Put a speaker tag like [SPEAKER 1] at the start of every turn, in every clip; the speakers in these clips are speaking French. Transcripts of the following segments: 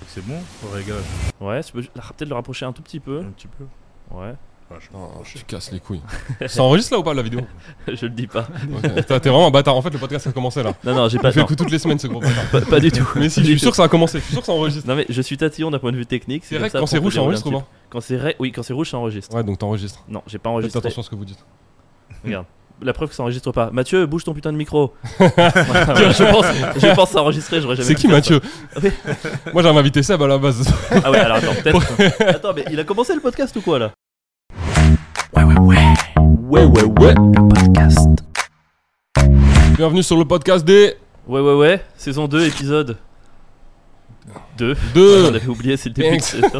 [SPEAKER 1] Fait que c'est bon, au réglage.
[SPEAKER 2] Ouais, tu peux ju- la- peut-être le rapprocher un tout petit peu.
[SPEAKER 1] Un petit peu.
[SPEAKER 2] Ouais,
[SPEAKER 1] Ah, je-
[SPEAKER 3] Non, je-
[SPEAKER 4] Tu casses les couilles. Ça enregistre là ou pas la vidéo
[SPEAKER 2] je le dis pas.
[SPEAKER 4] Ouais, T'es t'es vraiment un bâtard. En fait, le podcast a commencé là.
[SPEAKER 2] Non, non, j'ai pas.
[SPEAKER 4] Il fait
[SPEAKER 2] Non,
[SPEAKER 4] que toutes les semaines ce gros bâtard.
[SPEAKER 2] pas, pas du tout.
[SPEAKER 4] Mais si,
[SPEAKER 2] Pas
[SPEAKER 4] je suis
[SPEAKER 2] du
[SPEAKER 4] sûr
[SPEAKER 2] tout.
[SPEAKER 4] que ça a commencé. Je suis sûr que ça enregistre.
[SPEAKER 2] Non, mais je suis tatillon d'un point de vue technique.
[SPEAKER 4] C'est
[SPEAKER 2] comme
[SPEAKER 4] vrai que
[SPEAKER 2] ça
[SPEAKER 4] quand c'est
[SPEAKER 2] qu'on peut
[SPEAKER 4] rouge, ça
[SPEAKER 2] dérouler un
[SPEAKER 4] enregistre ou
[SPEAKER 2] petit
[SPEAKER 4] pas
[SPEAKER 2] peu. Quand c'est ra- Oui, quand c'est rouge, ça enregistre.
[SPEAKER 4] Ouais, donc t'enregistres.
[SPEAKER 2] Non, j'ai pas
[SPEAKER 4] Faites
[SPEAKER 2] enregistré.
[SPEAKER 4] attention à ce que vous dites.
[SPEAKER 2] La preuve que ça enregistre pas. Mathieu, bouge ton putain de micro. Voilà, je pense, je pense que ça enregistrait, j'aurais jamais.
[SPEAKER 4] C'est
[SPEAKER 2] pu
[SPEAKER 4] qui
[SPEAKER 2] faire ça.
[SPEAKER 4] Mathieu
[SPEAKER 2] Oui.
[SPEAKER 4] Moi j'avais invité Seb à la base.
[SPEAKER 2] Ah ouais, alors attends, peut-être. attends, mais il a commencé le podcast ou quoi là
[SPEAKER 4] Ouais, ouais, ouais. Bienvenue sur le podcast des
[SPEAKER 2] Ouais, ouais, ouais. Saison 2, épisode 2. On
[SPEAKER 4] 2.
[SPEAKER 2] avait oublié, c'est le début de
[SPEAKER 4] Thanks.
[SPEAKER 2] saison.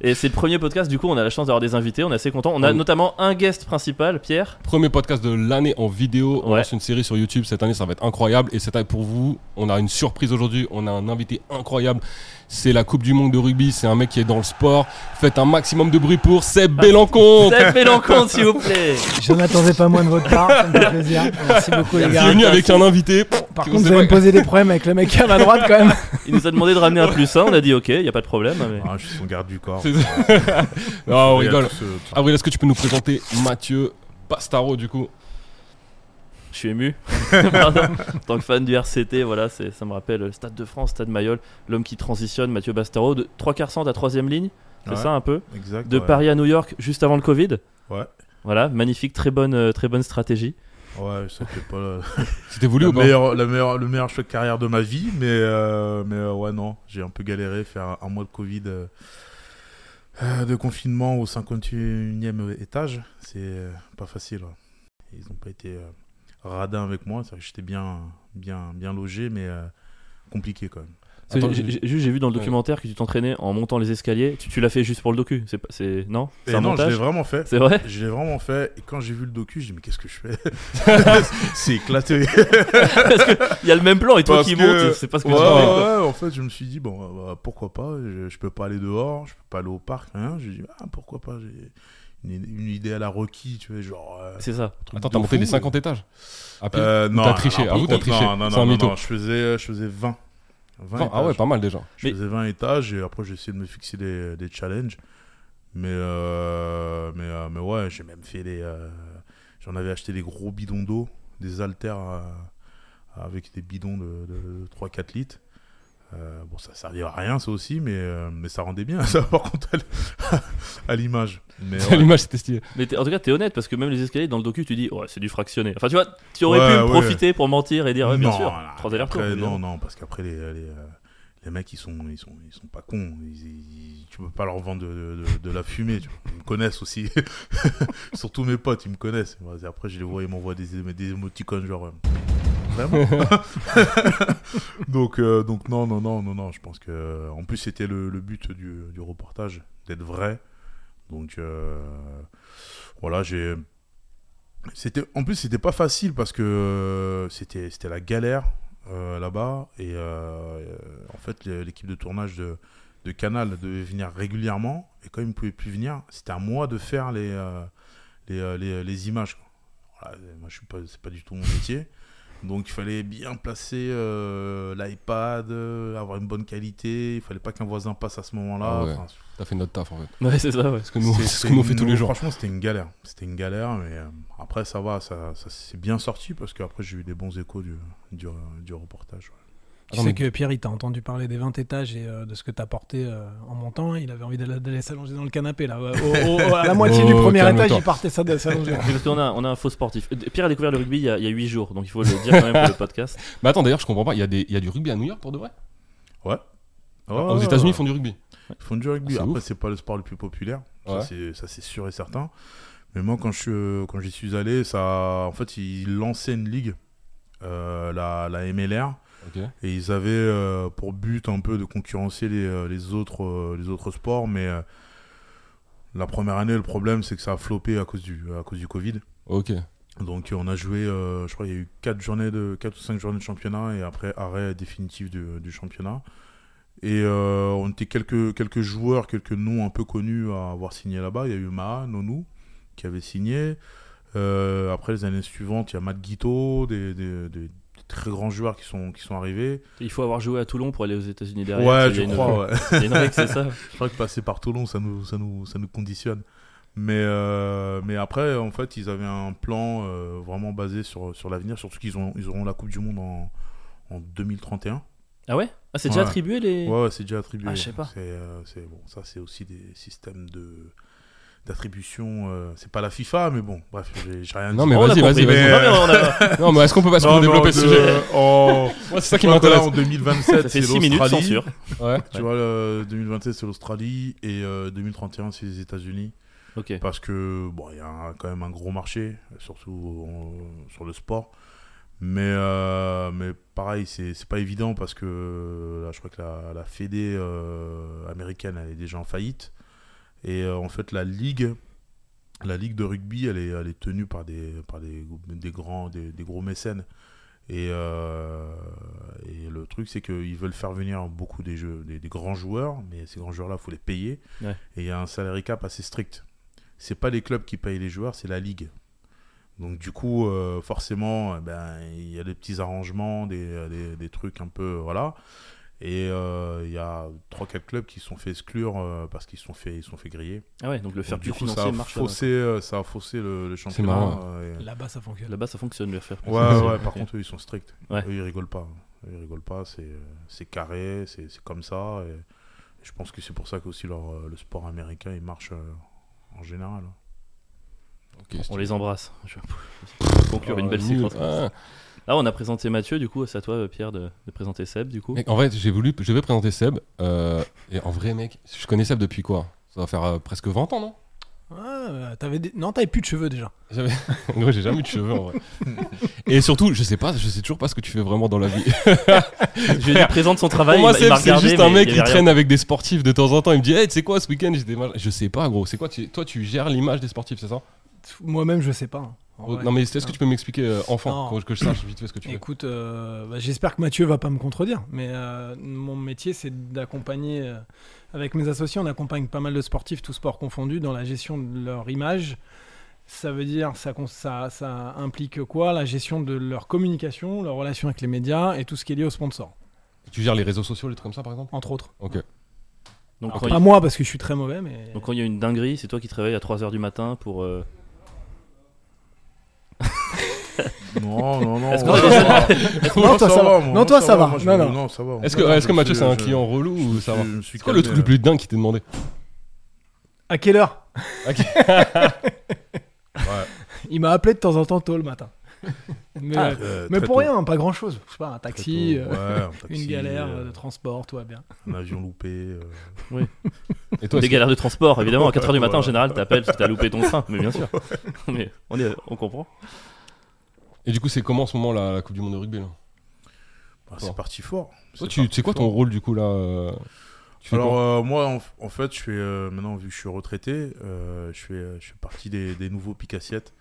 [SPEAKER 2] Et c'est le premier podcast, du coup, on a la chance d'avoir des invités, on est assez content. On a
[SPEAKER 4] Oui.
[SPEAKER 2] notamment un guest principal, Pierre.
[SPEAKER 4] Premier podcast de l'année en vidéo. On
[SPEAKER 2] Ouais.
[SPEAKER 4] lance une série sur YouTube cette année, ça va être incroyable. Et cette année pour vous, on a une surprise aujourd'hui. On a un invité incroyable. C'est la Coupe du Monde de rugby. C'est un mec qui est dans le sport. Faites un maximum de bruit pour Seb Bélancon.
[SPEAKER 2] Seb Mélenchon, s'il vous plaît.
[SPEAKER 5] Je m'attendais pas moins de votre part, ça me fait plaisir. Merci beaucoup les
[SPEAKER 4] Il
[SPEAKER 5] gars.
[SPEAKER 4] est venu avec un invité.
[SPEAKER 5] Par contre, vous allez me poser des problèmes avec le mec à ma droite quand même.
[SPEAKER 2] Il nous a demandé de ramener un plus 1, on a dit ok, il a pas de problème. mais-
[SPEAKER 1] Ah, je suis son garde du corps.
[SPEAKER 4] C'est- Ah, on
[SPEAKER 1] Il y a
[SPEAKER 4] rigole.
[SPEAKER 1] tout ce-
[SPEAKER 4] Avril, est-ce que tu peux nous présenter Mathieu Pastaro du coup
[SPEAKER 2] Je suis ému. Pardon. En tant que fan du RCT, voilà, c'est- ça me rappelle le Stade de France, Stade Mayol, l'homme qui transitionne, Mathieu Bastaro, de 3 quarts centre à 3ème ligne, c'est
[SPEAKER 1] Ouais,
[SPEAKER 2] ça un peu
[SPEAKER 1] Exact.
[SPEAKER 2] De
[SPEAKER 1] ouais.
[SPEAKER 2] Paris à New York, juste avant le Covid.
[SPEAKER 1] Ouais.
[SPEAKER 2] Voilà, magnifique, très bonne, euh, très bonne stratégie.
[SPEAKER 1] Ouais, c'était pas la,
[SPEAKER 4] C'était voulu
[SPEAKER 1] la
[SPEAKER 4] ou pas
[SPEAKER 1] meilleure, la meilleure, le meilleur choix de carrière de ma vie, mais, euh, mais euh, ouais, non, j'ai un peu galéré, faire un, un mois de Covid, euh, euh, de confinement au 51e étage, c'est euh, pas facile. ouais. Ils n'ont pas été euh, radins avec moi, c'est vrai que j'étais bien, bien, bien logé, mais euh, compliqué quand même.
[SPEAKER 2] Parce que
[SPEAKER 4] Attends,
[SPEAKER 2] j'ai-
[SPEAKER 4] j'ai-
[SPEAKER 2] j'ai- juste, j'ai vu dans le
[SPEAKER 4] Ouais.
[SPEAKER 2] documentaire que tu t'entraînais en montant les escaliers. Tu, tu l'as fait juste pour le docu. C'est pas- c'est non C'est
[SPEAKER 1] Et
[SPEAKER 2] un
[SPEAKER 1] non, je
[SPEAKER 2] montage
[SPEAKER 1] l'ai vraiment fait.
[SPEAKER 2] C'est vrai
[SPEAKER 1] Je l'ai vraiment fait, et quand j'ai vu le docu, j'ai dit, mais qu'est-ce que je fais C'est éclaté
[SPEAKER 2] Il y a le même plan et toi
[SPEAKER 1] Parce
[SPEAKER 2] qui
[SPEAKER 1] que-
[SPEAKER 2] montes, c'est pas ce que
[SPEAKER 1] ouais,
[SPEAKER 2] tu fais, quoi.
[SPEAKER 1] ouais, bah, en fait, je me suis dit, bon, bah, bah, pourquoi pas, je, je peux pas aller dehors, je peux pas aller au parc, rien. J'ai dit, ah, pourquoi pas, j'ai une, une idée à la Rocky, tu vois, genre. euh,
[SPEAKER 2] C'est ça.
[SPEAKER 1] un truc
[SPEAKER 4] Attends,
[SPEAKER 1] de
[SPEAKER 4] t'as monté
[SPEAKER 1] fou.
[SPEAKER 4] les 50 étages Ah, À pied
[SPEAKER 1] euh, Non,
[SPEAKER 4] t'as triché
[SPEAKER 1] alors,
[SPEAKER 4] Ah, vous,
[SPEAKER 1] par
[SPEAKER 4] t'as
[SPEAKER 1] contre,
[SPEAKER 4] triché.
[SPEAKER 1] Non, non,
[SPEAKER 4] C'est
[SPEAKER 1] non,
[SPEAKER 4] un
[SPEAKER 1] non,
[SPEAKER 4] mytho.
[SPEAKER 1] non, je faisais, je faisais 20. 20
[SPEAKER 4] Ah ouais,
[SPEAKER 1] étages.
[SPEAKER 4] pas mal déjà.
[SPEAKER 1] Je
[SPEAKER 2] Mais-
[SPEAKER 1] faisais 20 étages et après, j'ai essayé de me fixer des, des challenges. Mais, euh, mais, euh, mais ouais, j'ai même fait les. euh, J'en avais acheté des gros bidons d'eau, des haltères euh, avec des bidons de, de 3-4 litres. Euh, bon, ça servait à rien, ça aussi, mais, euh, mais ça rendait bien, ça, par contre, à l- à l'image. Mais ouais.
[SPEAKER 4] L'image c'était stylé.
[SPEAKER 2] Mais t'es- en tout cas, t'es honnête parce que même les escaliers dans le docu, tu dis ouais, c'est du fractionné. Enfin, tu vois, tu aurais
[SPEAKER 1] Ouais,
[SPEAKER 2] pu
[SPEAKER 1] ouais.
[SPEAKER 2] profiter pour mentir et dire ouais, bien
[SPEAKER 1] Non,
[SPEAKER 2] sûr.
[SPEAKER 1] non,
[SPEAKER 2] Trois allers-retours,
[SPEAKER 1] après,
[SPEAKER 2] évidemment.
[SPEAKER 1] Non, non, parce qu'après, les, les, euh, les mecs, ils sont, ils, sont, ils sont pas cons. Ils- ils- tu peux pas leur vendre de, de- de- de la fumée. tu vois. Ils me connaissent aussi. Surtout mes potes, ils me connaissent. Vas-y, Après, je les vois, ils m'envoient des, émo- des émoticônes, genre. euh, Vraiment donc, euh, donc, non, non, non, non, non. Je pense que. En plus, c'était le, le but du, du reportage, d'être vrai. Donc, euh, voilà, j'ai. C'était, en plus, c'était pas facile parce que euh, c'était, c'était la galère euh, là-bas. Et euh, euh, en fait, l'é- l'équipe de tournage de, de Canal devait venir régulièrement. Et quand ils ne pouvaient plus venir, c'était à moi de faire les, euh, les, euh, les- les images. quoi. Voilà, euh, moi, je suis pas, c'est pas du tout mon métier. Donc, il fallait bien placer euh, l'iPad, euh, avoir une bonne qualité. Il fallait pas qu'un voisin passe à ce moment-là.
[SPEAKER 4] Ah ouais.
[SPEAKER 1] Enfin,
[SPEAKER 4] T'as fait notre taf en fait.
[SPEAKER 2] Ouais, c'est ça, ouais.
[SPEAKER 4] Parce que nous,
[SPEAKER 1] c'est-
[SPEAKER 4] c'est ce
[SPEAKER 1] c'est
[SPEAKER 4] qu'on
[SPEAKER 1] une-
[SPEAKER 4] fait tous les jours.
[SPEAKER 1] Franchement, c'était une galère. C'était une galère, mais euh, après, ça va, ça, ça s'est bien sorti parce qu'après, j'ai eu des bons échos du, du, du reportage. ouais.
[SPEAKER 5] Je
[SPEAKER 4] Attends,
[SPEAKER 5] sais
[SPEAKER 4] mais-
[SPEAKER 5] que Pierre, il t'a entendu parler des 20 étages et euh, de ce que t'as porté euh, en montant. Il avait envie d'aller d'aller s'allonger dans le canapé là. Au- au- au- à la moitié du
[SPEAKER 4] Oh,
[SPEAKER 5] premier étage,
[SPEAKER 4] calme-toi.
[SPEAKER 5] il partait ça de s'allonger.
[SPEAKER 2] Mais Parce qu'on a, on a un faux sportif. Euh, Pierre a découvert le rugby il y a, il y a 8 jours, donc il faut le dire quand même pour le podcast.
[SPEAKER 4] Mais attends, d'ailleurs, je comprends pas. Il y, a des- il y a du rugby à New York pour de vrai Aux
[SPEAKER 1] Ouais,
[SPEAKER 4] Ah, États-Unis, ils
[SPEAKER 1] ouais.
[SPEAKER 4] font du rugby.
[SPEAKER 1] Ils font du rugby.
[SPEAKER 4] C'est
[SPEAKER 1] Après,
[SPEAKER 4] ouf.
[SPEAKER 1] c'est pas le sport le plus populaire. Ça,
[SPEAKER 4] Ouais.
[SPEAKER 1] c'est- Ça, c'est sûr et certain. Mais moi, quand je suis, euh, quand j'y suis allé, ça, en fait, ils lançaient une ligue, euh, la, la MLR,
[SPEAKER 4] Ok.
[SPEAKER 1] et ils avaient euh, pour but un peu de concurrencer les, euh, les autres, euh, les autres sports. Mais euh, la première année, le problème, c'est que ça a floppé à cause du, à cause du Covid.
[SPEAKER 4] Ok.
[SPEAKER 1] Donc euh, on a joué, euh, je crois qu'il y a eu 4 journées de 4 ou 5 journées de championnat et après arrêt définitif du, du championnat. Et euh, on était quelques, quelques joueurs, quelques noms un peu connus à avoir signé là-bas. Il y a eu Maha, Nonou qui avait signé. Euh, après les années suivantes, il y a Matt Guito, des, des- des- des très grands joueurs qui sont, qui sont arrivés.
[SPEAKER 2] Il faut avoir joué à Toulon pour aller aux États-Unis derrière.
[SPEAKER 1] ouais,
[SPEAKER 2] tu
[SPEAKER 1] je
[SPEAKER 2] sais, il y a une-
[SPEAKER 1] crois, ouais.
[SPEAKER 2] il y a une règle, c'est ça.
[SPEAKER 1] je crois que passer par Toulon, ça nous, ça nous, ça nous conditionne. Mais, euh, mais après, en fait, ils avaient un plan euh, vraiment basé sur, sur l'avenir, surtout qu'ils ont, ils auront la Coupe du Monde en, en 2031.
[SPEAKER 2] Ah ouais Ah, c'est déjà
[SPEAKER 1] Ouais.
[SPEAKER 2] attribué les.
[SPEAKER 1] Ouais, ouais, c'est déjà attribué.
[SPEAKER 2] Ah, je sais pas.
[SPEAKER 1] C'est, euh, c'est- bon, ça, c'est aussi des systèmes de d'attribution. euh, c'est pas la FIFA, mais bon, bref, j'ai, j'ai rien
[SPEAKER 4] Non,
[SPEAKER 1] dit.
[SPEAKER 4] mais
[SPEAKER 2] Oh, on a
[SPEAKER 4] vas-y, vas-y,
[SPEAKER 2] compris.
[SPEAKER 1] Mais-
[SPEAKER 4] vas-y.
[SPEAKER 2] Non, mais on a-
[SPEAKER 4] Non, mais est-ce qu'on peut pas se
[SPEAKER 1] Non, mais
[SPEAKER 4] développer
[SPEAKER 1] en
[SPEAKER 4] ce
[SPEAKER 1] deux-
[SPEAKER 4] sujet
[SPEAKER 1] en-
[SPEAKER 4] Moi, c'est ça qui
[SPEAKER 1] je crois que là,
[SPEAKER 4] m'intéresse.
[SPEAKER 1] en 2027,
[SPEAKER 2] Ça
[SPEAKER 1] c'est
[SPEAKER 2] fait 6 minutes
[SPEAKER 1] l'Australie.
[SPEAKER 2] sans sûr.
[SPEAKER 4] Ouais.
[SPEAKER 1] Tu
[SPEAKER 2] Ouais.
[SPEAKER 1] vois, le 2027, c'est l'Australie et euh, 2031, c'est les États-Unis.
[SPEAKER 2] Ok.
[SPEAKER 1] Parce que, bon, il y a un- quand même un gros marché, surtout en- sur le sport. Mais, euh, mais pareil, c'est c'est pas évident parce que là, je crois que la, la Fédé euh, américaine, elle est déjà en faillite. Et euh, en fait, la ligue, la ligue de rugby, elle est, elle est tenue par des, par des, des grands, des, des gros mécènes. Et, euh, et le truc, c'est qu'ils veulent faire venir beaucoup des, jeux, des, des grands joueurs, mais ces grands joueurs-là, il faut les payer.
[SPEAKER 2] Ouais.
[SPEAKER 1] Et il y a un salary cap assez strict. C'est pas les clubs qui payent les joueurs, c'est la ligue. Donc du coup, euh, forcément, eh ben, il y a des petits arrangements, des, des, des trucs un peu... Voilà. Et euh, il y a 3-4 clubs qui se sont fait exclure euh, parce qu'ils se sont fait, ils se sont fait griller.
[SPEAKER 2] Ah ouais, donc le fair
[SPEAKER 1] Donc, du
[SPEAKER 2] play
[SPEAKER 1] coup, ça
[SPEAKER 2] financier
[SPEAKER 1] a,
[SPEAKER 2] marche là-bas.
[SPEAKER 1] faussé, euh, ça a faussé le, le championnat.
[SPEAKER 4] marrant.
[SPEAKER 1] euh, et-
[SPEAKER 5] Là-bas, ça fonctionne.
[SPEAKER 2] Là-bas, ça fonctionne le fair play.
[SPEAKER 1] Ouais,
[SPEAKER 2] financier.
[SPEAKER 1] ouais, par
[SPEAKER 2] Ok.
[SPEAKER 1] contre, eux, ils sont stricts.
[SPEAKER 2] Ouais.
[SPEAKER 1] Eux, ils rigolent pas. Eux, ils rigolent pas, c'est, euh, c'est carré, c'est, c'est comme ça. Et je pense que c'est pour ça qu'aussi leur, euh, le sport américain, il marche euh, en général. hein.
[SPEAKER 2] On les embrasse. Je vais
[SPEAKER 1] Oh,
[SPEAKER 2] conclure une belle séquence. comme ça. Ah, on a présenté Mathieu, du coup, c'est à toi, euh, Pierre, de, de présenter Seb, du coup.
[SPEAKER 4] Mec, en vrai, j'ai voulu, je vais présenter Seb. euh, et en vrai, mec, je connais Seb depuis quoi Ça doit faire euh, presque 20 ans, non
[SPEAKER 5] Ah, t'avais des- Non, t'avais plus de cheveux déjà.
[SPEAKER 4] J'avais- En gros, j'ai jamais eu de cheveux en vrai. Et surtout, je sais pas, je sais toujours pas ce que tu fais vraiment dans la vie.
[SPEAKER 2] Je lui présente son travail.
[SPEAKER 4] Pour moi,
[SPEAKER 2] il m'a- il
[SPEAKER 4] Seb,
[SPEAKER 2] m'a
[SPEAKER 4] c'est
[SPEAKER 2] regardé,
[SPEAKER 4] juste un
[SPEAKER 2] mais
[SPEAKER 4] mec
[SPEAKER 2] il y
[SPEAKER 4] qui
[SPEAKER 2] avait rien.
[SPEAKER 4] traîne avec des sportifs de temps en temps. Il me dit, hey, tu sais quoi, ce week-end, j'étais mal. Je sais pas, gros. C'est quoi tu- Toi, tu gères l'image des sportifs, c'est ça
[SPEAKER 5] Moi-même, je sais pas. hein, en vrai.
[SPEAKER 4] Oh, Non, mais est-ce que tu peux m'expliquer, euh, enfant,
[SPEAKER 5] Non.
[SPEAKER 4] que, que je sache vite fait ce que tu fais
[SPEAKER 5] Écoute, euh, bah, j'espère que Mathieu va pas me contredire, mais euh, mon métier, c'est d'accompagner, euh, avec mes associés, on accompagne pas mal de sportifs, tous sports confondus, dans la gestion de leur image. Ça veut dire, ça, cons- ça, ça implique quoi La gestion de leur communication, leur relation avec les médias et tout ce qui est lié au sponsor,
[SPEAKER 4] Tu gères les réseaux sociaux, les trucs comme ça, par exemple
[SPEAKER 5] entre autres.
[SPEAKER 4] Ok.
[SPEAKER 2] Donc,
[SPEAKER 4] Ah,
[SPEAKER 5] Alors,
[SPEAKER 2] quand
[SPEAKER 5] pas
[SPEAKER 2] il-
[SPEAKER 5] moi, parce que je suis très mauvais, mais...
[SPEAKER 2] donc, quand il y a une dinguerie, c'est toi qui travailles à 3h du matin pour. euh,
[SPEAKER 1] Non, non, non.
[SPEAKER 2] Est-ce qu'on
[SPEAKER 1] moi,
[SPEAKER 2] peut-
[SPEAKER 1] moi,
[SPEAKER 5] Non, toi, ça va.
[SPEAKER 1] moi,
[SPEAKER 5] Non,
[SPEAKER 1] moi,
[SPEAKER 5] toi, ça va.
[SPEAKER 1] moi, je
[SPEAKER 5] Non,
[SPEAKER 1] me-
[SPEAKER 5] non.
[SPEAKER 1] ça va.
[SPEAKER 4] Est-ce que,
[SPEAKER 1] Non,
[SPEAKER 4] ouais,
[SPEAKER 1] non,
[SPEAKER 4] est-ce que
[SPEAKER 1] je
[SPEAKER 4] Mathieu,
[SPEAKER 1] suis-
[SPEAKER 4] c'est un
[SPEAKER 1] je-
[SPEAKER 4] client relou
[SPEAKER 1] je
[SPEAKER 4] ou
[SPEAKER 1] me suis-
[SPEAKER 4] ça
[SPEAKER 1] euh,
[SPEAKER 4] va
[SPEAKER 1] je me suis
[SPEAKER 4] C'est quoi le
[SPEAKER 1] calmé,
[SPEAKER 4] truc le plus dingue qui t'est demandé
[SPEAKER 5] À quelle heure
[SPEAKER 4] Ok.
[SPEAKER 1] Ouais.
[SPEAKER 5] Il m'a appelé de temps en temps tôt le matin. mais
[SPEAKER 1] là.
[SPEAKER 5] euh,
[SPEAKER 1] Euh,
[SPEAKER 5] mais
[SPEAKER 1] très
[SPEAKER 5] pour
[SPEAKER 1] tôt.
[SPEAKER 5] rien, pas grand-chose. Je sais pas, un
[SPEAKER 1] Très
[SPEAKER 5] taxi,
[SPEAKER 1] tôt.
[SPEAKER 5] euh,
[SPEAKER 1] Ouais, un taxi,
[SPEAKER 5] une galère
[SPEAKER 1] euh,
[SPEAKER 5] de transport, tout va bien.
[SPEAKER 1] Un avion loupé. euh.
[SPEAKER 4] Et toi,
[SPEAKER 2] des
[SPEAKER 4] est-ce que-
[SPEAKER 2] galères de transport, évidemment. À 4h du matin, en
[SPEAKER 1] Voilà.
[SPEAKER 2] général, t'appelles si t'as loupé ton train, mais bien sûr. mais on, est, on comprend.
[SPEAKER 4] Et du coup, c'est comment en ce moment la, la Coupe du Monde de rugby là
[SPEAKER 1] Bah,
[SPEAKER 4] Bon.
[SPEAKER 1] c'est parti fort.
[SPEAKER 4] Toi,
[SPEAKER 1] C'est
[SPEAKER 4] tu
[SPEAKER 1] parti
[SPEAKER 4] sais quoi ton
[SPEAKER 1] fort.
[SPEAKER 4] rôle du coup là euh, tu fais quoi
[SPEAKER 1] Alors euh, moi en, en fait je suis euh, maintenant vu que je suis retraité, euh, je fais euh, je fais partie des, des nouveaux picassiettes.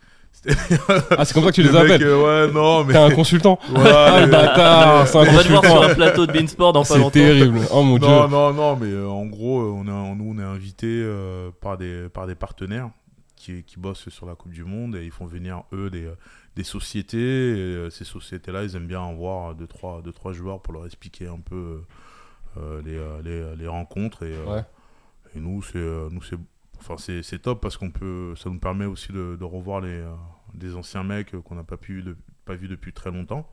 [SPEAKER 4] Ah, c'est comme ça que tu les
[SPEAKER 1] Le mec,
[SPEAKER 4] appelles
[SPEAKER 1] euh, Ouais non mais
[SPEAKER 4] T'es un consultant Ah,
[SPEAKER 1] Ouais,
[SPEAKER 4] le
[SPEAKER 1] mais-
[SPEAKER 4] bâtard Ah, C'est
[SPEAKER 2] On
[SPEAKER 4] un
[SPEAKER 2] va te voir sur
[SPEAKER 4] consultant
[SPEAKER 2] un plateau de Beansport dans pas
[SPEAKER 4] C'est
[SPEAKER 2] longtemps.
[SPEAKER 4] terrible Oh mon dieu
[SPEAKER 1] non, non, non, mais euh, en gros, euh, on est, un- nous, on est invités euh, par, des, par des partenaires qui, qui bossent sur la Coupe du Monde et ils font venir, eux, des, euh, des sociétés. Et, euh, ces sociétés-là, ils aiment bien avoir 2-3 deux, trois, deux, trois joueurs pour leur expliquer un peu euh, les, euh, les, les rencontres. Et, euh,
[SPEAKER 4] Ouais.
[SPEAKER 1] et nous, c'est euh, nous, c'est- enfin, c'est c'est top parce qu'on peut ça nous permet aussi de, de revoir les, euh, des anciens mecs euh, qu'on n'a pas, pu de- pas vu depuis très longtemps.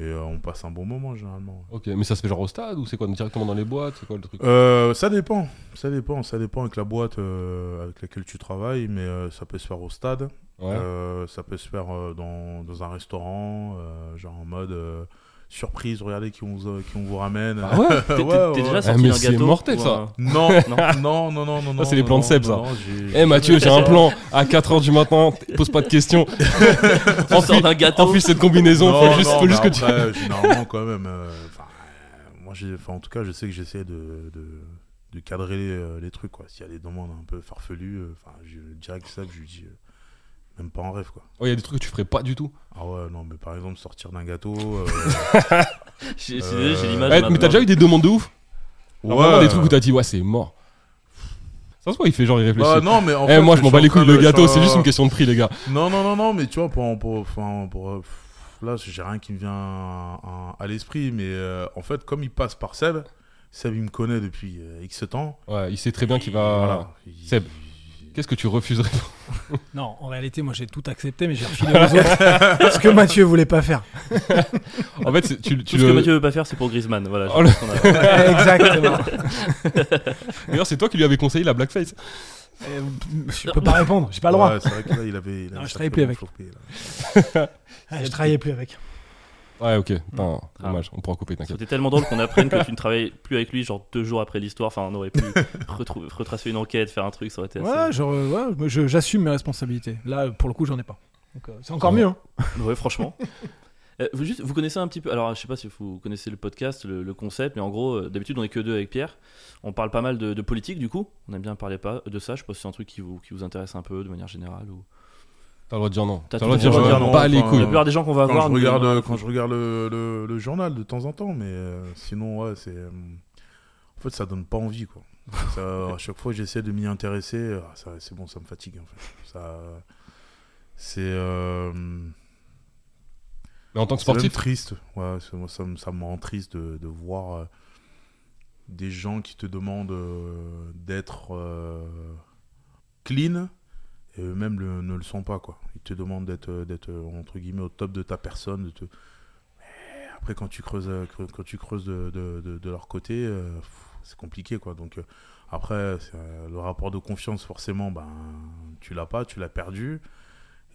[SPEAKER 1] Et euh, on passe un bon moment généralement.
[SPEAKER 4] Ok, mais ça se fait genre au stade ou c'est quoi Directement dans les boîtes C'est quoi le truc
[SPEAKER 1] Euh, ça dépend, ça dépend, ça dépend avec la boîte euh, avec laquelle tu travailles, mais euh, ça peut se faire au stade,
[SPEAKER 4] Ouais.
[SPEAKER 1] euh, ça peut se faire euh, dans, dans un restaurant, euh, genre en mode euh, surprise, regardez qui on, vous- euh, qui on vous ramène.
[SPEAKER 4] Ah ouais Ah,
[SPEAKER 2] T'es t'es-
[SPEAKER 1] Ouais, ouais,
[SPEAKER 2] t'es déjà
[SPEAKER 1] ouais.
[SPEAKER 2] sorti
[SPEAKER 4] mais
[SPEAKER 2] d'un
[SPEAKER 4] c'est
[SPEAKER 2] gâteau
[SPEAKER 4] mortel,
[SPEAKER 2] ou
[SPEAKER 4] ça.
[SPEAKER 2] un-
[SPEAKER 1] Non,
[SPEAKER 2] Non.
[SPEAKER 1] non, non, non, non, non.
[SPEAKER 4] Ça, c'est les
[SPEAKER 1] non,
[SPEAKER 4] plans de
[SPEAKER 1] non,
[SPEAKER 4] Seb, ça.
[SPEAKER 1] non, j'ai-
[SPEAKER 4] Eh Mathieu, j'ai un plan à 4h du matin, pose pas de questions.
[SPEAKER 2] Tu sors
[SPEAKER 4] Enfile-
[SPEAKER 2] d'un gâteau.
[SPEAKER 4] Enfile cette combinaison,
[SPEAKER 1] Non,
[SPEAKER 4] faut juste,
[SPEAKER 1] non,
[SPEAKER 4] faut juste
[SPEAKER 1] mais
[SPEAKER 4] que tu.
[SPEAKER 1] après, Généralement, quand même. euh, enfin, euh, moi, j'ai- enfin, en tout cas, je sais que j'essaie de, de, de cadrer euh, les trucs. quoi. S'il y a des demandes un peu farfelues, euh, enfin, je dirais que ça, je lui dis. euh, même pas en rêve, quoi.
[SPEAKER 4] Oh, il y a des trucs que tu ferais pas du tout.
[SPEAKER 1] Ah ouais, non, mais par exemple, sortir d'un gâteau. euh,
[SPEAKER 2] J'ai j'ai- désolé, j'ai
[SPEAKER 1] Euh,
[SPEAKER 2] l'image.
[SPEAKER 4] Eh, mais t'as
[SPEAKER 2] maintenant.
[SPEAKER 4] déjà eu des demandes de ouf Alors, Ah, vraiment,
[SPEAKER 1] ouais.
[SPEAKER 4] des trucs où t'as dit, ouais, c'est mort. Ça se voit, il fait genre, il réfléchit.
[SPEAKER 1] Bah, non, mais en
[SPEAKER 4] eh,
[SPEAKER 1] fait,
[SPEAKER 4] moi, je m'en
[SPEAKER 1] suis
[SPEAKER 4] bats
[SPEAKER 1] en
[SPEAKER 4] les
[SPEAKER 1] train
[SPEAKER 4] couilles, le
[SPEAKER 1] de-
[SPEAKER 4] gâteau,
[SPEAKER 1] je
[SPEAKER 4] c'est
[SPEAKER 1] suis en-
[SPEAKER 4] juste une question de prix, les gars.
[SPEAKER 1] Non, non, non, non, mais tu vois, pour. pour, enfin, pour, euh, pff, là, j'ai rien qui me vient à, à l'esprit, mais euh, en fait, comme il passe par Seb, Seb, il me connaît depuis euh, X temps.
[SPEAKER 4] Ouais, il sait très bien qu'il va.
[SPEAKER 1] Voilà. Il-
[SPEAKER 4] Seb. Qu'est-ce que tu refuserais
[SPEAKER 5] Non, en réalité, moi j'ai tout accepté, mais j'ai refilé aux autres ce que Mathieu voulait pas faire.
[SPEAKER 4] En fait, c'est- tu, tu
[SPEAKER 2] Tout ce que
[SPEAKER 4] le-
[SPEAKER 2] Mathieu veut pas faire, c'est pour Griezmann. Voilà. je
[SPEAKER 4] Oh là.
[SPEAKER 2] pense qu'on a-
[SPEAKER 5] Exactement.
[SPEAKER 4] D'ailleurs, c'est toi qui lui avais conseillé la blackface.
[SPEAKER 5] Euh, je peux pas répondre, j'ai pas le droit.
[SPEAKER 1] Ouais, c'est vrai que là, il avait. il avait
[SPEAKER 5] Non, je
[SPEAKER 1] sacrément
[SPEAKER 5] travaille plus avec.
[SPEAKER 1] chopé, là.
[SPEAKER 5] Ah, je travaillais plus avec.
[SPEAKER 4] Ouais, ok. Putain, dommage, on pourra couper, t'inquiète.
[SPEAKER 2] C'était tellement drôle qu'on apprenne que tu ne travailles plus avec lui, genre deux jours après l'histoire. Enfin, on aurait pu retrou- retracer une enquête, faire un truc, ça aurait été
[SPEAKER 5] Ouais,
[SPEAKER 2] assez.
[SPEAKER 5] genre, euh, ouais, moi, je- j'assume mes responsabilités. Là, pour le coup, j'en ai pas. Donc, euh, c'est encore
[SPEAKER 4] Ouais.
[SPEAKER 5] mieux. hein.
[SPEAKER 2] Ouais, franchement. Euh, vous, juste, vous connaissez un petit peu, alors je sais pas si vous connaissez le podcast, le, le concept, mais en gros, euh, d'habitude on est que deux avec Pierre. On parle pas mal de, de politique du coup, on aime bien parler pas de ça. Je pense que c'est un truc qui vous, qui vous intéresse un peu de manière générale. Ou...
[SPEAKER 4] T'as le droit de dire non.
[SPEAKER 2] T'as
[SPEAKER 4] T'as le droit de dire
[SPEAKER 2] tout le droit de
[SPEAKER 1] dire
[SPEAKER 4] non. Pas
[SPEAKER 1] non,
[SPEAKER 4] les
[SPEAKER 1] enfin,
[SPEAKER 4] couilles.
[SPEAKER 2] La plupart des gens qu'on va
[SPEAKER 1] Euh, Quand,
[SPEAKER 2] voir,
[SPEAKER 1] je
[SPEAKER 2] nous- hein,
[SPEAKER 1] regarde, euh, quand je regarde le, le- le journal de temps en temps, mais euh, sinon, ouais, c'est. euh, en fait, ça donne pas envie, quoi. Ça, à chaque fois que j'essaie de m'y intéresser, euh, ça- c'est bon, ça me fatigue, en fait. Ça. C'est. euh,
[SPEAKER 4] Mais en tant que
[SPEAKER 1] C'est même
[SPEAKER 4] sportif,
[SPEAKER 1] triste. Ouais, c'est- moi, ça, me- ça me rend triste de, de voir euh, des gens qui te demandent euh, d'être euh, clean et eux-mêmes le- ne le sont pas. Quoi. Ils te demandent d'être, euh, d'être euh, entre guillemets au top de ta personne. De te... Mais après, quand tu creuses, euh, creu- quand tu creuses de, de- de- de leur côté, euh, pff, c'est compliqué. Quoi. Donc, euh, après, c'est, euh, le rapport de confiance, forcément, ben, tu l'as pas, tu l'as perdu.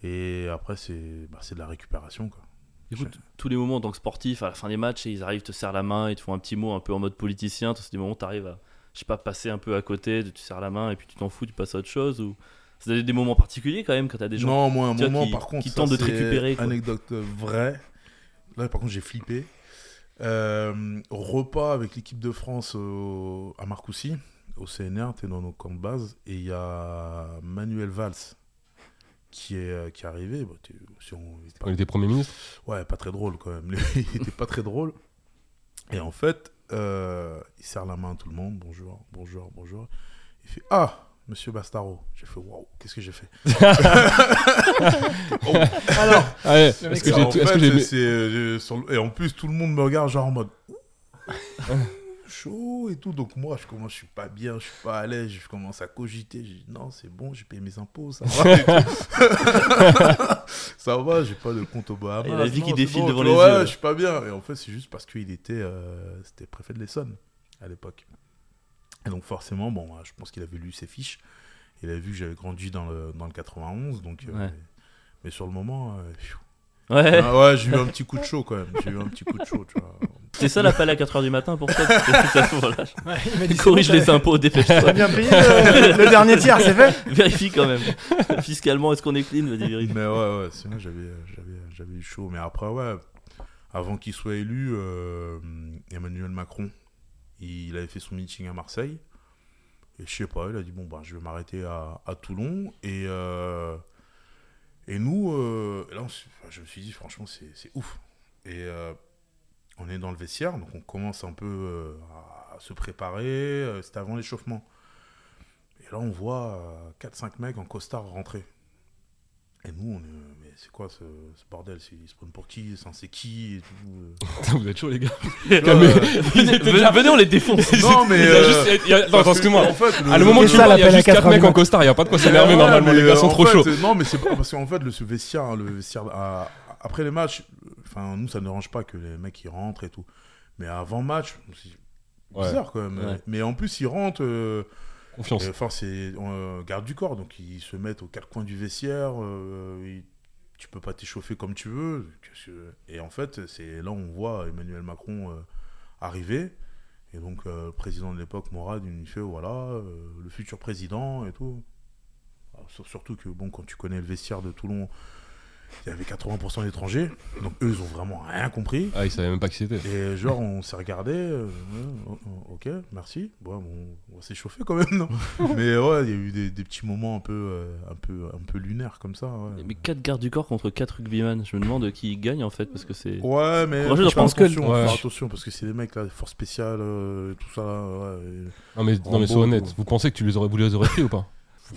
[SPEAKER 1] Et après, c'est, bah, c'est de la récupération. Quoi.
[SPEAKER 2] Du coup, t- tous les moments en tant que sportif, à la fin des matchs, et ils arrivent, te serrent la main, ils te font un petit mot un peu en mode politicien. Toi, C'est des moments où tu arrives à, je sais pas, passer un peu à côté, tu te serres la main et puis tu t'en fous, tu passes à autre chose. Ou c'est des moments particuliers quand même quand t'as des gens.
[SPEAKER 1] non, moi, un
[SPEAKER 2] tu vois,
[SPEAKER 1] moment,
[SPEAKER 2] qui-
[SPEAKER 1] par contre,
[SPEAKER 2] qui
[SPEAKER 1] ça,
[SPEAKER 2] tentent de te
[SPEAKER 1] c'est
[SPEAKER 2] récupérer, quoi.
[SPEAKER 1] Anecdote euh, vraie. Là, par contre, j'ai flippé. Euh, repas avec l'équipe de France au- à Marcoussis, au CNR, t'es dans nos camps de base, et il y a Manuel Valls qui est, qui est arrivé. Bah, t'es- si on- il était pas-
[SPEAKER 4] quand il était Premier ministre,
[SPEAKER 1] Ouais, pas très drôle quand même. il était pas très drôle. Et en fait, euh, il serre la main à tout le monde. Bonjour, bonjour, bonjour. Il fait Ah, monsieur Bastaro. J'ai fait Waouh, qu'est-ce que j'ai fait
[SPEAKER 5] Alors,
[SPEAKER 4] Ah Ouais,
[SPEAKER 5] Le
[SPEAKER 4] est-ce
[SPEAKER 5] mec,
[SPEAKER 4] que
[SPEAKER 5] ça
[SPEAKER 4] j'ai
[SPEAKER 1] en
[SPEAKER 4] tout- est-ce que
[SPEAKER 1] fait,
[SPEAKER 4] j'ai-
[SPEAKER 1] c'est, euh, sur le- Et en plus, tout le monde me regarde genre en mode chaud et tout. Donc moi, je commence, je suis pas bien, je suis pas à l'aise, je commence à cogiter. Je dis non, c'est bon, j'ai payé mes impôts, ça va. et tout. ça va, j'ai pas de compte au Bahamas.
[SPEAKER 2] Et la vie
[SPEAKER 1] Ah, non,
[SPEAKER 2] qui
[SPEAKER 1] c'est
[SPEAKER 2] défile
[SPEAKER 1] bon.
[SPEAKER 2] devant
[SPEAKER 1] Je
[SPEAKER 2] les
[SPEAKER 1] dis, ouais,
[SPEAKER 2] yeux, là.
[SPEAKER 1] je suis pas bien. Et en fait, c'est juste parce qu'il était, euh, c'était préfet de l'Essonne à l'époque. Et donc forcément, bon, je pense qu'il avait lu ses fiches. Il avait vu que j'avais grandi dans le, dans le 91, donc. euh,
[SPEAKER 2] Ouais.
[SPEAKER 1] Mais sur le moment, euh, pfiou.
[SPEAKER 2] Ouais,
[SPEAKER 1] Ah ouais, j'ai eu un petit coup de chaud quand même. J'ai eu un petit coup de chaud, tu vois.
[SPEAKER 2] c'est ça l'appel à 4h du matin pour toi. parce que, putain, voilà,
[SPEAKER 5] ouais, il m'a dit, c'est
[SPEAKER 2] corrige
[SPEAKER 5] bon,
[SPEAKER 2] les
[SPEAKER 5] t'as-
[SPEAKER 2] impôts, dépêche-toi.
[SPEAKER 5] t'as bien payé euh, le, dernier tiers, c'est fait
[SPEAKER 2] Vérifie quand même. Fiscalement, est-ce qu'on est clean Vas-y, vérifie.
[SPEAKER 1] Mais ouais, ouais, sinon j'avais, j'avais, j'avais eu chaud. Mais après, ouais, avant qu'il soit élu, euh, Emmanuel Macron, il avait fait son meeting à Marseille. Et je sais pas, il a dit, bon, ben, je vais m'arrêter à, à Toulon. Et, euh, et nous, euh, là, on s- enfin, je me suis dit, franchement, c'est, c'est ouf. Et euh, on est dans le vestiaire, donc on commence un peu euh, à se préparer. euh, C'était avant l'échauffement. Et là, on voit euh, 4-5 mecs en costard rentrer. Et Eh, nous, on est... euh, mais c'est quoi ce, ce bordel C'est- Ils se prennent pour qui C'est- C'est qui et tout,
[SPEAKER 4] Putain, vous êtes chaud, les gars.
[SPEAKER 1] euh.
[SPEAKER 4] Calmez-
[SPEAKER 1] Ouais, ouais.
[SPEAKER 4] Il
[SPEAKER 2] Venez,
[SPEAKER 4] était déjà-
[SPEAKER 2] venez, on les défonce.
[SPEAKER 1] Non, mais,
[SPEAKER 4] Il y a
[SPEAKER 1] euh,
[SPEAKER 4] juste- il y a-
[SPEAKER 1] Parce
[SPEAKER 4] Attends,
[SPEAKER 1] que,
[SPEAKER 4] excuse-moi.
[SPEAKER 1] En fait,
[SPEAKER 4] À le moment où tu
[SPEAKER 5] ça,
[SPEAKER 4] parles, il y a
[SPEAKER 5] l'appel à
[SPEAKER 4] juste 4
[SPEAKER 5] 4
[SPEAKER 4] mecs en
[SPEAKER 5] minutes.
[SPEAKER 4] costard, il y a pas de quoi s'énerver normalement, les gars sont trop chauds.
[SPEAKER 1] euh, Non, mais c'est pas- parce qu'en fait, le ce vestiaire, hein, le vestiaire à- après les matchs, euh, enfin nous, ça ne dérange pas que les mecs ils rentrent et tout. Mais avant match, c'est
[SPEAKER 4] Ouais.
[SPEAKER 1] bizarre quand même.
[SPEAKER 2] Ouais.
[SPEAKER 1] Mais en plus, ils rentrent. euh,
[SPEAKER 4] Confiance.
[SPEAKER 1] Et, Enfin, c'est euh, garde du corps, donc ils se mettent aux quatre coins du vestiaire. euh, ils- tu peux pas t'échauffer comme tu veux. qu'est-ce que- Et en fait, c'est là où on voit Emmanuel Macron euh, arriver. Et donc, euh, le président de l'époque, Morad, il fait voilà, euh, le futur président et tout. Alors, sur- Surtout que, bon, quand tu connais le vestiaire de Toulon, il y avait 80% d'étrangers. Donc, eux, ils ont vraiment rien compris.
[SPEAKER 4] Ah, il savait même pas qui c'était.
[SPEAKER 1] Et genre, on s'est regardé, euh, ouais, o- o- ok, merci. Bon, bon, on va s'échauffer quand même, non Mais ouais, il y a eu des, des petits moments un peu, euh, un peu, un peu lunaires comme ça. Ouais,
[SPEAKER 2] Mais 4 gardes du corps contre 4 rugbyman. Je me demande qui gagne en fait, parce que c'est.
[SPEAKER 1] ouais mais
[SPEAKER 2] Courageux de
[SPEAKER 1] faut faire
[SPEAKER 2] prendre
[SPEAKER 5] ce que-
[SPEAKER 1] attention, faut
[SPEAKER 4] Ouais.
[SPEAKER 1] faire attention parce que c'est des mecs là, force spéciale, euh, tout ça. là, ouais, et-
[SPEAKER 4] Non, mais, non, mais sois
[SPEAKER 1] Rambo,
[SPEAKER 4] honnête.
[SPEAKER 1] ou-
[SPEAKER 4] Vous pensez que tu les aurais, vous les aurais pris ou pas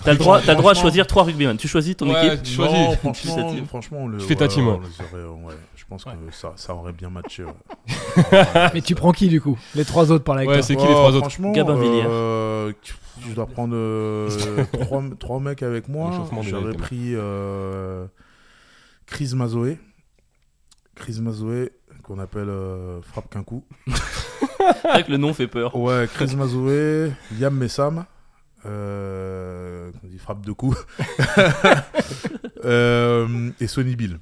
[SPEAKER 2] T'as le droit, t'as le droit à
[SPEAKER 1] Franchement-
[SPEAKER 2] choisir trois rugbymen. Tu choisis ton
[SPEAKER 4] Ouais,
[SPEAKER 2] équipe.
[SPEAKER 4] tu
[SPEAKER 1] Non,
[SPEAKER 4] choisis.
[SPEAKER 2] fais ta
[SPEAKER 1] franchement,
[SPEAKER 2] team.
[SPEAKER 1] franchement, le,
[SPEAKER 4] Tu fais ta team,
[SPEAKER 1] on
[SPEAKER 4] ouais.
[SPEAKER 1] les aurait- ouais, je pense que
[SPEAKER 5] Ouais.
[SPEAKER 1] ça, ça aurait bien matché. ouais.
[SPEAKER 5] Mais tu prends qui du coup Les trois autres par la
[SPEAKER 4] Ouais,
[SPEAKER 5] ouais,
[SPEAKER 4] c'est qui les
[SPEAKER 1] Oh,
[SPEAKER 4] trois autres
[SPEAKER 1] Franchement,
[SPEAKER 2] Gabin Villiers.
[SPEAKER 1] euh, je dois prendre euh, trois, trois mecs avec moi.
[SPEAKER 4] L'échauffement déjà,
[SPEAKER 1] J'avais
[SPEAKER 4] les
[SPEAKER 1] pris euh, Chris Mazoé. Chris Mazoé, qu'on appelle euh, Frappe qu'un coup.
[SPEAKER 2] C'est vrai que le nom fait peur.
[SPEAKER 1] Ouais, Chris Mazoé, Yam Messam. Euh, qu'on dit frappe de coups. Euh, et Sonny Bill.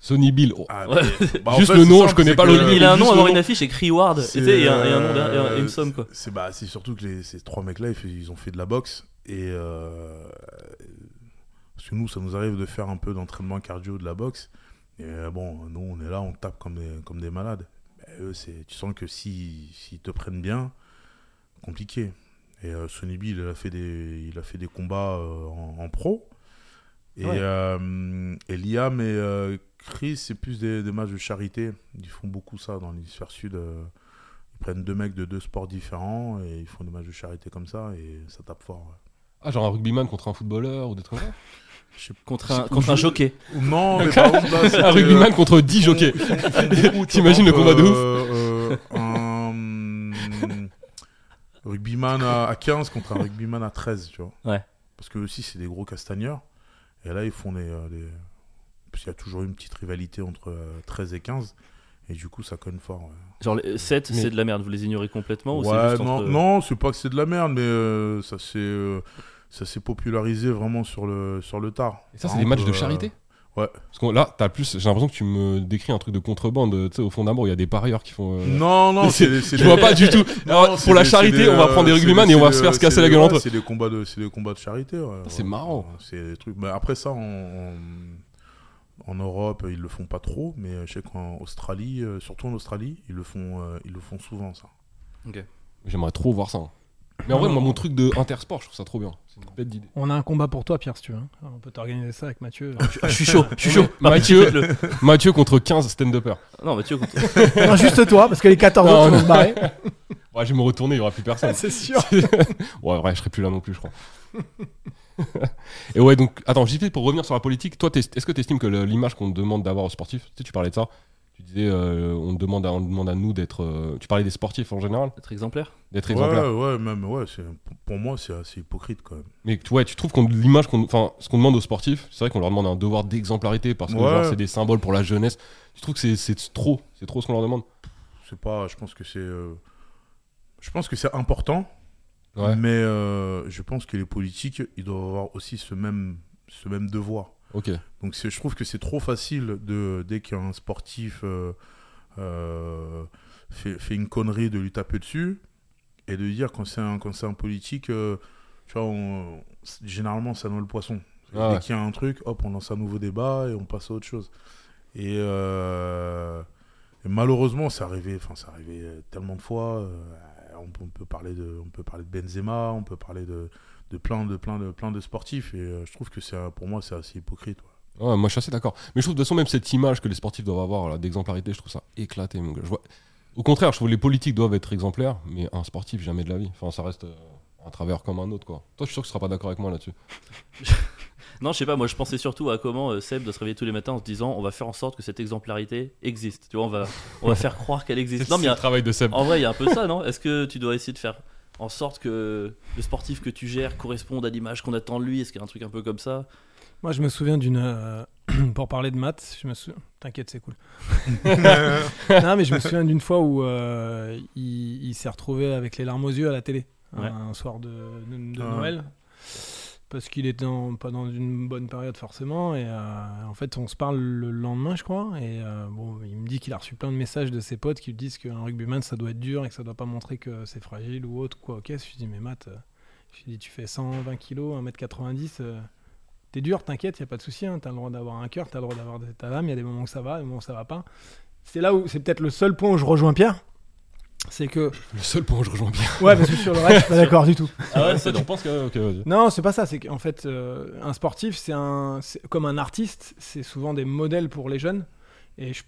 [SPEAKER 4] Sonny Bill. oh.
[SPEAKER 1] Ah,
[SPEAKER 2] Ouais.
[SPEAKER 1] mais- bah, en
[SPEAKER 4] Juste
[SPEAKER 1] fait,
[SPEAKER 4] le
[SPEAKER 1] c'est
[SPEAKER 4] nom,
[SPEAKER 1] simple,
[SPEAKER 4] je connais
[SPEAKER 1] c'est
[SPEAKER 4] pas
[SPEAKER 1] que-
[SPEAKER 4] le nom.
[SPEAKER 2] Il a un nom
[SPEAKER 4] juste
[SPEAKER 2] avoir
[SPEAKER 4] le
[SPEAKER 2] une
[SPEAKER 4] nom.
[SPEAKER 2] affiche écrit Ward. Et
[SPEAKER 1] Euh, C'est,
[SPEAKER 2] tu sais, il y a un, il y a un nom
[SPEAKER 1] euh,
[SPEAKER 2] derrière, et une somme quoi.
[SPEAKER 1] C'est bah, c'est surtout que les, ces trois mecs-là, ils, fait- ils ont fait de la boxe. Et euh, parce que nous, ça nous arrive de faire un peu d'entraînement cardio, de la boxe. Et euh, bon, nous, on est là, on tape comme des, comme des malades. Mais eux, c'est, tu sens que si, s'ils te prennent bien, compliqué. Et euh, Sonny Bill, il a fait des, il a fait des combats euh, en, en pro. Et,
[SPEAKER 2] Ouais.
[SPEAKER 1] euh, et Liam et euh, Chris, c'est plus des, des matchs de charité. Ils font beaucoup ça dans l'hémisphère sud. euh, ils prennent deux mecs de deux sports différents et ils font des matchs de charité comme ça et ça tape fort. ouais.
[SPEAKER 4] Ah, genre un rugbyman contre un footballeur ou des trucs comme ça
[SPEAKER 2] Contre un, contre un jockey.
[SPEAKER 1] Non, mais par contre, là, c'était,
[SPEAKER 4] Un
[SPEAKER 1] euh,
[SPEAKER 4] rugbyman contre 10 jockeys.
[SPEAKER 1] ils font- ils font beaucoup de
[SPEAKER 4] T'imagines le
[SPEAKER 1] choses,
[SPEAKER 4] combat de
[SPEAKER 1] euh, euh, un rugbyman à, à 15 contre un rugbyman à 13, tu vois.
[SPEAKER 2] Ouais.
[SPEAKER 1] Parce que aussi, c'est des gros castagneurs. Et là, ils font des. euh, des- Parce qu'il y a toujours une petite rivalité entre euh, 13 et 15. Et du coup, ça conne fort. ouais.
[SPEAKER 2] Genre 7,
[SPEAKER 4] Mais-
[SPEAKER 2] c'est de la merde. Vous les ignorez complètement ou c'est
[SPEAKER 1] Ouais,
[SPEAKER 2] juste
[SPEAKER 1] non,
[SPEAKER 2] entre-
[SPEAKER 1] non, c'est pas que c'est de la merde, mais euh, ça s'est euh, ça s'est popularisé vraiment sur le sur le tard.
[SPEAKER 4] Et ça,
[SPEAKER 1] Par
[SPEAKER 4] c'est des matchs
[SPEAKER 1] exemple,
[SPEAKER 4] de charité
[SPEAKER 1] euh, ouais.
[SPEAKER 4] Parce que là, t'as plus, j'ai l'impression que tu me décris un truc de contrebande. euh, Tu sais, au fond d'abord, il y a des parieurs qui font. euh,
[SPEAKER 1] euh, Non, non, c'est c'est
[SPEAKER 4] Je
[SPEAKER 1] des-
[SPEAKER 4] vois pas du tout. Alors,
[SPEAKER 1] Non, c'est
[SPEAKER 4] pour la
[SPEAKER 1] des-
[SPEAKER 4] charité,
[SPEAKER 1] c'est des,
[SPEAKER 4] on va
[SPEAKER 1] euh,
[SPEAKER 4] prendre des
[SPEAKER 1] c'est
[SPEAKER 4] rugbyman
[SPEAKER 1] des-
[SPEAKER 4] et on va
[SPEAKER 1] c'est
[SPEAKER 4] se
[SPEAKER 1] des-
[SPEAKER 4] faire se casser
[SPEAKER 1] c'est
[SPEAKER 4] la
[SPEAKER 1] des-
[SPEAKER 4] gueule
[SPEAKER 1] ouais,
[SPEAKER 4] entre eux.
[SPEAKER 1] C'est des combats de, c'est des combats de charité. ouais.
[SPEAKER 4] c'est
[SPEAKER 1] Ouais,
[SPEAKER 4] marrant.
[SPEAKER 1] C'est des trucs. Mais après ça, en, en- en Europe, ils le font pas trop, mais je sais qu'en Australie, euh, surtout en Australie, ils le font, euh, ils le font souvent ça.
[SPEAKER 4] J'aimerais trop voir ça. hein. Mais en vrai, moi, mon truc de Intersport, je trouve ça trop bien. C'est une bête d'idée.
[SPEAKER 5] On a un combat pour toi, Pierre, si tu veux. On peut t'organiser ça avec Mathieu.
[SPEAKER 2] Ah, je suis chaud, je suis chaud.
[SPEAKER 4] Mais-
[SPEAKER 2] Ah,
[SPEAKER 4] Mathieu-
[SPEAKER 2] faites-le.
[SPEAKER 4] Mathieu contre 15 stand-uppers.
[SPEAKER 2] Non, Mathieu, contre-
[SPEAKER 5] non, juste toi, parce que les 14
[SPEAKER 4] Non,
[SPEAKER 5] autres
[SPEAKER 4] non.
[SPEAKER 5] vont se barrer.
[SPEAKER 4] Ouais, je vais me retourner, il y aura plus personne.
[SPEAKER 5] c'est sûr.
[SPEAKER 4] ouais, ouais, je serai plus là non plus, je crois. et ouais, donc, attends, JP, pour revenir sur la politique, toi, t'es- est-ce que tu estimes que le- l'image qu'on demande d'avoir aux sportifs, tu sais, tu parlais de ça, tu disais, euh, on, demande à, on demande à nous d'être. euh, tu parlais des sportifs en général,
[SPEAKER 2] être exemplaire.
[SPEAKER 4] d'être
[SPEAKER 1] Ouais,
[SPEAKER 4] exemplaires.
[SPEAKER 1] ouais, même ouais. c'est- pour- Pour moi, c'est assez hypocrite quand même.
[SPEAKER 4] Mais tu- ouais, tu trouves qu'on l'image qu'on. Enfin, ce qu'on demande aux sportifs, c'est vrai qu'on leur demande un devoir d'exemplarité parce que
[SPEAKER 1] Ouais.
[SPEAKER 4] genre, c'est des symboles pour la jeunesse. Tu trouves que c'est- c'est trop, c'est trop ce qu'on leur demande
[SPEAKER 1] C'est pas. Je pense que c'est. euh, Je pense que c'est important.
[SPEAKER 4] Ouais,
[SPEAKER 1] Mais euh, je pense que les politiques, ils doivent avoir aussi ce même, ce même devoir.
[SPEAKER 4] ok.
[SPEAKER 1] Donc c'est- je trouve que c'est trop facile de dès qu'un sportif euh, euh, fait, fait une connerie de lui taper dessus et de dire quand c'est un quand c'est un politique, euh, tu vois, on- généralement ça noie le poisson.
[SPEAKER 4] Ah
[SPEAKER 1] dès
[SPEAKER 4] ouais.
[SPEAKER 1] qu'il y a un truc, hop, on lance un nouveau débat et on passe à autre chose. Et, euh, et malheureusement, c'est arrivé, enfin c'est arrivé euh, tellement de fois. euh, on, peut- on peut parler de, on peut parler de Benzema, on peut parler de de plein de plein de plein de sportifs et euh, je trouve que c'est un- pour moi c'est assez hypocrite ouais.
[SPEAKER 4] Ouais, moi je suis assez d'accord. Mais je trouve de toute façon même cette image que les sportifs doivent avoir là, d'exemplarité, je trouve ça éclaté. Mon gars. Je vois... Au contraire, je trouve que les politiques doivent être exemplaires, mais un sportif jamais de la vie. Enfin, ça reste euh, un travers comme un autre quoi. Toi, je suis sûr que tu seras pas d'accord avec moi là-dessus.
[SPEAKER 2] Non, je sais pas, moi je pensais surtout à comment euh, Seb doit se réveiller tous les matins en se disant on va faire en sorte que cette exemplarité existe. Tu vois, on va, on va faire croire qu'elle existe. Non, mais il y
[SPEAKER 4] le
[SPEAKER 2] a-
[SPEAKER 4] travail de Seb.
[SPEAKER 2] en vrai, il y a un peu ça, non Est-ce que tu dois essayer de faire en sorte que le sportif que tu gères corresponde à l'image qu'on attend de lui Est-ce qu'il y a un truc un peu comme ça
[SPEAKER 5] Moi, je me souviens d'une. euh, pour parler de maths, je me souviens. T'inquiète, c'est cool. non, mais je me souviens d'une fois où euh, il, il s'est retrouvé avec les larmes aux yeux à la télé
[SPEAKER 2] Ouais.
[SPEAKER 5] un soir de, de- de
[SPEAKER 1] Ah.
[SPEAKER 5] Noël. Parce qu'il était dans- pas dans une bonne période forcément. Et euh, en fait, on se parle le lendemain, je crois. Et euh, bon, il me dit qu'il a reçu plein de messages de ses potes qui lui disent qu'un rugbyman, ça doit être dur et que ça doit pas montrer que c'est fragile ou autre. Quoi, ok. Je lui dis, mais Matt, euh, je lui dis, tu fais 120 kilos, 1m90. euh, T'es dur, t'inquiète, y a pas de souci. Hein, t'as le droit d'avoir un cœur, t'as le droit d'avoir des tas d'âme. Il y a des moments où ça va, des moments où ça va pas. C'est là où c'est peut-être le seul point où je rejoins Pierre. C'est que
[SPEAKER 4] Le seul point où je rejoins bien.
[SPEAKER 5] ouais, parce que sur le reste, je suis pas d'accord du tout.
[SPEAKER 4] Ah ouais, ça, tu penses que. Ok, vas-y.
[SPEAKER 5] Non, c'est pas ça. C'est qu'en fait, euh, un sportif, c'est un, c'est- comme un artiste, c'est souvent des modèles pour les jeunes. Et je-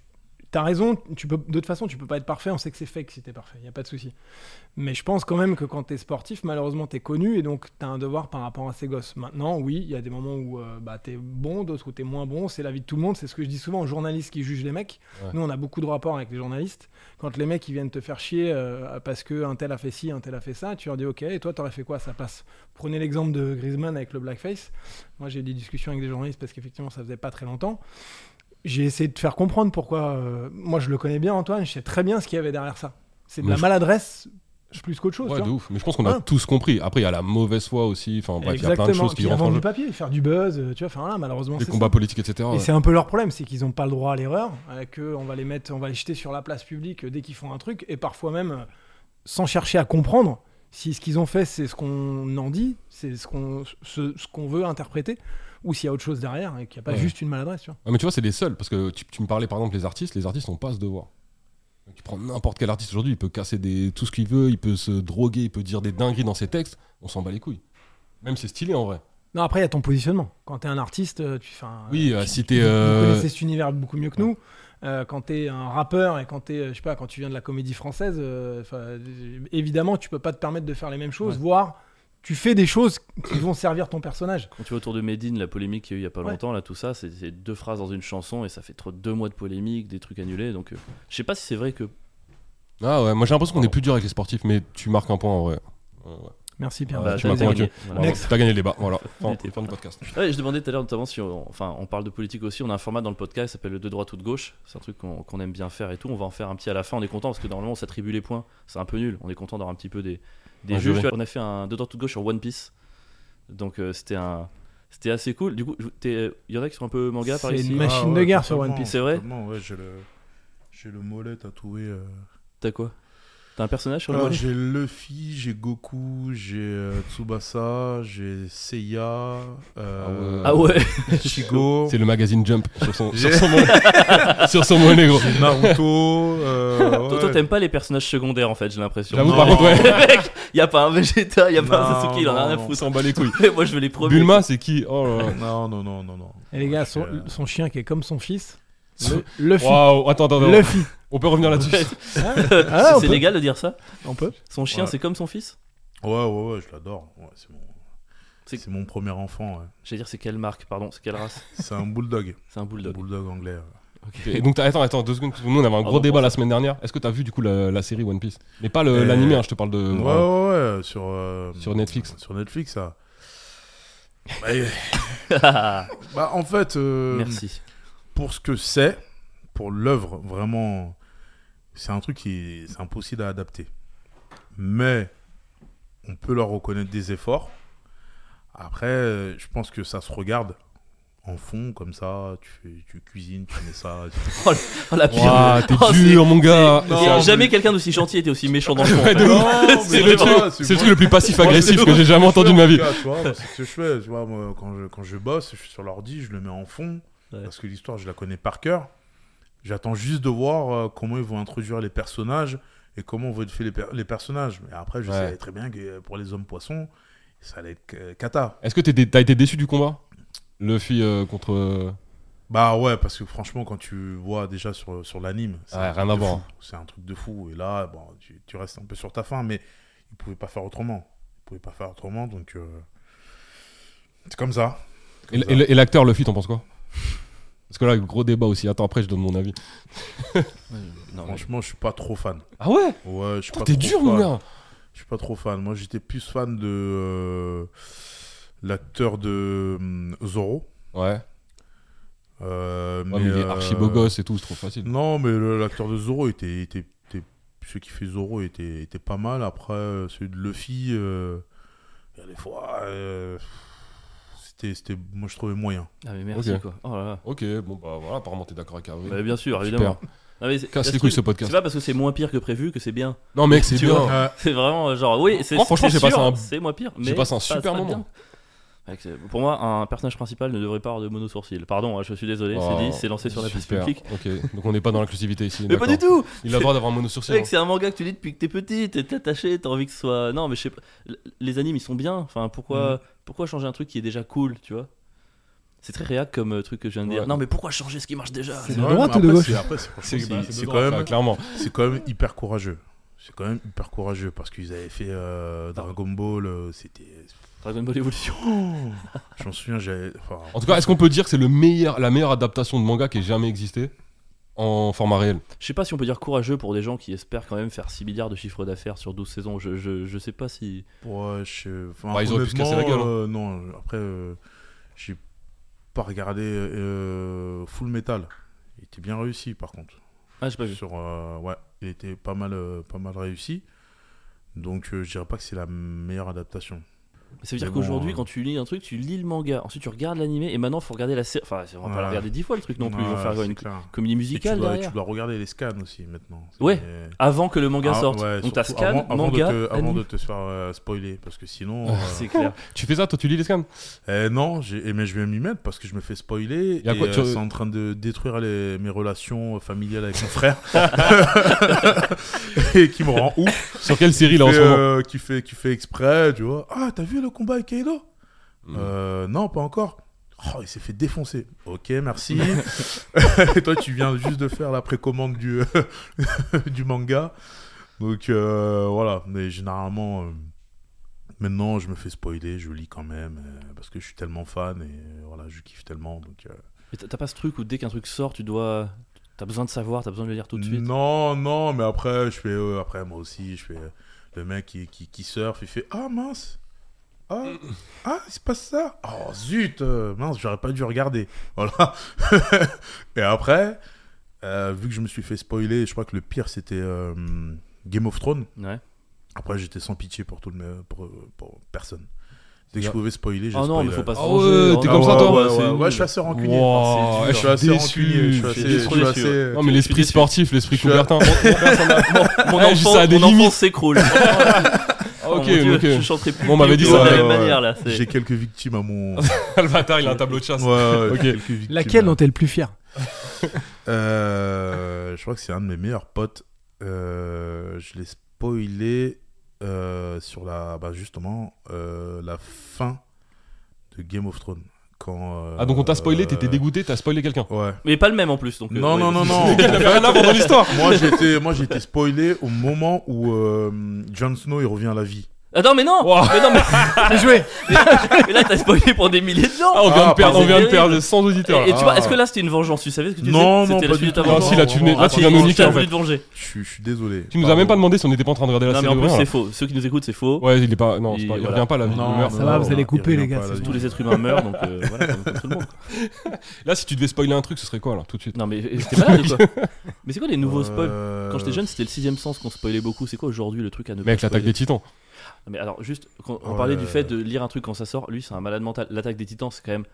[SPEAKER 5] t'as raison, tu peux, de toute façon, tu peux pas être parfait, on sait que c'est fake si t'es parfait, y a pas de souci. Mais je pense quand même que quand t'es sportif, malheureusement, t'es connu et donc t'as un devoir par rapport à ces gosses. Maintenant, oui, il y a des moments où euh, bah, t'es bon, d'autres où t'es moins bon, c'est la vie de tout le monde, c'est ce que je dis souvent aux journalistes qui jugent les mecs.
[SPEAKER 4] Ouais.
[SPEAKER 5] Nous, on a beaucoup de rapports avec les journalistes. Quand les mecs, ils viennent te faire chier euh, parce que un tel a fait ci, un tel a fait ça, tu leur dis ok, et toi, t'aurais fait quoi Ça passe. Prenez l'exemple de Griezmann avec le blackface. Moi, j'ai eu des discussions avec des journalistes parce qu'effectivement, ça faisait pas très longtemps. J'ai essayé de faire comprendre pourquoi. euh, moi, je le connais bien, Antoine. Je sais très bien ce qu'il y avait derrière ça. C'est de
[SPEAKER 4] Mais
[SPEAKER 5] la
[SPEAKER 4] je-
[SPEAKER 5] maladresse plus qu'autre chose.
[SPEAKER 4] Ouais,
[SPEAKER 5] tu
[SPEAKER 4] de
[SPEAKER 5] vois.
[SPEAKER 4] ouf. Mais je pense qu'on a
[SPEAKER 5] Hein
[SPEAKER 4] tous compris. Après, il y a la mauvaise foi aussi. Enfin, bref, il y a plein de choses qui
[SPEAKER 5] Puis ils
[SPEAKER 4] rentrent
[SPEAKER 5] vendent
[SPEAKER 4] en
[SPEAKER 5] du
[SPEAKER 4] jeu.
[SPEAKER 5] papier, faire du buzz, euh, tu vois. Enfin, voilà, malheureusement,
[SPEAKER 4] Les
[SPEAKER 5] c'est
[SPEAKER 4] combats
[SPEAKER 5] ça.
[SPEAKER 4] politiques, etc.
[SPEAKER 5] Et
[SPEAKER 4] Ah ouais.
[SPEAKER 5] c'est un peu leur problème, c'est qu'ils n'ont pas le droit à l'erreur, euh, que on va les mettre, on va les jeter sur la place publique euh, dès qu'ils font un truc, et parfois même euh, sans chercher à comprendre si ce qu'ils ont fait c'est ce qu'on en dit, c'est ce qu'on ce, ce qu'on veut interpréter, ou s'il y a autre chose derrière et qu'il n'y a pas
[SPEAKER 4] Ouais.
[SPEAKER 5] juste une maladresse, tu vois.
[SPEAKER 4] Ouais, Ah, mais tu vois, c'est les seuls. Parce que tu, tu me parlais par exemple les artistes. Les artistes n'ont pas ce devoir. Donc, Tu prends n'importe quel artiste aujourd'hui, il peut casser des, tout ce qu'il veut, il peut se droguer, il peut dire des dingueries dans ses textes. On s'en bat les couilles. Même c'est stylé en vrai.
[SPEAKER 5] Non, après il y a ton positionnement. Quand t'es un artiste, euh, tu fais un,
[SPEAKER 4] Oui, euh, si t'es.
[SPEAKER 5] Vous
[SPEAKER 4] euh,
[SPEAKER 5] connaissez cet univers beaucoup mieux que nous. Euh, quand t'es un rappeur et quand t'es, euh, je sais pas, quand tu viens de la comédie française, euh, 'fin, euh, évidemment, tu peux pas te permettre de faire les mêmes choses,
[SPEAKER 4] Ouais.
[SPEAKER 5] voire tu fais des choses qui vont servir ton personnage.
[SPEAKER 2] Quand tu vois autour de Medine, la polémique qu'il y a eu il y a pas
[SPEAKER 5] Ouais.
[SPEAKER 2] longtemps, là, tout ça, c'est c'est deux phrases dans une chanson et ça fait trop deux mois de polémique, des trucs annulés. Donc, euh, je sais pas si c'est vrai que.
[SPEAKER 4] Ah ouais, moi j'ai l'impression qu'on est
[SPEAKER 2] Pardon.
[SPEAKER 4] plus dur avec les sportifs, mais tu marques un point en vrai. Ouais, ouais.
[SPEAKER 5] Merci Pierre.
[SPEAKER 4] bah,
[SPEAKER 5] Ouais,
[SPEAKER 4] tu m'as
[SPEAKER 5] plaisir.
[SPEAKER 4] convaincu.
[SPEAKER 2] Voilà.
[SPEAKER 4] Bravo, T'as gagné le débat, voilà. Fin,
[SPEAKER 2] était
[SPEAKER 4] fin de
[SPEAKER 2] pas-
[SPEAKER 4] podcast.
[SPEAKER 2] Ouais, je demandais tout à l'heure notamment si on, enfin, on parle de politique aussi. On a un format dans le podcast qui s'appelle le deux droite ou de gauche. C'est un truc qu'on qu'on aime bien faire et tout. On va en faire un petit à la fin. On est content parce que normalement on s'attribue les points. C'est un peu nul. On est content d'avoir un petit peu des, des
[SPEAKER 4] Un
[SPEAKER 2] juges.
[SPEAKER 4] jury.
[SPEAKER 2] Tu vois, On a fait un deux droite ou de gauche sur One Piece. Donc euh, c'était un, c'était assez cool. Du coup, je- t'es- il y en a qui sont un peu manga par
[SPEAKER 5] C'est
[SPEAKER 2] ici.
[SPEAKER 5] une machine
[SPEAKER 1] Ah
[SPEAKER 5] de guerre sur One
[SPEAKER 1] totalement,
[SPEAKER 2] Piece. C'est vrai
[SPEAKER 1] totalement, ouais, j'ai le... J'ai le mollet tatoué. euh.
[SPEAKER 2] T'as quoi T'as un personnage sur le
[SPEAKER 1] Alors,
[SPEAKER 2] mollet
[SPEAKER 1] j'ai Luffy, j'ai Goku, j'ai euh, Tsubasa, j'ai Seiya, euh,
[SPEAKER 2] Ah ouais.
[SPEAKER 1] Ichigo,
[SPEAKER 4] C'est le magazine Jump sur son,
[SPEAKER 1] J'ai-
[SPEAKER 4] sur son, monnaie, sur son monnaie, gros.
[SPEAKER 1] Naruto. euh,
[SPEAKER 2] Toi,
[SPEAKER 1] ouais.
[SPEAKER 2] toi, t'aimes pas les personnages secondaires en fait. J'ai l'impression.
[SPEAKER 4] J'avoue,
[SPEAKER 1] Non.
[SPEAKER 4] par contre, ouais.
[SPEAKER 2] Mec, y a pas un Vegeta, y a pas un
[SPEAKER 1] Non,
[SPEAKER 2] Sasuke, il en a
[SPEAKER 1] non,
[SPEAKER 2] rien à
[SPEAKER 1] non.
[SPEAKER 4] On
[SPEAKER 2] foutre.
[SPEAKER 4] s'en bat les couilles.
[SPEAKER 2] Moi, je veux les premiers.
[SPEAKER 4] Bulma, c'est qui Oh là là.
[SPEAKER 1] Non, non, non, non, non.
[SPEAKER 5] Et les
[SPEAKER 1] Moi,
[SPEAKER 5] gars,
[SPEAKER 1] je
[SPEAKER 5] son,
[SPEAKER 1] suis, euh,
[SPEAKER 5] son chien qui est comme son fils,
[SPEAKER 4] Son-
[SPEAKER 5] le, Luffy.
[SPEAKER 4] Waouh, attends, attends, attends.
[SPEAKER 5] Luffy.
[SPEAKER 4] On peut revenir là-dessus.
[SPEAKER 5] Ah,
[SPEAKER 2] C'est-
[SPEAKER 5] ah, on
[SPEAKER 2] c'est
[SPEAKER 5] peut-
[SPEAKER 2] légal de dire ça
[SPEAKER 5] On peut.
[SPEAKER 2] Son chien,
[SPEAKER 1] Ouais.
[SPEAKER 2] c'est comme son fils
[SPEAKER 1] Ouais, ouais, ouais, je l'adore. Ouais, c'est mon...
[SPEAKER 2] C'est-
[SPEAKER 1] c'est mon premier enfant. ouais.
[SPEAKER 2] J'allais dire, c'est quelle marque Pardon, c'est quelle race
[SPEAKER 1] C'est un bulldog.
[SPEAKER 2] C'est un bulldog.
[SPEAKER 1] bulldog anglais. ouais.
[SPEAKER 4] Et donc, t'as- attends, attends, deux secondes. parce que Nous, on
[SPEAKER 1] Ah
[SPEAKER 4] avait un gros
[SPEAKER 2] bon,
[SPEAKER 4] débat la semaine dernière. Est-ce que t'as vu du coup la, la série One Piece Mais pas le-
[SPEAKER 1] Euh,
[SPEAKER 4] l'animé, hein, je te parle de.
[SPEAKER 1] Ouais, ouais, ouais, sur, euh,
[SPEAKER 4] Sur Netflix.
[SPEAKER 1] Sur Netflix, ça. Bah, et-
[SPEAKER 2] Ah,
[SPEAKER 1] bah, en fait, euh,
[SPEAKER 2] Merci.
[SPEAKER 1] pour ce que c'est, pour l'œuvre, vraiment, c'est un truc qui est- c'est impossible à adapter. Mais on peut leur reconnaître des efforts. Après, euh, je pense que ça se regarde en fond, comme ça, tu, fais- tu cuisines, tu mets ça. tu-
[SPEAKER 2] Oh la pire.
[SPEAKER 4] Ouah, t'es
[SPEAKER 2] Oh,
[SPEAKER 4] dur, mon gars.
[SPEAKER 1] c'est-
[SPEAKER 2] c'est-
[SPEAKER 1] Non,
[SPEAKER 2] jamais
[SPEAKER 1] mais-
[SPEAKER 2] quelqu'un d'aussi gentil était aussi méchant dans le monde.
[SPEAKER 4] Ouais, de ouf.
[SPEAKER 1] Oh, mais
[SPEAKER 4] C'est le,
[SPEAKER 1] tu vois,
[SPEAKER 4] truc-
[SPEAKER 1] c'est
[SPEAKER 4] c'est le
[SPEAKER 1] bon.
[SPEAKER 4] truc le plus passif-agressif
[SPEAKER 1] Moi,
[SPEAKER 4] que j'ai jamais entendu de ma vie.
[SPEAKER 1] Tu vois, tu vois, moi, c'est ce que je fais. Tu vois, moi, quand, je, quand je bosse, je suis sur l'ordi, je le mets en fond.
[SPEAKER 2] Ouais.
[SPEAKER 1] Parce que l'histoire, je la connais par cœur. J'attends juste de voir euh, comment ils vont introduire les personnages et comment vont être faits les, per- les personnages. Mais après, je
[SPEAKER 4] Ouais.
[SPEAKER 1] savais très bien que euh, pour les hommes poissons, ça allait être euh, cata.
[SPEAKER 4] Est-ce que t'es dé- t'as été déçu du combat Luffy euh, contre. euh,
[SPEAKER 1] Bah ouais, parce que franchement, quand tu vois déjà sur, sur l'anime, c'est
[SPEAKER 4] Ouais,
[SPEAKER 1] un truc
[SPEAKER 4] rien à
[SPEAKER 1] de
[SPEAKER 4] voir.
[SPEAKER 1] fou. C'est un truc de fou. Et là, bon, tu, tu restes un peu sur ta faim, mais ils pouvaient pas faire autrement. Ils pouvaient pas faire autrement, donc euh, c'est comme ça.
[SPEAKER 4] Et,
[SPEAKER 1] Comme ça.
[SPEAKER 4] et le- et l'acteur Luffy, t'en penses quoi Parce que là, gros débat aussi. Attends, après, je donne mon avis.
[SPEAKER 2] Non, mais-
[SPEAKER 1] Franchement, je suis pas trop fan.
[SPEAKER 4] Ah ouais
[SPEAKER 1] Ouais, je suis pas
[SPEAKER 4] Ah T'es
[SPEAKER 1] trop
[SPEAKER 4] dur,
[SPEAKER 1] fan.
[SPEAKER 4] mon gars.
[SPEAKER 1] Je suis pas trop fan. Moi, j'étais plus fan de euh, l'acteur de hum, Zorro.
[SPEAKER 4] Ouais.
[SPEAKER 1] Euh,
[SPEAKER 4] Ouais, mais il est
[SPEAKER 1] euh,
[SPEAKER 4] archi beau gosse et tout, c'est trop facile.
[SPEAKER 1] Non, mais le- l'acteur de Zorro était, était, était- celui qui fait Zorro était, était pas mal. Après, euh, celui de Luffy, euh, il y a des fois, euh, c'était, c'était, moi je trouvais moyen.
[SPEAKER 2] Ah, mais merci
[SPEAKER 4] Ok.
[SPEAKER 2] quoi. Oh là là.
[SPEAKER 4] Ok, bon bah voilà, apparemment t'es d'accord avec Harvey.
[SPEAKER 2] Bah, bien sûr,
[SPEAKER 4] Super.
[SPEAKER 2] évidemment. Non, mais c'est-
[SPEAKER 4] Casse
[SPEAKER 2] parce
[SPEAKER 4] les couilles
[SPEAKER 2] que
[SPEAKER 4] ce
[SPEAKER 2] C'est
[SPEAKER 4] podcast.
[SPEAKER 2] pas parce que c'est moins pire que prévu que c'est bien.
[SPEAKER 4] Non mec, c'est
[SPEAKER 2] Tu
[SPEAKER 4] bien.
[SPEAKER 2] vois,
[SPEAKER 1] Euh,
[SPEAKER 2] C'est vraiment euh, genre, oui, c'est
[SPEAKER 4] Moi, franchement,
[SPEAKER 2] c'est
[SPEAKER 4] j'ai passé
[SPEAKER 2] sûr,
[SPEAKER 4] un-
[SPEAKER 2] C'est moins pire.
[SPEAKER 4] j'ai
[SPEAKER 2] mais
[SPEAKER 4] passé un
[SPEAKER 2] ça
[SPEAKER 4] super
[SPEAKER 2] sera
[SPEAKER 4] moment.
[SPEAKER 2] bien. Ouais, c'est- Pour moi, un personnage principal ne devrait pas avoir de mono sourcil. Pardon, hein, je suis désolé,
[SPEAKER 4] Oh,
[SPEAKER 2] c'est dit, c'est lancé sur la place
[SPEAKER 4] super.
[SPEAKER 2] publique.
[SPEAKER 4] Ok, donc on n'est pas dans l'inclusivité ici.
[SPEAKER 2] Mais pas
[SPEAKER 4] d'accord.
[SPEAKER 2] du tout
[SPEAKER 4] Il a le droit d'avoir un monosourcil. hein.
[SPEAKER 2] Mec, c'est un manga que tu lis depuis que t'es petit, t'es attaché, t'as envie que ce soit. Non, mais je sais
[SPEAKER 4] Mhm.
[SPEAKER 2] pas. L- Les animes, ils sont bien. Enfin, pourquoi, pourquoi changer un truc qui est déjà cool, tu vois C'est très réac comme euh, truc que je viens de dire.
[SPEAKER 4] Ouais.
[SPEAKER 2] Non, mais pourquoi changer ce qui marche déjà
[SPEAKER 5] C'est
[SPEAKER 1] Ouais,
[SPEAKER 5] de
[SPEAKER 1] mais
[SPEAKER 5] droite ou de
[SPEAKER 1] après,
[SPEAKER 5] gauche
[SPEAKER 1] c'est- après, c'est-
[SPEAKER 4] C'est
[SPEAKER 1] franchement, c'est- c'est
[SPEAKER 4] dedans,
[SPEAKER 1] quand
[SPEAKER 4] ça,
[SPEAKER 1] même
[SPEAKER 4] clairement.
[SPEAKER 1] c'est quand même hyper courageux. C'est quand même hyper courageux parce qu'ils avaient fait euh, Dragon Ball, euh, c'était.
[SPEAKER 2] Dragon Ball Evolution.
[SPEAKER 1] Oh Je m'en souviens, j'avais. enfin,
[SPEAKER 4] En tout cas, est-ce qu'on peut dire que c'est le meilleur, la meilleure adaptation de manga qui ait jamais existé en format réel
[SPEAKER 2] Je sais pas si on peut dire courageux pour des gens qui espèrent quand même faire 6 milliards de chiffres d'affaires sur 12 saisons. Je, je, je sais pas si.
[SPEAKER 1] pour, euh, je- enfin,
[SPEAKER 4] Bah, ils auraient pu se casser la gueule, hein.
[SPEAKER 1] honnêtement, euh, non, après, euh, j'ai pas regardé euh, Full Metal. Il était bien réussi par contre.
[SPEAKER 2] Ah, j'ai pas vu.
[SPEAKER 1] Sur, euh, ouais, il était pas mal, euh, pas mal réussi. Donc euh, je dirais pas que c'est la meilleure adaptation.
[SPEAKER 2] Ça veut dire
[SPEAKER 1] Mais bon,
[SPEAKER 2] qu'aujourd'hui,
[SPEAKER 1] euh.
[SPEAKER 2] quand tu lis un truc, tu lis le manga, ensuite tu regardes l'animé, et maintenant faut regarder la série. Enfin, on va pas
[SPEAKER 1] Ouais.
[SPEAKER 2] la regarder 10 fois le truc non plus. Ils vont
[SPEAKER 1] Ouais,
[SPEAKER 2] faire
[SPEAKER 1] c'est
[SPEAKER 2] une
[SPEAKER 1] clair.
[SPEAKER 2] comédie
[SPEAKER 1] Et
[SPEAKER 2] musicale
[SPEAKER 1] tu, dois,
[SPEAKER 2] derrière.
[SPEAKER 1] tu dois regarder les scans aussi maintenant.
[SPEAKER 2] Ouais.
[SPEAKER 1] C'est-
[SPEAKER 2] Avant que le manga
[SPEAKER 1] Ah,
[SPEAKER 2] sorte.
[SPEAKER 1] ouais,
[SPEAKER 2] Donc t'as
[SPEAKER 1] surtout
[SPEAKER 2] scan,
[SPEAKER 1] avant, avant
[SPEAKER 2] manga,
[SPEAKER 1] de te, avant
[SPEAKER 2] anime.
[SPEAKER 1] de te faire euh, spoiler parce que
[SPEAKER 4] Ah,
[SPEAKER 1] sinon. euh,
[SPEAKER 2] C'est clair.
[SPEAKER 4] Tu fais ça, toi, tu lis les scans
[SPEAKER 1] eh non, j'ai- eh, mais je vais m'y mettre parce que je me fais spoiler.
[SPEAKER 4] Y a
[SPEAKER 1] et,
[SPEAKER 4] quoi, tu-
[SPEAKER 1] euh, c'est en train de détruire les- mes relations euh, familiales avec mon frère. et qui me rend ouf.
[SPEAKER 4] Sur quelle série là en
[SPEAKER 1] Et,
[SPEAKER 4] ce moment
[SPEAKER 1] euh, qui, fait, qui fait exprès, tu vois. Ah, t'as vu le combat avec Kaido
[SPEAKER 4] Mm.
[SPEAKER 1] Euh, Non, pas encore. Oh, il s'est fait défoncer. Ok, merci. et toi, tu viens juste de faire la précommande du, du manga. Donc euh, voilà, mais généralement, euh, maintenant je me fais spoiler, je lis quand même, euh, parce que je suis tellement fan et euh, voilà, je kiffe tellement. Donc, euh,
[SPEAKER 2] Mais t'as- T'as pas ce truc où dès qu'un truc sort, tu dois. T'as besoin de savoir, t'as besoin de le lire tout de suite.
[SPEAKER 1] Non, non, mais après, je fais, euh, après moi aussi, je fais euh, le mec qui, qui, qui surfe, il fait Ah mince Ah, ah il se passe ça Oh zut euh, Mince, j'aurais pas dû regarder. Voilà. Et après, euh, vu que je me suis fait spoiler, je crois que le pire c'était euh, Game of Thrones.
[SPEAKER 2] Ouais.
[SPEAKER 1] Après, j'étais sans pitié pour tout le me- pour, pour personne. Dès que
[SPEAKER 4] Yeah.
[SPEAKER 1] je pouvais spoiler, j'ai
[SPEAKER 2] Ah non,
[SPEAKER 1] spoilé.
[SPEAKER 2] mais faut pas se
[SPEAKER 4] Ah
[SPEAKER 2] venger.
[SPEAKER 4] ouais,
[SPEAKER 2] Oh
[SPEAKER 4] t'es
[SPEAKER 1] Ah
[SPEAKER 2] non,
[SPEAKER 4] comme
[SPEAKER 1] ouais,
[SPEAKER 4] ça,
[SPEAKER 2] ouais,
[SPEAKER 4] toi
[SPEAKER 1] ouais,
[SPEAKER 2] ouais, c'est
[SPEAKER 1] ouais,
[SPEAKER 2] nul.
[SPEAKER 1] ouais, je suis assez rancunier.
[SPEAKER 4] Wow,
[SPEAKER 2] c'est
[SPEAKER 4] eh,
[SPEAKER 1] Je
[SPEAKER 2] dur.
[SPEAKER 1] suis assez
[SPEAKER 4] déçu.
[SPEAKER 1] rancunier. Je suis
[SPEAKER 4] Je suis
[SPEAKER 1] assez.
[SPEAKER 2] déçu,
[SPEAKER 1] je suis
[SPEAKER 2] ouais.
[SPEAKER 1] assez-
[SPEAKER 4] Non, mais
[SPEAKER 2] Je suis
[SPEAKER 4] l'esprit
[SPEAKER 2] déçu.
[SPEAKER 4] sportif, l'esprit
[SPEAKER 1] euh, Je suis-
[SPEAKER 4] Coubertin.
[SPEAKER 2] Mon
[SPEAKER 4] Eh, juste
[SPEAKER 2] enfant,
[SPEAKER 4] ça a des
[SPEAKER 2] mon enfant
[SPEAKER 4] limites.
[SPEAKER 2] s'écroule.
[SPEAKER 4] Ah,
[SPEAKER 2] Oh
[SPEAKER 4] ok,
[SPEAKER 2] mon Dieu,
[SPEAKER 4] ok.
[SPEAKER 2] Je chanterai plus.
[SPEAKER 4] Bon, on m'avait
[SPEAKER 2] du
[SPEAKER 4] dit
[SPEAKER 2] tout
[SPEAKER 4] ça,
[SPEAKER 2] de la
[SPEAKER 4] ouais,
[SPEAKER 2] même
[SPEAKER 1] ouais.
[SPEAKER 2] manière là. c'est-
[SPEAKER 1] J'ai quelques victimes à
[SPEAKER 2] Ah,
[SPEAKER 1] mon.
[SPEAKER 4] Le bâtard, il a un tableau de chasse.
[SPEAKER 1] Ouais, ouais,
[SPEAKER 4] Ok.
[SPEAKER 1] j'ai quelques victimes.
[SPEAKER 5] Laquelle dont t'es le plus fier
[SPEAKER 1] Euh, Je crois que c'est un de mes meilleurs potes. Euh, je l'ai spoilé euh, sur la. Bah, justement, euh, la fin de Game of Thrones. Quand, euh,
[SPEAKER 4] Ah, donc on t'a spoilé, t'étais
[SPEAKER 1] euh, Oh.
[SPEAKER 4] dégoûté, t'as spoilé quelqu'un.
[SPEAKER 1] Ouais.
[SPEAKER 2] Mais pas le même en plus. Donc, euh,
[SPEAKER 1] Non,
[SPEAKER 2] ouais,
[SPEAKER 1] non, non,
[SPEAKER 2] c'est-
[SPEAKER 1] non.
[SPEAKER 4] Il avait rien à voir dans l'histoire.
[SPEAKER 1] moi, j'étais, moi, j'étais spoilé au moment où euh, Jon Snow il revient à la vie.
[SPEAKER 2] Attends, mais Ah non
[SPEAKER 4] Wow.
[SPEAKER 2] Mais non, mais,
[SPEAKER 5] Bien joué
[SPEAKER 2] mais là t'as spoilé pour des milliers de gens
[SPEAKER 4] Ah, on vient
[SPEAKER 1] Ah,
[SPEAKER 4] de perdre,
[SPEAKER 1] pardon.
[SPEAKER 4] on vient de perdre 100 auditeurs.
[SPEAKER 2] Et, et
[SPEAKER 4] là.
[SPEAKER 2] tu vois,
[SPEAKER 1] Ah.
[SPEAKER 2] est-ce que là c'était une vengeance Tu savais ce que tu
[SPEAKER 1] Non,
[SPEAKER 2] disais
[SPEAKER 1] non,
[SPEAKER 2] C'était
[SPEAKER 1] pas
[SPEAKER 2] la
[SPEAKER 1] du
[SPEAKER 2] suite de ta
[SPEAKER 1] tout.
[SPEAKER 4] Ah,
[SPEAKER 2] vengeance.
[SPEAKER 4] si, là, tu venais- là,
[SPEAKER 2] Ah,
[SPEAKER 4] tu viens de
[SPEAKER 2] t'as-
[SPEAKER 4] nous niquer,
[SPEAKER 2] t'as
[SPEAKER 4] en
[SPEAKER 2] voulu
[SPEAKER 4] fait.
[SPEAKER 2] te venger.
[SPEAKER 1] Je suis, je suis désolé.
[SPEAKER 4] Tu nous as même pas
[SPEAKER 1] Pardon.
[SPEAKER 4] demandé si on était pas en train de regarder la
[SPEAKER 2] Non, mais en
[SPEAKER 4] série. ou
[SPEAKER 2] plus
[SPEAKER 4] rien,
[SPEAKER 2] c'est
[SPEAKER 4] là.
[SPEAKER 2] faux. Ceux qui nous écoutent, c'est faux.
[SPEAKER 4] Ouais, il est pas. Non, c'est
[SPEAKER 2] Il-
[SPEAKER 4] pas- il
[SPEAKER 2] voilà.
[SPEAKER 4] revient pas là. il
[SPEAKER 1] Non,
[SPEAKER 4] meurt.
[SPEAKER 5] ça va, vous allez
[SPEAKER 1] il
[SPEAKER 5] couper,
[SPEAKER 1] revient
[SPEAKER 5] les gars,
[SPEAKER 1] pas à la
[SPEAKER 5] c'est
[SPEAKER 1] vie.
[SPEAKER 2] Tous les êtres humains meurent, donc euh, voilà, comme comme tout le monde. quoi.
[SPEAKER 4] Là, si tu devais spoiler un truc, ce serait quoi alors
[SPEAKER 5] Bah,
[SPEAKER 4] tout de suite
[SPEAKER 2] Non, mais euh, j'étais malade ou quoi Mais c'est quoi les nouveaux spoils
[SPEAKER 1] Euh,
[SPEAKER 2] Quand j'étais jeune, c'était le sixième sens qu'on spoilait beaucoup. C'est quoi aujourd'hui le truc à ne pas
[SPEAKER 4] Mec, l'attaque
[SPEAKER 2] spoiler
[SPEAKER 4] des titans.
[SPEAKER 2] Non, Mais alors, juste, quand on
[SPEAKER 1] Oh
[SPEAKER 2] parlait
[SPEAKER 1] là
[SPEAKER 2] du
[SPEAKER 1] là
[SPEAKER 2] fait
[SPEAKER 1] là.
[SPEAKER 2] de lire un truc quand ça sort, lui, c'est un malade mental. L'attaque des titans, c'est quand même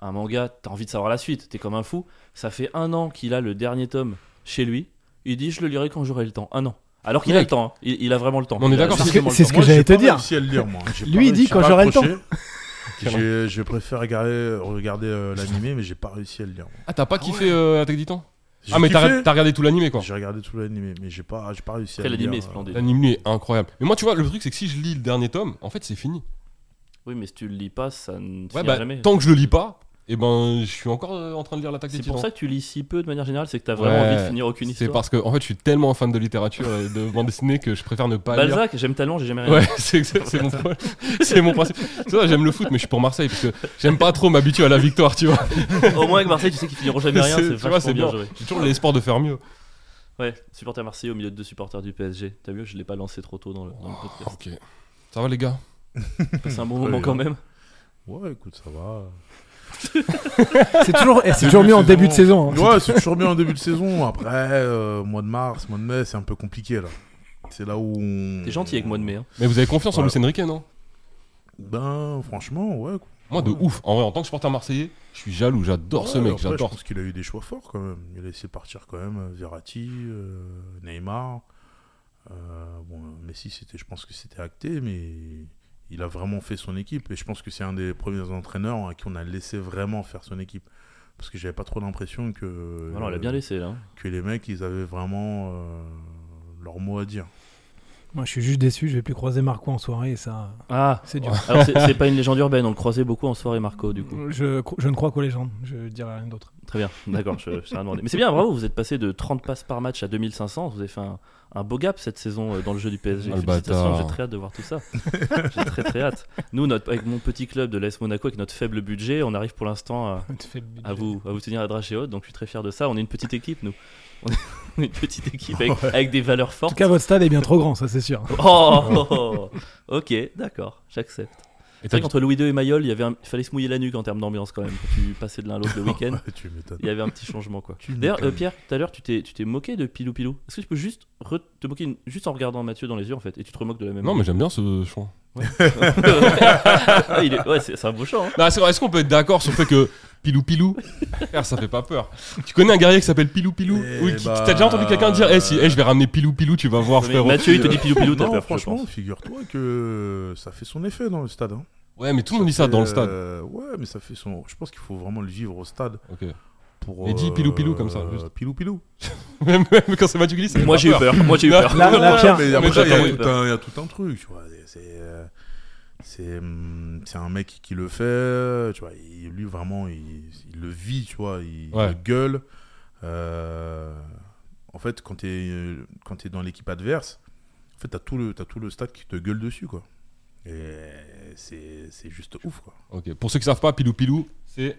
[SPEAKER 2] un manga, t'as envie de savoir la suite, t'es comme un fou. Ça fait un an qu'il a le dernier tome chez lui. Il dit, je le lirai quand j'aurai le temps. Un an. Alors qu'il a
[SPEAKER 4] Mec.
[SPEAKER 2] le temps, hein. il, il a vraiment le temps.
[SPEAKER 4] Mais on est
[SPEAKER 2] Il a
[SPEAKER 4] d'accord,
[SPEAKER 5] C'est ce
[SPEAKER 2] suffisamment
[SPEAKER 5] que,
[SPEAKER 2] le
[SPEAKER 5] c'est
[SPEAKER 2] temps.
[SPEAKER 5] ce que
[SPEAKER 1] Moi,
[SPEAKER 5] j'allais
[SPEAKER 1] j'ai
[SPEAKER 5] te
[SPEAKER 1] pas
[SPEAKER 5] dire.
[SPEAKER 1] réussi à le lire, moi. J'ai
[SPEAKER 5] Lui,
[SPEAKER 1] pas
[SPEAKER 5] il
[SPEAKER 1] réussi,
[SPEAKER 5] dit
[SPEAKER 1] j'ai
[SPEAKER 5] quand
[SPEAKER 1] pas
[SPEAKER 5] j'aurai le temps.
[SPEAKER 1] accroché. J'ai j'ai préféré regarder, regarder euh, l'animé, mais j'ai pas réussi à le lire. moi.
[SPEAKER 4] Ah, t'as pas kiffé euh, l'attaque des titans
[SPEAKER 1] J'ai
[SPEAKER 4] Ah, mais t'as
[SPEAKER 1] kiffé.
[SPEAKER 4] t'as regardé tout l'animé quoi.
[SPEAKER 1] J'ai regardé tout l'animé, mais j'ai pas, j'ai pas réussi
[SPEAKER 2] Après,
[SPEAKER 1] à le lire.
[SPEAKER 2] l'animé est
[SPEAKER 1] euh.
[SPEAKER 2] splendide.
[SPEAKER 4] L'anime lui est incroyable. Mais moi, tu vois, le truc c'est que si je lis le dernier tome, en fait, c'est fini.
[SPEAKER 2] Oui, mais si tu le lis pas, ça ne
[SPEAKER 4] Ouais,
[SPEAKER 2] finira
[SPEAKER 4] bah,
[SPEAKER 2] jamais.
[SPEAKER 4] tant que je le lis pas, et ben, je suis encore euh, en train de lire l'attaque des
[SPEAKER 2] C'est pour
[SPEAKER 4] titans.
[SPEAKER 2] ça que tu lis si peu de manière générale, c'est que t'as vraiment
[SPEAKER 4] Ouais.
[SPEAKER 2] envie de finir aucune
[SPEAKER 4] C'est
[SPEAKER 2] histoire.
[SPEAKER 4] parce que, en fait, je suis tellement fan de littérature et de bande dessinée que je préfère ne pas lire.
[SPEAKER 2] Balzac, j'aime tellement, j'ai jamais rien.
[SPEAKER 4] Ouais, c'est c'est- c'est mon, point- c'est mon principe. C'est vrai, j'aime le foot, mais je suis pour Marseille parce que j'aime pas trop m'habituer à la victoire, tu vois.
[SPEAKER 2] Au moins Oh, avec Marseille, tu sais qu'ils finiront jamais rien,
[SPEAKER 4] C'est-
[SPEAKER 2] c'est
[SPEAKER 4] tu vois,
[SPEAKER 2] vachement
[SPEAKER 4] c'est
[SPEAKER 2] bien
[SPEAKER 4] bon.
[SPEAKER 2] joué.
[SPEAKER 4] J'ai toujours l'espoir de faire mieux.
[SPEAKER 2] Ouais, supporter Marseille au milieu de deux supporters du PSG. T'as vu, je l'ai pas lancé trop tôt dans le, dans le
[SPEAKER 1] Oh.
[SPEAKER 2] podcast.
[SPEAKER 4] Ok. Ça va, les gars
[SPEAKER 2] C'est
[SPEAKER 4] Hmm.
[SPEAKER 2] un bon
[SPEAKER 1] Très
[SPEAKER 2] moment
[SPEAKER 1] bien.
[SPEAKER 2] quand même.
[SPEAKER 1] euh. Ouais, écoute, ça va.
[SPEAKER 5] C'est toujours, et
[SPEAKER 1] Début
[SPEAKER 5] c'est toujours
[SPEAKER 1] de
[SPEAKER 5] mieux en
[SPEAKER 1] saison.
[SPEAKER 5] début de saison. hein.
[SPEAKER 1] Ouais, c'est toujours bien en début de saison. Après, euh, mois de mars, mois de mai, c'est un peu compliqué là. C'est là où. on-
[SPEAKER 4] Hmm.
[SPEAKER 2] T'es gentil avec moi de mai. hein.
[SPEAKER 4] Mais vous avez confiance en
[SPEAKER 1] Ouais.
[SPEAKER 4] Luis Enrique, non
[SPEAKER 1] Ben, franchement, ouais. quoi.
[SPEAKER 4] Moi, de
[SPEAKER 1] Ouais.
[SPEAKER 4] ouf. En vrai, en tant que supporter marseillais, je suis jaloux. J'adore ce
[SPEAKER 1] Ouais,
[SPEAKER 4] mec.
[SPEAKER 1] après, Je
[SPEAKER 4] J'adore.
[SPEAKER 1] pense qu'il a eu des choix forts quand même. Il a laissé partir quand même euh, Verratti, euh, Neymar. Euh, bon, Messi, c'était, je pense que c'était acté, mais il a vraiment fait son équipe. Et je pense que c'est un des premiers entraîneurs à qui on a laissé vraiment faire son équipe. Parce que j'avais pas trop l'impression que,
[SPEAKER 4] Euh,
[SPEAKER 2] Ah Alors, elle a bien laissé là.
[SPEAKER 1] que les mecs, ils avaient vraiment euh, leur mot à dire.
[SPEAKER 5] Moi, je suis juste déçu, je vais plus croiser Marco en soirée et ça,
[SPEAKER 2] Ah
[SPEAKER 5] c'est dur.
[SPEAKER 2] Alors, c'est c'est pas une légende urbaine, on le croisait beaucoup en soirée, Marco, du coup.
[SPEAKER 5] Je, cro- je ne crois qu'aux légendes, je dirais rien d'autre.
[SPEAKER 2] Très bien, d'accord, je, je t'ai rien demandé. Mais c'est bien, bravo, vous êtes passé de 30 passes par match à 2500, vous avez fait un, un beau gap cette saison euh, dans le jeu du PSG.
[SPEAKER 4] Ah, le
[SPEAKER 2] Félicitations,
[SPEAKER 4] bâtard.
[SPEAKER 2] j'ai très hâte de voir tout ça. j'ai très très hâte. Nous, notre, avec mon petit club de l'AS Monaco, avec notre faible budget, on arrive pour l'instant à,
[SPEAKER 5] Tu fais budget.
[SPEAKER 2] à vous, à vous tenir à dragée haute, donc je suis très fier de ça. On est une petite équipe, nous. On est on est une petite équipe avec, avec des valeurs
[SPEAKER 5] En tout
[SPEAKER 2] fortes.
[SPEAKER 5] cas, votre stade est bien trop grand, ça c'est sûr.
[SPEAKER 2] Oh, oh, oh. ok, d'accord, j'accepte.
[SPEAKER 4] Et
[SPEAKER 2] C'est
[SPEAKER 4] t'as
[SPEAKER 2] vrai qu'entre Louis II et Mayol, il y avait un- il fallait se mouiller la nuque en termes d'ambiance quand même. Quand tu passais de l'un à l'autre le week-end,
[SPEAKER 1] Ouais, tu m'étonnes.
[SPEAKER 2] il y avait un petit changement quoi.
[SPEAKER 1] Tu
[SPEAKER 2] D'ailleurs,
[SPEAKER 1] m'étonnes.
[SPEAKER 2] euh, Pierre, tout à l'heure, tu t'es, tu t'es moqué de Pilou Pilou. Est-ce que tu peux juste re- te moquer une- juste en regardant Mathieu dans les yeux en fait Et tu te remoques de la même
[SPEAKER 4] Non, mais j'aime bien ce chant.
[SPEAKER 2] Ah, il est- ouais, c'est, c'est un beau chant. hein.
[SPEAKER 4] Non, Bah, Est-ce est-ce qu'on peut être d'accord sur le fait que Pilou Pilou, frère, ça fait pas peur. Tu connais un guerrier qui s'appelle Pilou Pilou
[SPEAKER 1] Eh
[SPEAKER 4] Oui, qui-
[SPEAKER 1] bah,
[SPEAKER 4] t'as déjà entendu quelqu'un dire Eh si, eh, je vais ramener Pilou Pilou, tu vas voir,
[SPEAKER 2] Mais
[SPEAKER 4] frérot.
[SPEAKER 2] Mathieu, il te dit Pilou Pilou, t'as
[SPEAKER 1] Non,
[SPEAKER 2] peur, je
[SPEAKER 1] franchement,
[SPEAKER 2] pense.
[SPEAKER 1] figure-toi que ça fait son effet dans le stade. hein.
[SPEAKER 4] Ouais, mais tout le monde dit ça dans le stade.
[SPEAKER 1] Euh, ouais, mais ça fait son. Je pense qu'il faut vraiment le vivre au stade
[SPEAKER 4] Ok.
[SPEAKER 1] pour.
[SPEAKER 4] Mais dis
[SPEAKER 1] euh,
[SPEAKER 4] pilou pilou comme ça, juste.
[SPEAKER 1] Pilou pilou. Euh,
[SPEAKER 4] Même même quand c'est Mathieu qui dit, ça fait
[SPEAKER 2] Moi
[SPEAKER 4] pas
[SPEAKER 2] j'ai eu peur. Moi j'ai eu peur.
[SPEAKER 5] Là, là, Pierre,
[SPEAKER 1] mais
[SPEAKER 4] mais
[SPEAKER 1] après, il y,
[SPEAKER 2] Ah, j'attends,
[SPEAKER 1] a
[SPEAKER 2] oui,
[SPEAKER 1] tout
[SPEAKER 2] pas.
[SPEAKER 1] un- il y a tout un truc, tu vois. C'est- C'est. euh, C'est hum, c'est un mec qui le fait, tu vois. il- lui, vraiment, il, il le vit, tu vois. Il, il
[SPEAKER 4] Ouais.
[SPEAKER 1] le gueule. Euh, en fait, quand tu es, dans l'équipe adverse, en fait, tu as, tout le stade qui te gueule dessus, quoi. Et c'est c'est juste ouf, quoi.
[SPEAKER 4] Ok. Pour ceux qui savent pas, Pilou Pilou, c'est.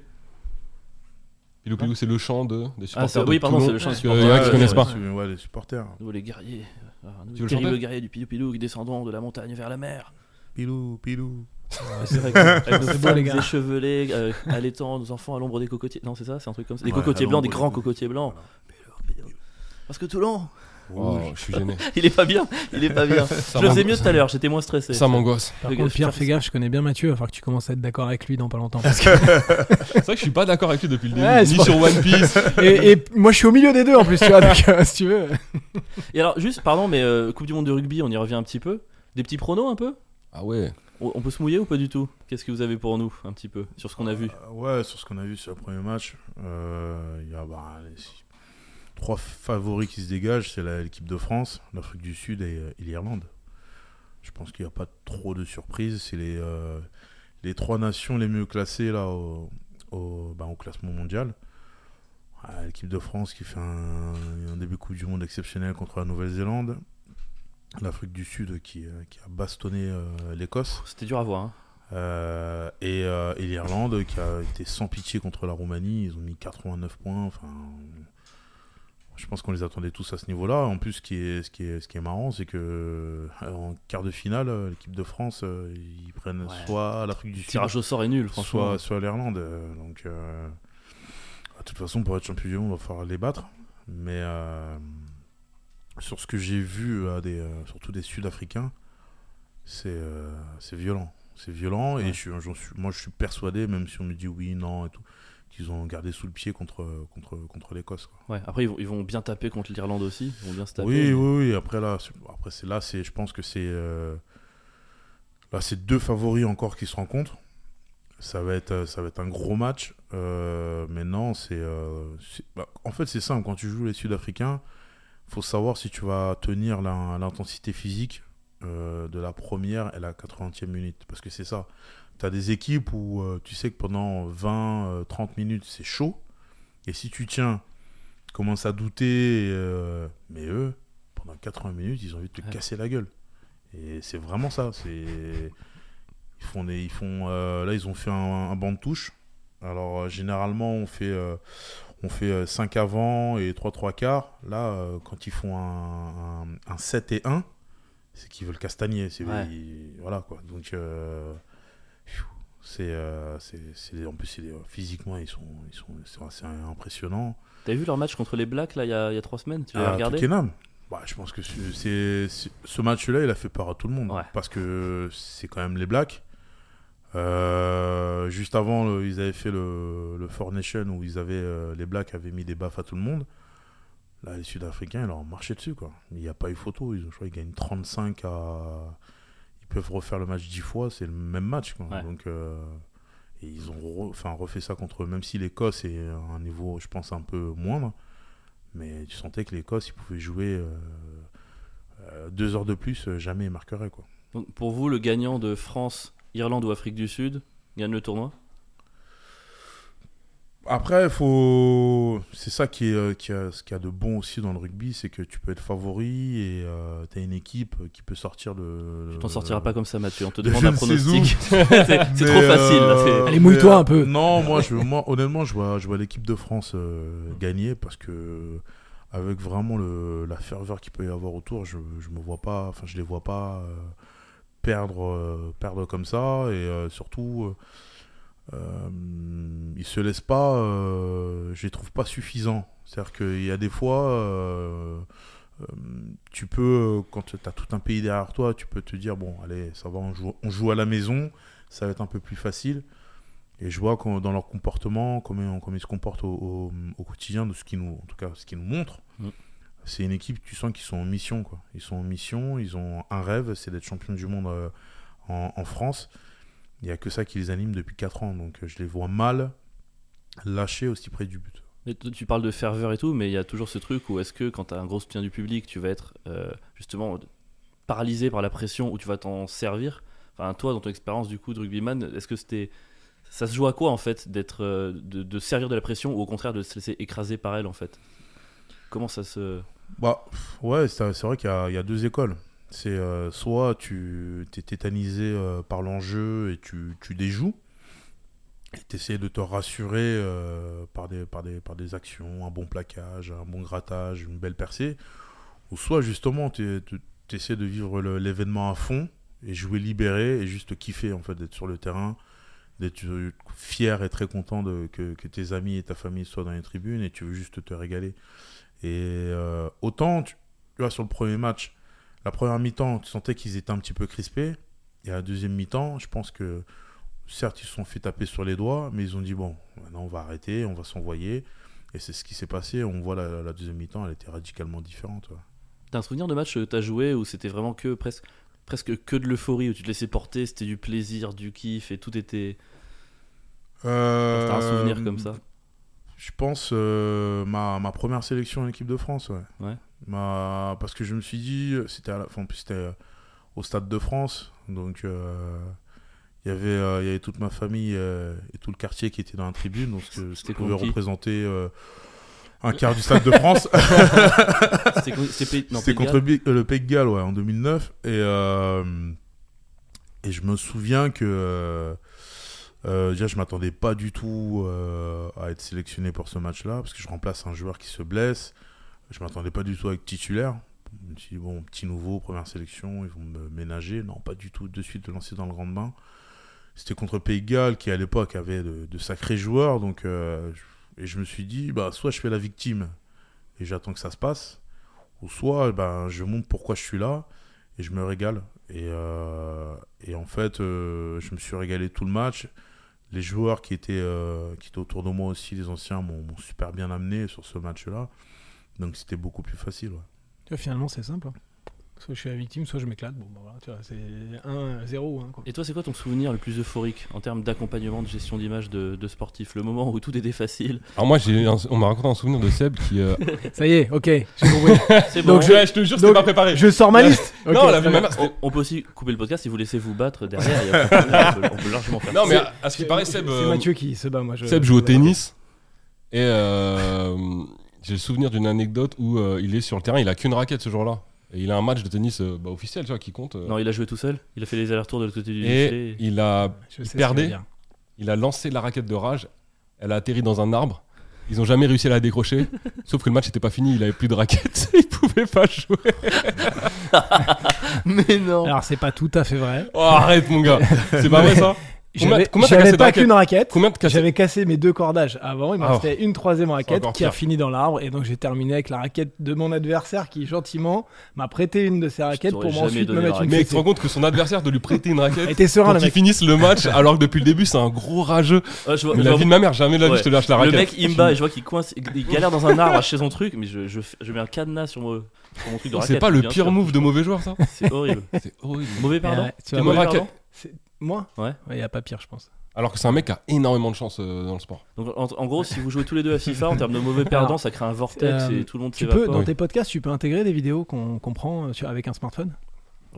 [SPEAKER 4] Pilou Pilou, c'est le chant de, des supporters.
[SPEAKER 2] Ah, c'est-
[SPEAKER 4] de
[SPEAKER 2] oui, pardon,
[SPEAKER 4] Toulon.
[SPEAKER 2] c'est le chant des
[SPEAKER 4] Parce que Euh, y en a
[SPEAKER 2] supporters.
[SPEAKER 4] qui
[SPEAKER 2] Ouais,
[SPEAKER 4] connaissent pas.
[SPEAKER 2] ouais.
[SPEAKER 1] Ouais, les supporters.
[SPEAKER 2] Nous les guerriers, alors, nous, les
[SPEAKER 4] Tu veux le
[SPEAKER 2] terribles
[SPEAKER 4] chanter
[SPEAKER 2] guerriers du Pilou Pilou qui descendons de la montagne vers la mer.
[SPEAKER 1] Pilou, pilou.
[SPEAKER 2] c'est vrai. que- avec nos
[SPEAKER 5] C'est beau,
[SPEAKER 2] femmes
[SPEAKER 5] les gars.
[SPEAKER 2] échevelées, euh, allaitant nos enfants à l'ombre des cocotiers. Non, c'est ça, c'est un truc comme ça. Des
[SPEAKER 1] Ouais,
[SPEAKER 2] cocotiers
[SPEAKER 1] à
[SPEAKER 2] blancs,
[SPEAKER 1] l'ombre
[SPEAKER 2] des
[SPEAKER 1] des
[SPEAKER 2] grands
[SPEAKER 1] cocotiers.
[SPEAKER 2] cocotiers blancs. Pilou, Pilou. Parce que Toulon,
[SPEAKER 4] Oh,
[SPEAKER 1] Rouge.
[SPEAKER 4] je suis gêné.
[SPEAKER 2] il est pas bien, il est pas bien. Je
[SPEAKER 4] Ça
[SPEAKER 2] le faisais
[SPEAKER 4] m'angoisse.
[SPEAKER 2] mieux tout à l'heure, j'étais moins stressé.
[SPEAKER 4] Ça m'angoisse.
[SPEAKER 5] Par
[SPEAKER 2] Fais
[SPEAKER 5] contre,
[SPEAKER 2] gaffe,
[SPEAKER 5] Pierre,
[SPEAKER 2] Pierre,
[SPEAKER 5] fais gaffe, je connais bien Mathieu, il va falloir que tu commences à être d'accord avec lui dans pas longtemps.
[SPEAKER 4] C'est vrai que je suis pas d'accord avec lui depuis le début.
[SPEAKER 5] Ouais, c'est
[SPEAKER 4] ni
[SPEAKER 5] pas-
[SPEAKER 4] sur One Piece.
[SPEAKER 5] et, et moi, je suis au milieu des deux en plus, tu vois, donc euh, si tu veux.
[SPEAKER 2] Et alors, juste, pardon, mais euh, Coupe du Monde de rugby, on y revient un petit peu. Des petits pronos un peu
[SPEAKER 4] Ah ouais.
[SPEAKER 2] on, on peut se mouiller ou pas du tout Qu'est-ce que vous avez pour nous, un petit peu, sur ce qu'on a vu
[SPEAKER 1] Euh, ouais, sur ce qu'on a vu sur le premier match, euh, il y a bah, les six- trois favoris qui se dégagent. C'est la- l'équipe de France, l'Afrique du Sud et, euh, et l'Irlande. Je pense qu'il n'y a pas trop de surprises. C'est les, euh, les trois nations les mieux classées là, au, au- bah, au classement mondial. Ah, L'équipe de France qui fait un, un début Coupe du Monde exceptionnel contre la Nouvelle-Zélande. L'Afrique du Sud qui, euh, qui a bastonné euh, l'Écosse.
[SPEAKER 2] C'était dur à voir. hein.
[SPEAKER 1] Euh, et euh, et l'Irlande qui a été sans pitié contre la Roumanie, ils ont mis 89 points. Enfin, je pense qu'on les attendait tous à ce niveau-là. En plus, ce qui est, ce qui est, ce qui est marrant, c'est que euh, en quart de finale, euh, l'équipe de France, euh, ils prennent
[SPEAKER 2] Ouais.
[SPEAKER 1] soit l'Afrique du
[SPEAKER 2] Le
[SPEAKER 1] Sud,
[SPEAKER 2] tirage au sort est nul, franchement.
[SPEAKER 1] soit, soit l'Irlande. euh, Donc, euh, de toute façon, pour être champion du monde, il va falloir les battre. Mais euh, sur ce que j'ai vu, euh, des, euh, surtout des Sud-Africains, c'est euh, c'est violent. C'est violent et je suis, j'en suis- moi je suis persuadé, même si on me dit oui, non et tout, qu'ils ont gardé sous le pied contre, contre, contre l'Écosse. quoi.
[SPEAKER 2] Ouais, après, ils vont, ils vont bien taper contre l'Irlande aussi. Ils vont bien se taper.
[SPEAKER 1] Oui, oui, oui. Après là, c'est- après c'est là, c'est, je pense que c'est euh, là, c'est deux favoris encore qui se rencontrent. Ça va être, euh, ça va être un gros match. Euh, mais non, c'est, euh, c'est- bah, en fait, c'est simple. Quand tu joues les Sud-Africains, faut savoir si tu vas tenir la- l'intensité physique euh, de la première et la 80e minute, parce que c'est ça. Tu as des équipes où euh, tu sais que pendant 20-30 minutes, c'est chaud. Et si tu tiens, tu commences à douter. et, euh, mais eux, pendant 80 minutes, ils ont envie de te
[SPEAKER 2] Ouais.
[SPEAKER 1] casser la gueule. Et c'est vraiment ça. C'est ils font des, ils font euh, là ils ont fait un, un banc de touche. Alors euh, généralement on fait euh, on fait 5 avant et 3 3 quarts. Là euh, quand ils font un, un, 7 et 1, c'est qu'ils veulent castagner, c'est
[SPEAKER 2] Ouais.
[SPEAKER 1] ils- voilà quoi. Donc euh, pfiou, c'est euh, c'est- c'est des- en plus c'est des- euh, physiquement ils sont ils sont c'est assez impressionnant.
[SPEAKER 2] T'as vu leur match contre les Blacks, là, il y a, il y a trois semaines Tu l'as
[SPEAKER 1] Ah,
[SPEAKER 2] regardé
[SPEAKER 1] Twickenham. Bah, je pense que c'est- c'est c'est- ce match-là, il a fait peur à tout le monde.
[SPEAKER 2] Ouais.
[SPEAKER 1] Parce que c'est quand même les Blacks. Euh, juste avant, le- ils avaient fait le, le Four Nation où ils avaient, euh, les Blacks avaient mis des baffes à tout le monde. Là, les Sud-Africains, ils leur ont marché dessus. Quoi. Il n'y a pas eu photo. Ils, ont- je crois qu'ils gagnent 35 à. Ils peuvent refaire le match 10 fois. C'est le même match. Quoi.
[SPEAKER 2] Ouais.
[SPEAKER 1] Donc, euh, et ils ont re- enfin, refait ça contre. Même si l'Écosse est à un niveau, je pense, un peu moindre. Mais tu sentais que l'Écosse, ils pouvaient jouer euh, euh, deux heures de plus, euh, jamais il marquerait. Quoi.
[SPEAKER 2] Donc, pour vous, le gagnant de France, Irlande ou Afrique du Sud gagne le tournoi
[SPEAKER 1] Après, faut... c'est ça qui est, euh, qui a, ce qu'il y a de bon aussi dans le rugby, c'est que tu peux être favori et tu as une équipe qui peut sortir de.
[SPEAKER 2] Tu t'en sortiras pas comme ça, Mathieu. On te
[SPEAKER 1] de
[SPEAKER 2] demande
[SPEAKER 1] Euh, je
[SPEAKER 2] un
[SPEAKER 1] ne sais où.
[SPEAKER 2] pronostic. c'est c'est trop
[SPEAKER 1] Mais,
[SPEAKER 2] facile. là, c'est-
[SPEAKER 1] euh,
[SPEAKER 5] Allez, mouille-toi
[SPEAKER 1] mais,
[SPEAKER 5] un peu.
[SPEAKER 1] Non, moi, je, moi, honnêtement, je vois, je vois l'équipe de France euh, gagner parce que avec vraiment le, la ferveur qu'il peut y avoir autour, je, je me vois pas, enfin, je les vois pas euh, perdre, euh, perdre comme ça et euh, surtout, euh, euh, ils se laissent pas, euh, je les trouve pas suffisants. C'est-à-dire qu'il y a des fois. euh, euh, tu peux, euh, quand tu as tout un pays derrière toi, tu peux te dire, bon, allez, ça va, on joue, on joue à la maison, ça va être un peu plus facile. Et je vois qu'on- dans leur comportement, comment, comment ils se comportent au, au- au quotidien, de ce qu'ils nous, en tout cas, ce qu'ils nous montrent.
[SPEAKER 2] Mm.
[SPEAKER 1] C'est une équipe, tu sens qu'ils sont en mission, quoi. Ils sont en mission, ils ont un rêve, c'est d'être champion du monde euh, en, en France. Il n'y a que ça qui les anime depuis 4 ans, donc euh, je les vois mal lâcher aussi près du but.
[SPEAKER 2] Mais toi, tu parles de ferveur et tout, mais il y a toujours ce truc où est-ce que quand tu as un gros soutien du public, tu vas être euh, justement paralysé par la pression ou tu vas t'en servir Enfin, toi, dans ton expérience du coup de rugbyman, est-ce que c'était. Ça se joue à quoi en fait d'être euh, de, de servir de la pression ou au contraire de se laisser écraser par elle en fait Comment ça se.
[SPEAKER 1] Bah, pff, ouais, c'est c'est vrai qu'il y, a- il y a deux écoles. C'est euh, soit tu es tétanisé euh, par l'enjeu et tu, tu déjoues, et tu essaies de te rassurer euh, par, des, par, des, par des actions, un bon plaquage, un bon grattage, une belle percée. Ou soit justement tu essaies de vivre le- l'événement à fond et jouer libéré et juste kiffer en fait d'être sur le terrain, d'être euh, fier et très content de, que, que tes amis et ta famille soient dans les tribunes et tu veux juste te régaler. Et euh, autant, tu, tu vois, sur le premier match, la première mi-temps, tu sentais qu'ils étaient un petit peu crispés. Et à la deuxième mi-temps, je pense que, certes, ils se sont fait taper sur les doigts, mais ils ont dit, bon, maintenant on va arrêter, on va s'envoyer. Et c'est ce qui s'est passé. On voit la, la deuxième mi-temps, elle était radicalement différente. ouais.
[SPEAKER 2] T'as un souvenir de match que t'as joué où c'était vraiment que presque, presque que de l'euphorie, où tu te laissais porter, c'était du plaisir, du kiff et tout était. T'as un
[SPEAKER 1] Euh,
[SPEAKER 2] souvenir comme ça
[SPEAKER 1] Je pense euh, ma, ma première sélection en équipe de France. Ouais.
[SPEAKER 2] Ouais.
[SPEAKER 1] Ma, parce que je me suis dit, c'était à la- enfin, en plus, c'était euh, au Stade de France. Donc euh, il y avait euh, il y avait toute ma famille euh, et tout le quartier qui était dans la tribune. Donc euh, je
[SPEAKER 2] C'était
[SPEAKER 1] pouvais
[SPEAKER 2] conquis.
[SPEAKER 1] représenter euh, un quart du Stade de France.
[SPEAKER 2] C'était con- c'était pays- non,
[SPEAKER 1] C'était
[SPEAKER 2] Pays de
[SPEAKER 1] contre Bi- euh, le Pays de Galles, ouais, en 2009. Et, euh, et je me souviens que. euh, euh, déjà, je m'attendais pas du tout euh, à être sélectionné pour ce match-là, parce que je remplace un joueur qui se blesse. Je m'attendais pas du tout à être titulaire. Je me suis dit, bon, petit nouveau, première sélection, ils vont me ménager. Non, pas du tout, de suite, de lancer dans le grand bain. C'était contre Pays de Galles, qui à l'époque avait de, de sacrés joueurs. Donc, euh, je- et je me suis dit, bah, soit je fais la victime et j'attends que ça se passe, ou soit ben, je montre pourquoi je suis là et je me régale. Et, euh, et en fait, euh, je me suis régalé tout le match. Les joueurs qui étaient, euh, qui étaient autour de moi aussi, les anciens, m'ont m'ont super bien amené sur ce match-là. Donc c'était beaucoup plus facile. ouais.
[SPEAKER 5] Tu vois, finalement, c'est simple. hein. Soit je suis la victime, soit je m'éclate. Bon, bah voilà, tu vois, c'est 1-0. Hein, quoi.
[SPEAKER 2] Et toi, c'est quoi ton souvenir le plus euphorique en termes d'accompagnement, de gestion d'image de, de sportif Le moment où tout était facile
[SPEAKER 4] Alors moi, j'ai un- on m'a raconté un souvenir de Seb qui. euh,
[SPEAKER 5] Ça y est, ok, j'ai compris.
[SPEAKER 2] C'est bon.
[SPEAKER 5] Donc je-
[SPEAKER 4] Ouais, te jure, c'était
[SPEAKER 5] donc,
[SPEAKER 4] préparé.
[SPEAKER 5] je sors ma liste. Ok,
[SPEAKER 4] non, la
[SPEAKER 5] très
[SPEAKER 4] vie de ma mère,
[SPEAKER 5] bien.
[SPEAKER 2] on,
[SPEAKER 4] c'était-
[SPEAKER 2] on peut aussi couper le podcast si vous laissez vous battre derrière. il y a aucun problème, on, peut, on peut largement faire.
[SPEAKER 4] Non, mais
[SPEAKER 5] C'est-
[SPEAKER 4] à, à ce qui paraît, Seb.
[SPEAKER 5] C'est
[SPEAKER 4] euh,
[SPEAKER 5] Mathieu qui se bat, moi. Je...
[SPEAKER 4] Seb joue au tennis. Et euh, j'ai le souvenir d'une anecdote où euh, il est sur le terrain, il a qu'une raquette ce jour-là. Et il a un match de tennis euh, bah, officiel, tu vois, qui compte. euh.
[SPEAKER 2] Non, il a joué tout seul. Il a fait les allers-retours de l'autre côté du
[SPEAKER 4] et
[SPEAKER 2] filet.
[SPEAKER 4] il a,
[SPEAKER 5] Je sais ce que tu
[SPEAKER 4] perdait.
[SPEAKER 5] veux dire.
[SPEAKER 4] il a lancé la raquette de rage. Elle a atterri dans un arbre. Ils ont jamais réussi à la décrocher. sauf que le match n'était pas fini, il avait plus de raquette. il pouvait pas jouer.
[SPEAKER 2] Mais non
[SPEAKER 5] Alors, c'est pas tout à fait vrai.
[SPEAKER 4] Oh, arrête, mon gars. C'est pas vrai ça Combien-
[SPEAKER 5] J'avais
[SPEAKER 4] combien t'as
[SPEAKER 5] j'avais
[SPEAKER 4] cassé de
[SPEAKER 5] pas
[SPEAKER 4] raquettes
[SPEAKER 5] qu'une raquette.
[SPEAKER 4] Combien de cassettes
[SPEAKER 5] J'avais cassé mes deux cordages avant, il me
[SPEAKER 4] Ah.
[SPEAKER 5] restait une troisième raquette
[SPEAKER 4] encore
[SPEAKER 5] qui a
[SPEAKER 4] pire.
[SPEAKER 5] fini dans l'arbre et donc j'ai terminé avec la raquette de mon adversaire qui gentiment m'a prêté une de ses raquettes
[SPEAKER 2] t'aurais
[SPEAKER 5] pour
[SPEAKER 2] jamais
[SPEAKER 5] ensuite me
[SPEAKER 2] donné la
[SPEAKER 5] mettre une
[SPEAKER 4] Mais tu te
[SPEAKER 5] fessée.
[SPEAKER 4] rends compte que son adversaire de lui prêter une
[SPEAKER 5] Il
[SPEAKER 4] raquette
[SPEAKER 5] était serein
[SPEAKER 4] pour
[SPEAKER 5] le
[SPEAKER 4] qu'il
[SPEAKER 5] mec.
[SPEAKER 4] finisse le match alors que depuis le début c'est un gros rageux.
[SPEAKER 2] Ah, je vois-
[SPEAKER 4] Mais
[SPEAKER 2] je
[SPEAKER 4] la
[SPEAKER 2] vois-
[SPEAKER 4] vie de ma mère, jamais de la vie
[SPEAKER 2] Ouais.
[SPEAKER 4] je te lâche la
[SPEAKER 2] le
[SPEAKER 4] raquette.
[SPEAKER 2] mec, il me bat et je vois qu'il coince, il galère dans un arbre à chez son truc. Mais je, je, je mets un cadenas sur mon, sur mon truc de raquette.
[SPEAKER 4] C'est pas le
[SPEAKER 2] bien
[SPEAKER 4] pire
[SPEAKER 2] sûr.
[SPEAKER 4] move de mauvais joueur ça
[SPEAKER 2] C'est horrible.
[SPEAKER 4] C'est horrible.
[SPEAKER 2] Mauvais pardon
[SPEAKER 5] Ouais, tu
[SPEAKER 4] Et
[SPEAKER 5] vois,
[SPEAKER 4] moi,
[SPEAKER 2] Mauvais
[SPEAKER 4] raquette.
[SPEAKER 2] pardon
[SPEAKER 5] Moi
[SPEAKER 2] Ouais.
[SPEAKER 5] il n'y a pas pire, je pense.
[SPEAKER 4] Alors que c'est un mec qui a énormément de chance euh, dans le sport.
[SPEAKER 2] Donc en, en gros, si vous jouez tous les deux à FIFA, en termes de mauvais perdants, ça crée un vortex
[SPEAKER 5] Euh,
[SPEAKER 2] et tout le monde
[SPEAKER 5] Tu peux,
[SPEAKER 2] s'évapore.
[SPEAKER 5] dans
[SPEAKER 4] Oui.
[SPEAKER 5] tes podcasts, tu peux intégrer des vidéos qu'on qu'on prend euh, sur- avec un smartphone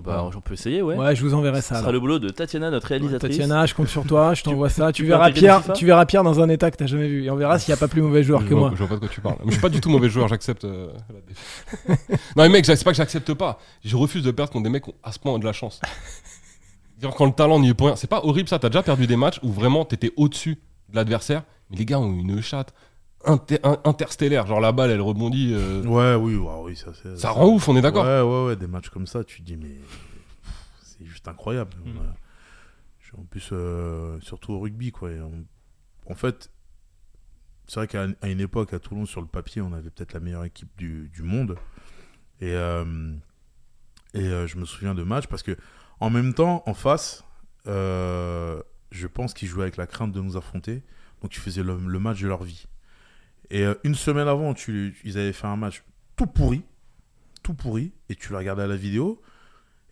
[SPEAKER 2] Bah, on peut essayer, ouais.
[SPEAKER 5] ouais. je vous enverrai
[SPEAKER 2] Ce
[SPEAKER 5] ça.
[SPEAKER 2] sera
[SPEAKER 5] alors.
[SPEAKER 2] le boulot de Tatiana, notre réalisatrice.
[SPEAKER 5] Tatiana, je compte sur toi, je t'envoie ça.
[SPEAKER 2] tu
[SPEAKER 5] Tu,
[SPEAKER 2] peux
[SPEAKER 5] verras
[SPEAKER 2] intégrer
[SPEAKER 5] Pierre,
[SPEAKER 2] FIFA
[SPEAKER 5] tu verras Pierre dans un état que t'as jamais vu. Et on verra s'il n'y a pas plus mauvais joueur
[SPEAKER 4] je,
[SPEAKER 5] que
[SPEAKER 4] vois,
[SPEAKER 5] moi.
[SPEAKER 4] je vois pas de quoi tu parles. Mais je suis pas du tout mauvais joueur, j'accepte. euh, la défaite. non, mais mec, c'est pas que j'accepte pas. Je refuse de perdre contre des mecs qui ont à ce point de la chance. Genre quand le talent n'y est pour rien. C'est pas horrible ça. T'as déjà perdu des matchs où vraiment t'étais au-dessus de l'adversaire. Mais les gars ont une chatte inter- in- interstellaire. Genre la balle, elle rebondit. euh,
[SPEAKER 1] Ouais, oui, ouais, oui, ça c'est-
[SPEAKER 4] Ça rend ouf, on est d'accord
[SPEAKER 1] Ouais, ouais, ouais, des matchs comme ça, tu te dis, mais pff, c'est juste incroyable.
[SPEAKER 4] Hmm.
[SPEAKER 1] On a- j'ai- En plus, euh, surtout au rugby, quoi. et on- En fait, c'est vrai qu'à à une époque, à Toulon, sur le papier, on avait peut-être la meilleure équipe du, du monde. Et, euh, et euh, je me souviens de matchs parce que, en même temps, en face, euh, je pense qu'ils jouaient avec la crainte de nous affronter. Donc, ils faisaient le, le match de leur vie. Et euh, une semaine avant, tu- ils avaient fait un match tout pourri tout pourri et tu la regardes à la vidéo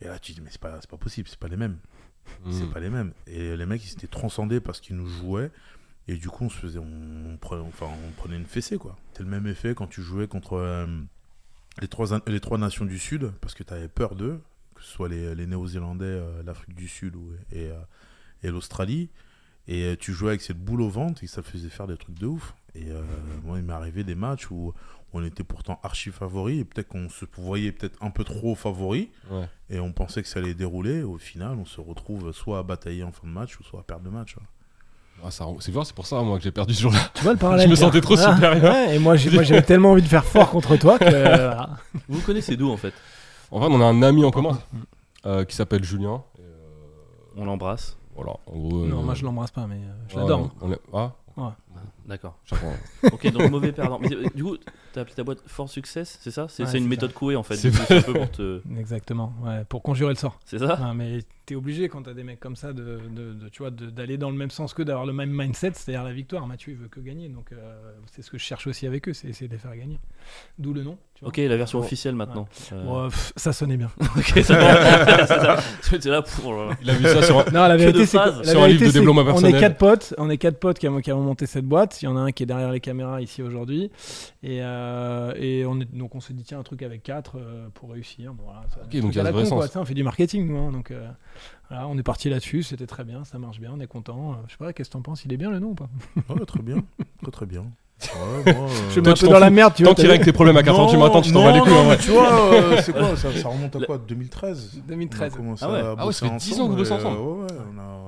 [SPEAKER 1] et là tu te dis mais c'est pas c'est pas possible c'est pas les mêmes c'est
[SPEAKER 4] Hmm.
[SPEAKER 1] pas les mêmes et les mecs ils s'étaient transcendés parce qu'ils nous jouaient et du coup on se faisait on, on prenait enfin on prenait une fessée quoi c'était le même effet quand tu jouais contre euh, les trois les trois nations du sud parce que tu avais peur d'eux que ce soit les, les néo-zélandais euh, l'Afrique du Sud ou, et euh, et l'Australie et euh, tu jouais avec cette boule au ventre et ça te faisait faire des trucs de ouf et euh, moi il m'est arrivé des matchs où on était pourtant archi favori et peut-être qu'on se voyait peut-être un peu trop favori
[SPEAKER 4] Ouais.
[SPEAKER 1] et on pensait que ça allait dérouler au final on se retrouve soit à batailler en fin de match ou soit à perdre le match hein. ouais.
[SPEAKER 4] Ah, ça rend- c'est voir, c'est pour ça moi que j'ai perdu ce jour-là.
[SPEAKER 5] Tu vois le parallèle
[SPEAKER 4] me
[SPEAKER 5] Pierre
[SPEAKER 4] sentais trop
[SPEAKER 5] Voilà.
[SPEAKER 4] supérieur.
[SPEAKER 5] Ouais, et moi, j'ai- moi, j'avais tellement envie de faire fort contre toi que. euh, voilà.
[SPEAKER 2] Vous vous connaissez d'où en fait
[SPEAKER 4] En vrai, on a un ami en commun euh, qui s'appelle Julien. Et, euh,
[SPEAKER 2] On l'embrasse.
[SPEAKER 4] voilà, en gros.
[SPEAKER 5] Non,
[SPEAKER 4] euh,
[SPEAKER 5] moi je l'embrasse pas, mais euh, je
[SPEAKER 4] ouais,
[SPEAKER 5] l'adore.
[SPEAKER 4] on est- ah,
[SPEAKER 2] D'accord.
[SPEAKER 4] chacun-
[SPEAKER 2] Ok, donc mauvais perdant. Mais, euh, du coup, t'as appelé ta boîte Fort Success, c'est ça C'est
[SPEAKER 5] Ouais,
[SPEAKER 2] c'est une
[SPEAKER 5] c'est
[SPEAKER 2] méthode couée en fait.
[SPEAKER 4] C'est
[SPEAKER 2] du coup,
[SPEAKER 4] vrai.
[SPEAKER 2] C'est un peu pour te.
[SPEAKER 5] Exactement, ouais, pour conjurer le sort.
[SPEAKER 2] C'est ça
[SPEAKER 5] Ouais, mais t'es obligé quand t'as des mecs comme ça de, de- de- tu vois de- d'aller dans le même sens que d'avoir le même mindset, c'est-à-dire la victoire. Mathieu il veut que gagner, donc euh, c'est ce que je cherche aussi avec eux, c'est essayer de les faire gagner. D'où le nom. tu vois.
[SPEAKER 2] Ok, la version
[SPEAKER 5] Bon.
[SPEAKER 2] officielle maintenant. Euh,
[SPEAKER 5] Bon, euh, pff, ça sonnait bien.
[SPEAKER 2] ok, ça va. c'est ça. J'étais là pour. euh,
[SPEAKER 4] Il a vu ça sur un-
[SPEAKER 5] Non, la
[SPEAKER 2] Que
[SPEAKER 5] vérité,
[SPEAKER 2] de
[SPEAKER 5] c'est que-
[SPEAKER 2] phrases.
[SPEAKER 5] la
[SPEAKER 4] Sur un
[SPEAKER 5] vérité,
[SPEAKER 4] livre de
[SPEAKER 5] c'est
[SPEAKER 4] développement
[SPEAKER 5] qu'on
[SPEAKER 4] personnel.
[SPEAKER 5] est quatre potes, on est quatre potes qui avons, qui avons monté cette boîte. Il y en a un qui est derrière les caméras ici aujourd'hui, et, euh, et on est, donc on se dit tiens un truc avec quatre euh, pour réussir. Bon, voilà, ça-
[SPEAKER 4] Ok,
[SPEAKER 5] un
[SPEAKER 4] donc
[SPEAKER 5] truc
[SPEAKER 4] il y a ce
[SPEAKER 5] à la
[SPEAKER 4] vrai
[SPEAKER 5] con, quoi.
[SPEAKER 4] sens.
[SPEAKER 5] Tu sais, on fait du marketing, nous. hein, donc euh, voilà, on est parti là-dessus, c'était très bien, ça marche bien, on est content. Euh, je sais pas, qu'est-ce que t'en penses Il est bien le nom ou pas
[SPEAKER 1] Ouais, très bien très très bien Ouais, moi, euh,
[SPEAKER 5] Je suis
[SPEAKER 4] Toi,
[SPEAKER 5] un
[SPEAKER 4] tu
[SPEAKER 5] peu
[SPEAKER 4] t'en
[SPEAKER 5] dans la
[SPEAKER 4] fous.
[SPEAKER 5] merde, tu
[SPEAKER 4] Tant
[SPEAKER 5] vois.
[SPEAKER 4] qu'il
[SPEAKER 5] t'as
[SPEAKER 4] règle tes problèmes à 4 ans
[SPEAKER 1] non,
[SPEAKER 4] du matin, tu t'en vas les
[SPEAKER 1] non,
[SPEAKER 4] couilles.
[SPEAKER 1] non,
[SPEAKER 4] en vrai.
[SPEAKER 1] mais tu vois euh, c'est quoi ça, ça remonte à quoi 2013
[SPEAKER 5] vu 2013.
[SPEAKER 1] On a commencé
[SPEAKER 2] Ah ouais.
[SPEAKER 1] à
[SPEAKER 4] Ah ouais,
[SPEAKER 1] bosser
[SPEAKER 4] ça fait 10 ans que
[SPEAKER 1] ensemble,
[SPEAKER 4] vous bossez
[SPEAKER 1] et,
[SPEAKER 4] ensemble.
[SPEAKER 1] euh, ouais, ouais, on a-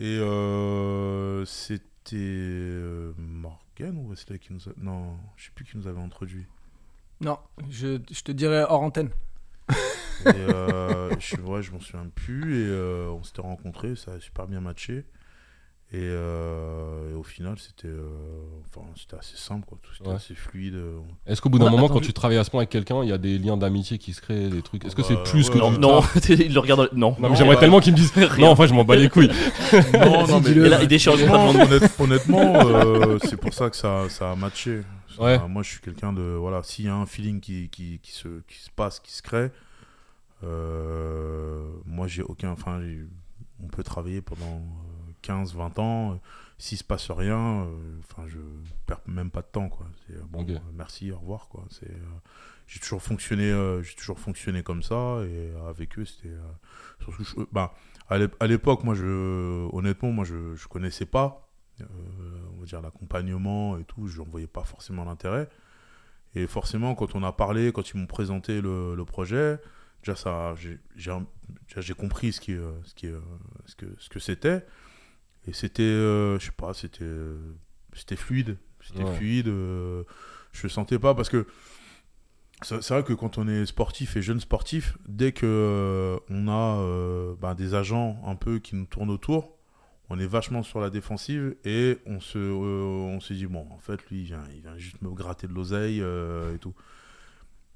[SPEAKER 1] Et euh, c'était euh, Morgan ou Wesley qui nous a... Non, je sais plus qui nous avait introduit.
[SPEAKER 5] Non, je, je te dirais hors antenne.
[SPEAKER 1] Et, euh, je suis ouais, je m'en souviens plus. Et euh, on s'était rencontrés, ça a super bien matché. Et, euh, et au final, c'était euh, enfin, c'était assez simple, quoi. Tout c'était
[SPEAKER 4] Ouais.
[SPEAKER 1] assez fluide.
[SPEAKER 4] Est-ce qu'au bout d'un
[SPEAKER 5] Ah,
[SPEAKER 4] moment, quand
[SPEAKER 5] attends,
[SPEAKER 4] tu travailles à ce point avec quelqu'un, il y a des liens d'amitié qui se créent, des trucs Est-ce que
[SPEAKER 1] Bah,
[SPEAKER 5] Euh,
[SPEAKER 4] c'est plus que
[SPEAKER 1] ouais,
[SPEAKER 4] du
[SPEAKER 2] Non,
[SPEAKER 4] taf
[SPEAKER 2] il le regarde. dans le- Non.
[SPEAKER 4] Non, mais
[SPEAKER 1] Non,
[SPEAKER 4] j'aimerais
[SPEAKER 1] bah-
[SPEAKER 4] tellement qu'ils me disent Non, en vrai, je m'en bats les couilles.
[SPEAKER 1] Non, non,
[SPEAKER 5] Dis-le.
[SPEAKER 1] mais
[SPEAKER 2] Et là, il déchire le
[SPEAKER 1] Honnêtement,
[SPEAKER 2] contrat de vente.
[SPEAKER 1] honnête- honnêtement, euh, c'est pour ça que ça, ça a matché.
[SPEAKER 4] Ouais.
[SPEAKER 1] Euh, moi, je suis quelqu'un de. Voilà, s'il y a un feeling qui, qui, qui se, qui se passe, qui se crée, euh, moi, j'ai aucun. Enfin, j'ai- on peut travailler pendant euh, 15, 20 ans. euh, S'il se passe rien, euh, enfin, je perds même pas de temps, quoi. C'est, euh, bon,
[SPEAKER 4] Ok.
[SPEAKER 1] euh, merci, au revoir, quoi. C'est. euh, j'ai toujours fonctionné euh, j'ai toujours fonctionné comme ça et avec eux c'était euh, surtout je- ben, à l'ép- à l'époque moi je honnêtement moi je je connaissais pas euh, on va dire l'accompagnement et tout je n'en voyais pas forcément l'intérêt et forcément quand on a parlé quand ils m'ont présenté le, le projet déjà ça j'ai- j'ai un- déjà, j'ai compris ce qui euh, ce qui euh, ce que ce que c'était et c'était euh, je sais pas c'était euh, c'était fluide c'était
[SPEAKER 4] Ouais.
[SPEAKER 1] fluide euh, je sentais pas parce que c'est c'est vrai que quand on est sportif et jeune sportif, dès que euh, on a euh, bah, des agents un peu qui nous tournent autour, on est vachement sur la défensive et on se, euh, on se dit bon, en fait, lui, il vient, il vient juste me gratter de l'oseille euh, et tout.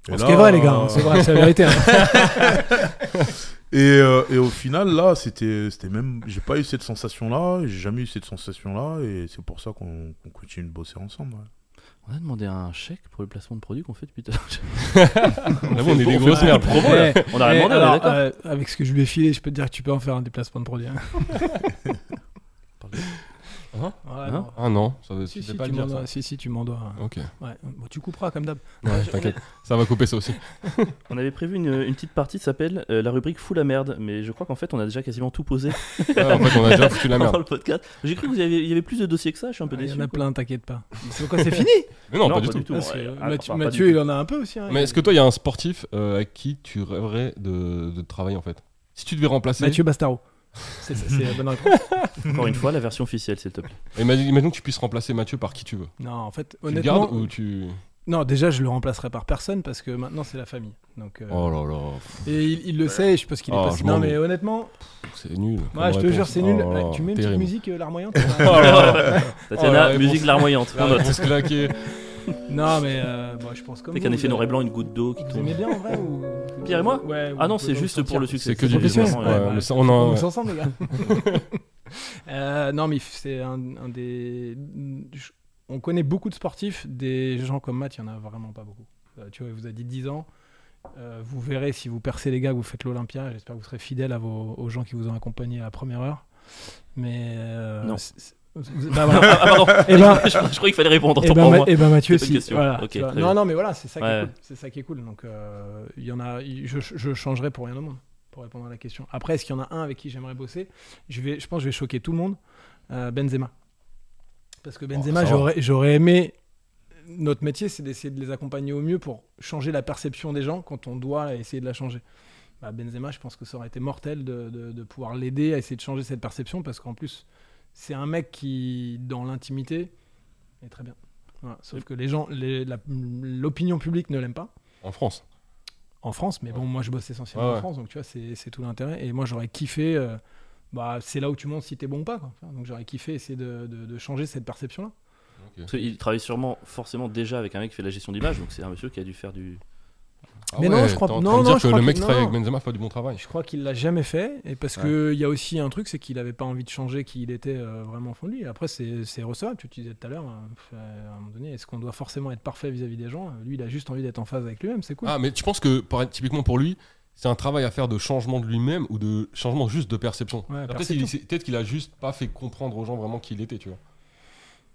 [SPEAKER 1] Et
[SPEAKER 5] Ce
[SPEAKER 1] là,
[SPEAKER 5] qui est vrai, les gars, hein,
[SPEAKER 1] euh,
[SPEAKER 5] c'est vrai, c'est la vérité. hein.
[SPEAKER 1] et, euh, et au final, là, c'était, c'était même, j'ai pas eu cette sensation-là, j'ai jamais eu cette sensation-là, et c'est pour ça qu'on, qu'on continue de bosser ensemble. ouais.
[SPEAKER 2] On a demandé un chèque pour le placement de produits qu'on fait depuis tout à l'heure.
[SPEAKER 4] Là, on est
[SPEAKER 2] fait-
[SPEAKER 4] des
[SPEAKER 2] on
[SPEAKER 4] grosses
[SPEAKER 2] fait-
[SPEAKER 4] merdes.
[SPEAKER 2] Promo, là.
[SPEAKER 5] Eh,
[SPEAKER 2] On
[SPEAKER 4] Bah,
[SPEAKER 2] a
[SPEAKER 5] eh,
[SPEAKER 2] rien demandé, on est
[SPEAKER 5] alors,
[SPEAKER 2] d'accord.
[SPEAKER 5] euh, avec ce que je lui ai filé, je peux te dire que tu peux en faire un déplacement de produit. hein.
[SPEAKER 2] par contre.
[SPEAKER 5] Voilà,
[SPEAKER 2] Hein
[SPEAKER 5] non.
[SPEAKER 4] Ah non, ça veut
[SPEAKER 5] Si
[SPEAKER 4] tu
[SPEAKER 5] si,
[SPEAKER 4] peux pas
[SPEAKER 5] tu
[SPEAKER 4] le dire.
[SPEAKER 5] m'en
[SPEAKER 4] ça. Hein
[SPEAKER 5] dois- si, si, tu m'en dois. hein.
[SPEAKER 4] Ok,
[SPEAKER 5] Ouais. Bon, tu couperas comme d'hab.
[SPEAKER 4] Ouais, t'inquiète, ça va couper ça aussi.
[SPEAKER 2] On avait prévu une, une petite partie qui s'appelle euh, la rubrique Fou la merde, mais je crois qu'en fait on a déjà quasiment tout posé
[SPEAKER 4] Ouais, en fait, on a déjà foutu la
[SPEAKER 2] dans
[SPEAKER 4] merde.
[SPEAKER 2] le podcast. J'ai cru qu'il y, avait- il y avait plus de dossiers que ça, je suis un peu
[SPEAKER 5] Ah, Il y
[SPEAKER 2] déçu.
[SPEAKER 5] en a
[SPEAKER 2] quoi.
[SPEAKER 5] plein, t'inquiète pas. C'est quoi, c'est fini
[SPEAKER 4] Mais non,
[SPEAKER 2] Non,
[SPEAKER 4] pas du tout. Ah,
[SPEAKER 2] tout.
[SPEAKER 5] Parce que
[SPEAKER 2] Ouais,
[SPEAKER 5] Mathieu,
[SPEAKER 2] attends, pas
[SPEAKER 5] Mathieu,
[SPEAKER 2] du
[SPEAKER 5] il
[SPEAKER 2] tout.
[SPEAKER 5] en a un peu aussi. hein.
[SPEAKER 4] Mais est-ce que toi, il y a un sportif euh, à qui tu rêverais de, de travailler en fait Si tu devais remplacer.
[SPEAKER 5] Mathieu Bastaro. C'est c'est- c'est la bonne réponse.
[SPEAKER 2] Encore une fois, la version officielle, s'il te plaît.
[SPEAKER 4] Imagine, imagine que tu puisses remplacer Mathieu par qui tu veux.
[SPEAKER 5] Non, en fait,
[SPEAKER 4] Tu le
[SPEAKER 5] honnêtement.
[SPEAKER 4] gardes ou tu.
[SPEAKER 5] Non, déjà, je le remplacerai par personne parce que maintenant, c'est la famille. Donc, euh,
[SPEAKER 4] Oh là là, pff,
[SPEAKER 5] Et il, il le sait, et je pense qu'il est
[SPEAKER 4] Oh,
[SPEAKER 5] pas
[SPEAKER 4] je
[SPEAKER 5] Non,
[SPEAKER 4] m'en
[SPEAKER 5] mais
[SPEAKER 4] vais.
[SPEAKER 5] honnêtement,
[SPEAKER 4] c'est nul. comme
[SPEAKER 5] ouais, je te
[SPEAKER 4] réponse.
[SPEAKER 5] jure, c'est nul.
[SPEAKER 4] Oh là là,
[SPEAKER 5] Ouais, tu mets une petite
[SPEAKER 4] terrible.
[SPEAKER 5] musique euh, larmoyante
[SPEAKER 4] Oh, la
[SPEAKER 2] Tatiana,
[SPEAKER 4] réponse.
[SPEAKER 2] musique larmoyante.
[SPEAKER 4] Ah,
[SPEAKER 2] On note.
[SPEAKER 4] tout se claquer.
[SPEAKER 5] Non, mais euh, bon, je pense comme.
[SPEAKER 2] Avec
[SPEAKER 5] vous,
[SPEAKER 2] un effet
[SPEAKER 5] vous
[SPEAKER 2] noir et blanc, une goutte d'eau qui
[SPEAKER 5] Vous
[SPEAKER 2] tombe.
[SPEAKER 5] aimez bien en vrai ou...
[SPEAKER 2] Pierre et moi
[SPEAKER 5] Ouais,
[SPEAKER 2] Ah
[SPEAKER 5] ou
[SPEAKER 2] non,
[SPEAKER 5] vous
[SPEAKER 2] c'est
[SPEAKER 5] pouvez
[SPEAKER 2] juste
[SPEAKER 5] vous
[SPEAKER 2] pour le
[SPEAKER 5] sentir.
[SPEAKER 2] succès.
[SPEAKER 4] C'est que du business.
[SPEAKER 5] professionnel,
[SPEAKER 4] ouais,
[SPEAKER 5] ouais,
[SPEAKER 4] mais
[SPEAKER 5] bah,
[SPEAKER 4] ça, on en-
[SPEAKER 5] On est ensemble, les gars. Euh, non, mais c'est un, un des. je- On connaît beaucoup de sportifs, des gens comme Matt, il n'y en a vraiment pas beaucoup. Euh, tu vois, il vous a dit 10 ans. Euh, vous verrez si vous percez les gars, que vous faites l'Olympia. J'espère que vous serez fidèles à vos, aux gens qui vous ont accompagné à la première heure. Mais. euh,
[SPEAKER 2] Non.
[SPEAKER 5] c'est- c'est- vous- bah, voilà.
[SPEAKER 2] Ah, pardon.
[SPEAKER 5] Eh ben-
[SPEAKER 2] je, je croyais qu'il fallait répondre.
[SPEAKER 5] Et
[SPEAKER 2] autant
[SPEAKER 5] ben,
[SPEAKER 2] pour
[SPEAKER 5] Ma-
[SPEAKER 2] moi.
[SPEAKER 5] eh ben, Mathieu,
[SPEAKER 2] C'est pas une
[SPEAKER 5] si.
[SPEAKER 2] question.
[SPEAKER 5] Voilà,
[SPEAKER 2] Ok,
[SPEAKER 5] tu vois.
[SPEAKER 2] très bien.
[SPEAKER 5] non, non, mais voilà, c'est ça, qui est
[SPEAKER 2] Ouais.
[SPEAKER 5] cool. C'est ça qui est cool. Donc, euh, il y en a, il- je, je changerai pour rien au monde, pour répondre à la question. Après, est-ce qu'il y en a un avec qui j'aimerais bosser je, vais, je pense que je vais choquer tout le monde. Euh, Benzema. Parce que Benzema,
[SPEAKER 4] ça va.
[SPEAKER 5] j'aurais- j'aurais aimé. Notre métier, c'est d'essayer de les accompagner au mieux pour changer la perception des gens quand on doit essayer de la changer. Bah, Benzema, je pense que ça aurait été mortel de, de- de pouvoir l'aider à essayer de changer cette perception parce qu'en plus, c'est un mec qui, dans l'intimité, est très bien. Voilà. Sauf que les gens, les- la- l'opinion publique ne l'aime pas
[SPEAKER 4] En France.
[SPEAKER 5] en France, mais bon, moi je bosse essentiellement
[SPEAKER 4] Ouais,
[SPEAKER 5] en
[SPEAKER 4] ouais.
[SPEAKER 5] France, donc tu vois, c'est c'est tout l'intérêt. Et moi j'aurais kiffé, euh, bah, c'est là où tu montes si t'es bon ou pas. quoi. Enfin, Donc j'aurais kiffé essayer de, de- de changer cette perception-là.
[SPEAKER 2] Parce qu'il travaille sûrement, forcément, déjà avec un mec qui fait de la gestion d'image, donc c'est un monsieur qui a dû faire du.
[SPEAKER 4] Ah
[SPEAKER 5] Mais non,
[SPEAKER 4] ouais,
[SPEAKER 5] je crois-
[SPEAKER 4] t'es en train
[SPEAKER 5] non,
[SPEAKER 4] de
[SPEAKER 5] non,
[SPEAKER 4] dire
[SPEAKER 5] je
[SPEAKER 4] que
[SPEAKER 5] crois
[SPEAKER 4] le mec
[SPEAKER 5] que-
[SPEAKER 4] qui travaille
[SPEAKER 5] non.
[SPEAKER 4] avec Benzema fait du bon travail.
[SPEAKER 5] Je crois qu'il l'a jamais fait, et parce que qu'il y a aussi un truc, c'est qu'il n'avait pas envie de changer qui il était euh, vraiment au fond de lui. Et Après, c'est c'est recevable, tu te disais tout à l'heure, hein, pff, euh, à un moment donné, est-ce qu'on doit forcément être parfait vis-à-vis des gens Lui, il a juste envie d'être en phase avec lui-même, c'est cool.
[SPEAKER 4] Ah, mais tu penses que par- typiquement pour lui, c'est un travail à faire de changement de lui-même ou de changement juste de perception
[SPEAKER 5] Ouais,
[SPEAKER 4] Après,
[SPEAKER 5] perception.
[SPEAKER 4] il- c'est- Peut-être qu'il a juste pas fait comprendre aux gens vraiment qui il était, tu vois.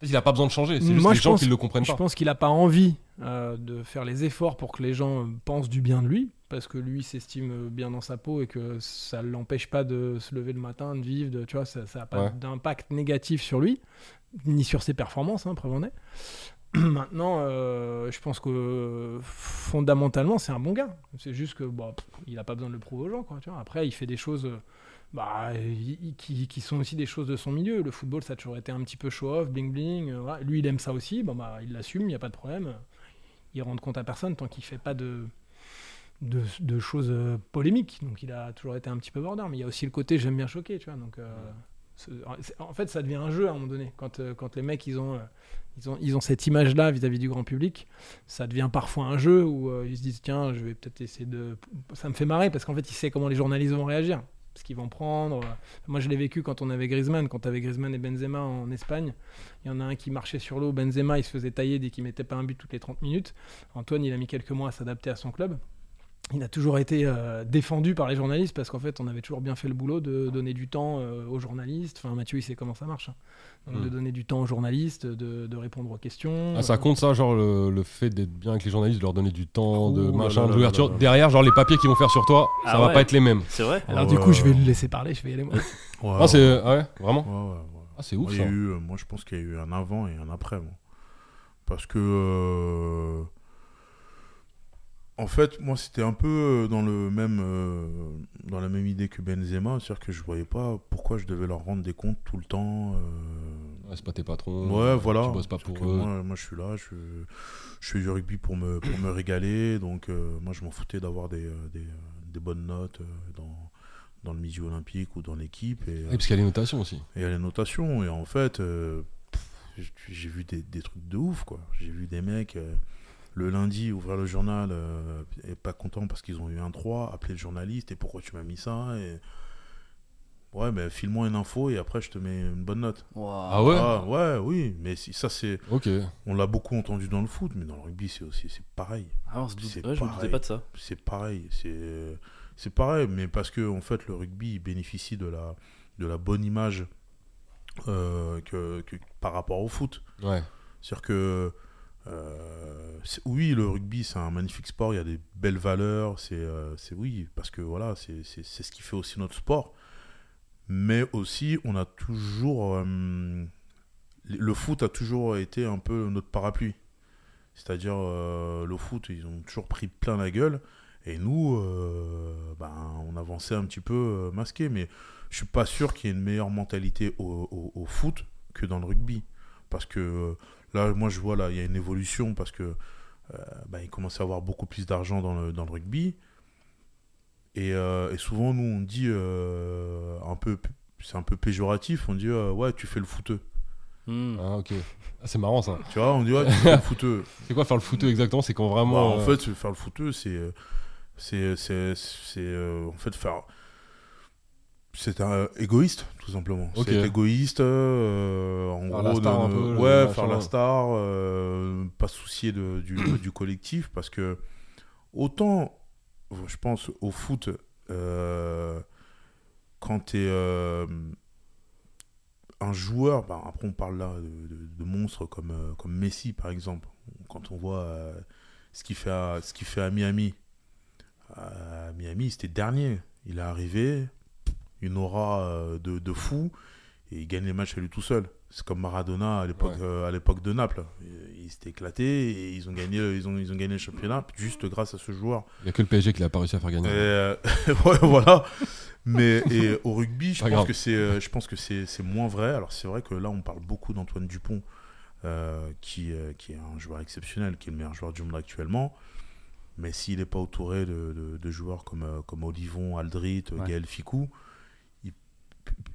[SPEAKER 4] Peut-être qu'il a pas besoin de changer, c'est
[SPEAKER 5] Mm, Moi,
[SPEAKER 4] juste les
[SPEAKER 5] je
[SPEAKER 4] gens
[SPEAKER 5] pense-
[SPEAKER 4] qui le comprennent
[SPEAKER 5] Je
[SPEAKER 4] pas.
[SPEAKER 5] pense qu'il n'a pas envie euh, de faire les efforts pour que les gens euh, pensent du bien de lui, parce que lui s'estime euh, bien dans sa peau et que ça l'empêche pas de se lever le matin, de vivre, de, tu vois, ça n'a pas
[SPEAKER 4] Ouais.
[SPEAKER 5] d'impact négatif sur lui, ni sur ses performances, hein, preuve en est. Maintenant, euh, je pense que euh, fondamentalement, c'est un bon gars. C'est juste que bah, pff, il n'a pas besoin de le prouver aux gens. Quoi, tu vois. Après, il fait des choses euh, bah, il- il- qui, qui sont aussi des choses de son milieu. Le football, ça a toujours été un petit peu show-off, bling-bling. euh, voilà. Lui, il aime ça aussi. Bon, bah, il l'assume, il n'y a pas de problème. Il rend compte à personne tant qu'il fait pas de, de, de choses euh, polémiques. Donc, il a toujours été un petit peu border. Mais il y a aussi le côté j'aime bien choquer. Tu vois, donc, euh, c'est- c'est- en fait, ça devient un jeu à un moment donné. Quand, euh, quand les mecs, ils ont. euh, ils ont, ils ont cette image-là vis-à-vis du grand public. Ça devient parfois un jeu où euh, ils se disent tiens, je vais peut-être essayer de. Ça me fait marrer parce qu'en fait, il sait comment les journalistes vont réagir, ce qu'ils vont prendre. Moi, je l'ai vécu quand on avait Griezmann, quand avait Griezmann et Benzema en Espagne. Il y en a un qui marchait sur l'eau, Benzema, il se faisait tailler dès qu'il mettait pas un but toutes les 30 minutes. Antoine, il a mis quelques mois à s'adapter à son club. Il a toujours été euh, défendu par les journalistes parce qu'en fait, on avait toujours bien fait le boulot de donner du temps euh, aux journalistes. Enfin, Mathieu, il sait comment ça marche. hein. Donc,
[SPEAKER 4] Mm.
[SPEAKER 5] de donner du temps aux journalistes, de, de répondre aux questions.
[SPEAKER 4] Ah, ça
[SPEAKER 5] Euh,
[SPEAKER 4] compte ça, genre le, le fait d'être bien avec les journalistes, de leur donner du temps, de
[SPEAKER 1] Ouh là
[SPEAKER 4] machin,
[SPEAKER 1] là
[SPEAKER 4] de
[SPEAKER 1] là
[SPEAKER 4] l'ouverture.
[SPEAKER 1] là là.
[SPEAKER 4] Derrière, genre les papiers qu'ils vont faire sur toi,
[SPEAKER 2] Ah
[SPEAKER 4] ça va
[SPEAKER 2] ouais.
[SPEAKER 4] pas être les mêmes.
[SPEAKER 2] C'est vrai
[SPEAKER 5] Alors,
[SPEAKER 1] Ouais,
[SPEAKER 5] du
[SPEAKER 1] ouais,
[SPEAKER 5] coup, je vais
[SPEAKER 1] ouais.
[SPEAKER 5] le laisser parler, je vais y aller moi.
[SPEAKER 1] Ouais,
[SPEAKER 4] Ah, c'est. ah ouais, vraiment
[SPEAKER 1] ouais, ouais, ouais.
[SPEAKER 4] Ah, c'est ouf
[SPEAKER 1] Moi, il y
[SPEAKER 4] ça.
[SPEAKER 1] a eu, euh, moi, je pense qu'il y a eu un avant et un après. moi. Parce que. euh, en fait, moi, c'était un peu euh, dans, le même, euh, dans la même idée que Benzema. C'est-à-dire que je voyais pas pourquoi je devais leur rendre des comptes tout le temps. euh,
[SPEAKER 4] Ouais, c'est pas tes patrons. euh,
[SPEAKER 1] Ouais, voilà.
[SPEAKER 4] Tu bosses pas
[SPEAKER 1] Parce
[SPEAKER 4] pour
[SPEAKER 1] que
[SPEAKER 4] eux.
[SPEAKER 1] Moi, euh, moi, je suis là, je, je fais du rugby pour me, pour me régaler. Donc, euh, moi, je m'en foutais d'avoir des, euh, des, euh, des bonnes notes euh, dans, dans le milieu olympique ou dans l'équipe. Et,
[SPEAKER 4] Et parce qu'il y a les notations aussi.
[SPEAKER 1] et à la notation. Et en fait, euh, pff, j'ai- j'ai vu des, des trucs de ouf, quoi. J'ai vu des mecs, euh, le lundi, ouvrir le journal euh, et pas content parce qu'ils ont eu un 3, appeler le journaliste, et pourquoi tu m'as mis ça et... Ouais, mais file-moi une info et après je te mets une bonne note.
[SPEAKER 4] Ah ouais
[SPEAKER 1] Ah ouais, oui, mais si, ça c'est...
[SPEAKER 4] Ok.
[SPEAKER 1] On l'a beaucoup entendu dans le foot, mais dans le rugby c'est aussi c'est pareil.
[SPEAKER 2] Ah, on se doute-
[SPEAKER 1] C'est
[SPEAKER 2] ouais, je me doutais
[SPEAKER 1] pareil.
[SPEAKER 2] pas de ça.
[SPEAKER 1] C'est pareil, c'est c'est pareil, mais parce que en fait le rugby il bénéficie de la de la bonne image euh, que, que par rapport au foot.
[SPEAKER 4] Ouais.
[SPEAKER 1] C'est-à-dire que euh, c'est- oui, le rugby c'est un magnifique sport, il y a des belles valeurs, c'est euh, c'est- oui parce que voilà c'est c'est- c'est ce qui fait aussi notre sport. Mais aussi on a toujours euh, le foot a toujours été un peu notre parapluie. C'est-à-dire euh, le foot ils ont toujours pris plein la gueule et nous euh, ben, on avançait un petit peu euh, masqué. Mais je suis pas sûr qu'il y ait une meilleure mentalité au, au- au foot que dans le rugby parce que euh, Là, moi, je vois, là, il y a une évolution parce que euh, bah, ils commencent à avoir beaucoup plus d'argent dans le, dans le rugby. Et, euh, et souvent, nous, on dit, euh, un peu, c'est un peu péjoratif, on dit, euh, ouais, tu fais le footeux.
[SPEAKER 2] Hmm.
[SPEAKER 4] Ah, ok. Ah, c'est marrant ça.
[SPEAKER 1] Tu vois, on dit, ouais, tu fais le footeux.
[SPEAKER 4] C'est quoi faire le footeux exactement C'est quand
[SPEAKER 1] Bah,
[SPEAKER 4] vraiment.
[SPEAKER 1] en
[SPEAKER 4] euh,
[SPEAKER 1] fait, faire le footeux, c'est. euh, C'est. c'est- c'est, euh, en fait, faire. C'est un égoïste, tout simplement.
[SPEAKER 4] Ok.
[SPEAKER 1] C'est être égoïste, euh, en
[SPEAKER 4] Faire la
[SPEAKER 1] gros, de
[SPEAKER 4] star un
[SPEAKER 1] ne-
[SPEAKER 4] peu, le
[SPEAKER 1] ouais,
[SPEAKER 4] machin,
[SPEAKER 1] faire la
[SPEAKER 4] ouais.
[SPEAKER 1] star, euh, pas se soucier de- du, du collectif, parce que autant, je pense, au foot, euh, quand t'es euh, un joueur, bah, après on parle là de, de- de monstres comme, euh, comme Messi par exemple, quand on voit euh, ce qu'il fait, à- ce qu'il fait à Miami. À Miami, c'était dernier. Il est arrivé, une aura euh, de, de fou, et il gagne les matchs à lui tout seul. C'est comme Maradona à l'époque
[SPEAKER 4] Ouais.
[SPEAKER 1] euh, à l'époque de Naples. Il, il s'était éclaté et ils ont gagné, ils ont, ils ont gagné le championnat juste grâce à ce joueur.
[SPEAKER 4] Il y a que le PSG qui l'a pas réussi à faire gagner.
[SPEAKER 1] Et, euh, ouais, voilà. Mais et au rugby, je
[SPEAKER 4] Pas
[SPEAKER 1] pense,
[SPEAKER 4] grave.
[SPEAKER 1] que c'est, euh, je pense que c'est c'est moins vrai. Alors c'est vrai que là, on parle beaucoup d'Antoine Dupont, euh, qui, euh, qui est un joueur exceptionnel, qui est le meilleur joueur du monde actuellement. Mais s'il n'est pas entouré de, de- de joueurs comme, euh, comme Olivon, Aldrit, euh,
[SPEAKER 3] Ouais.
[SPEAKER 1] Gaël Ficou, il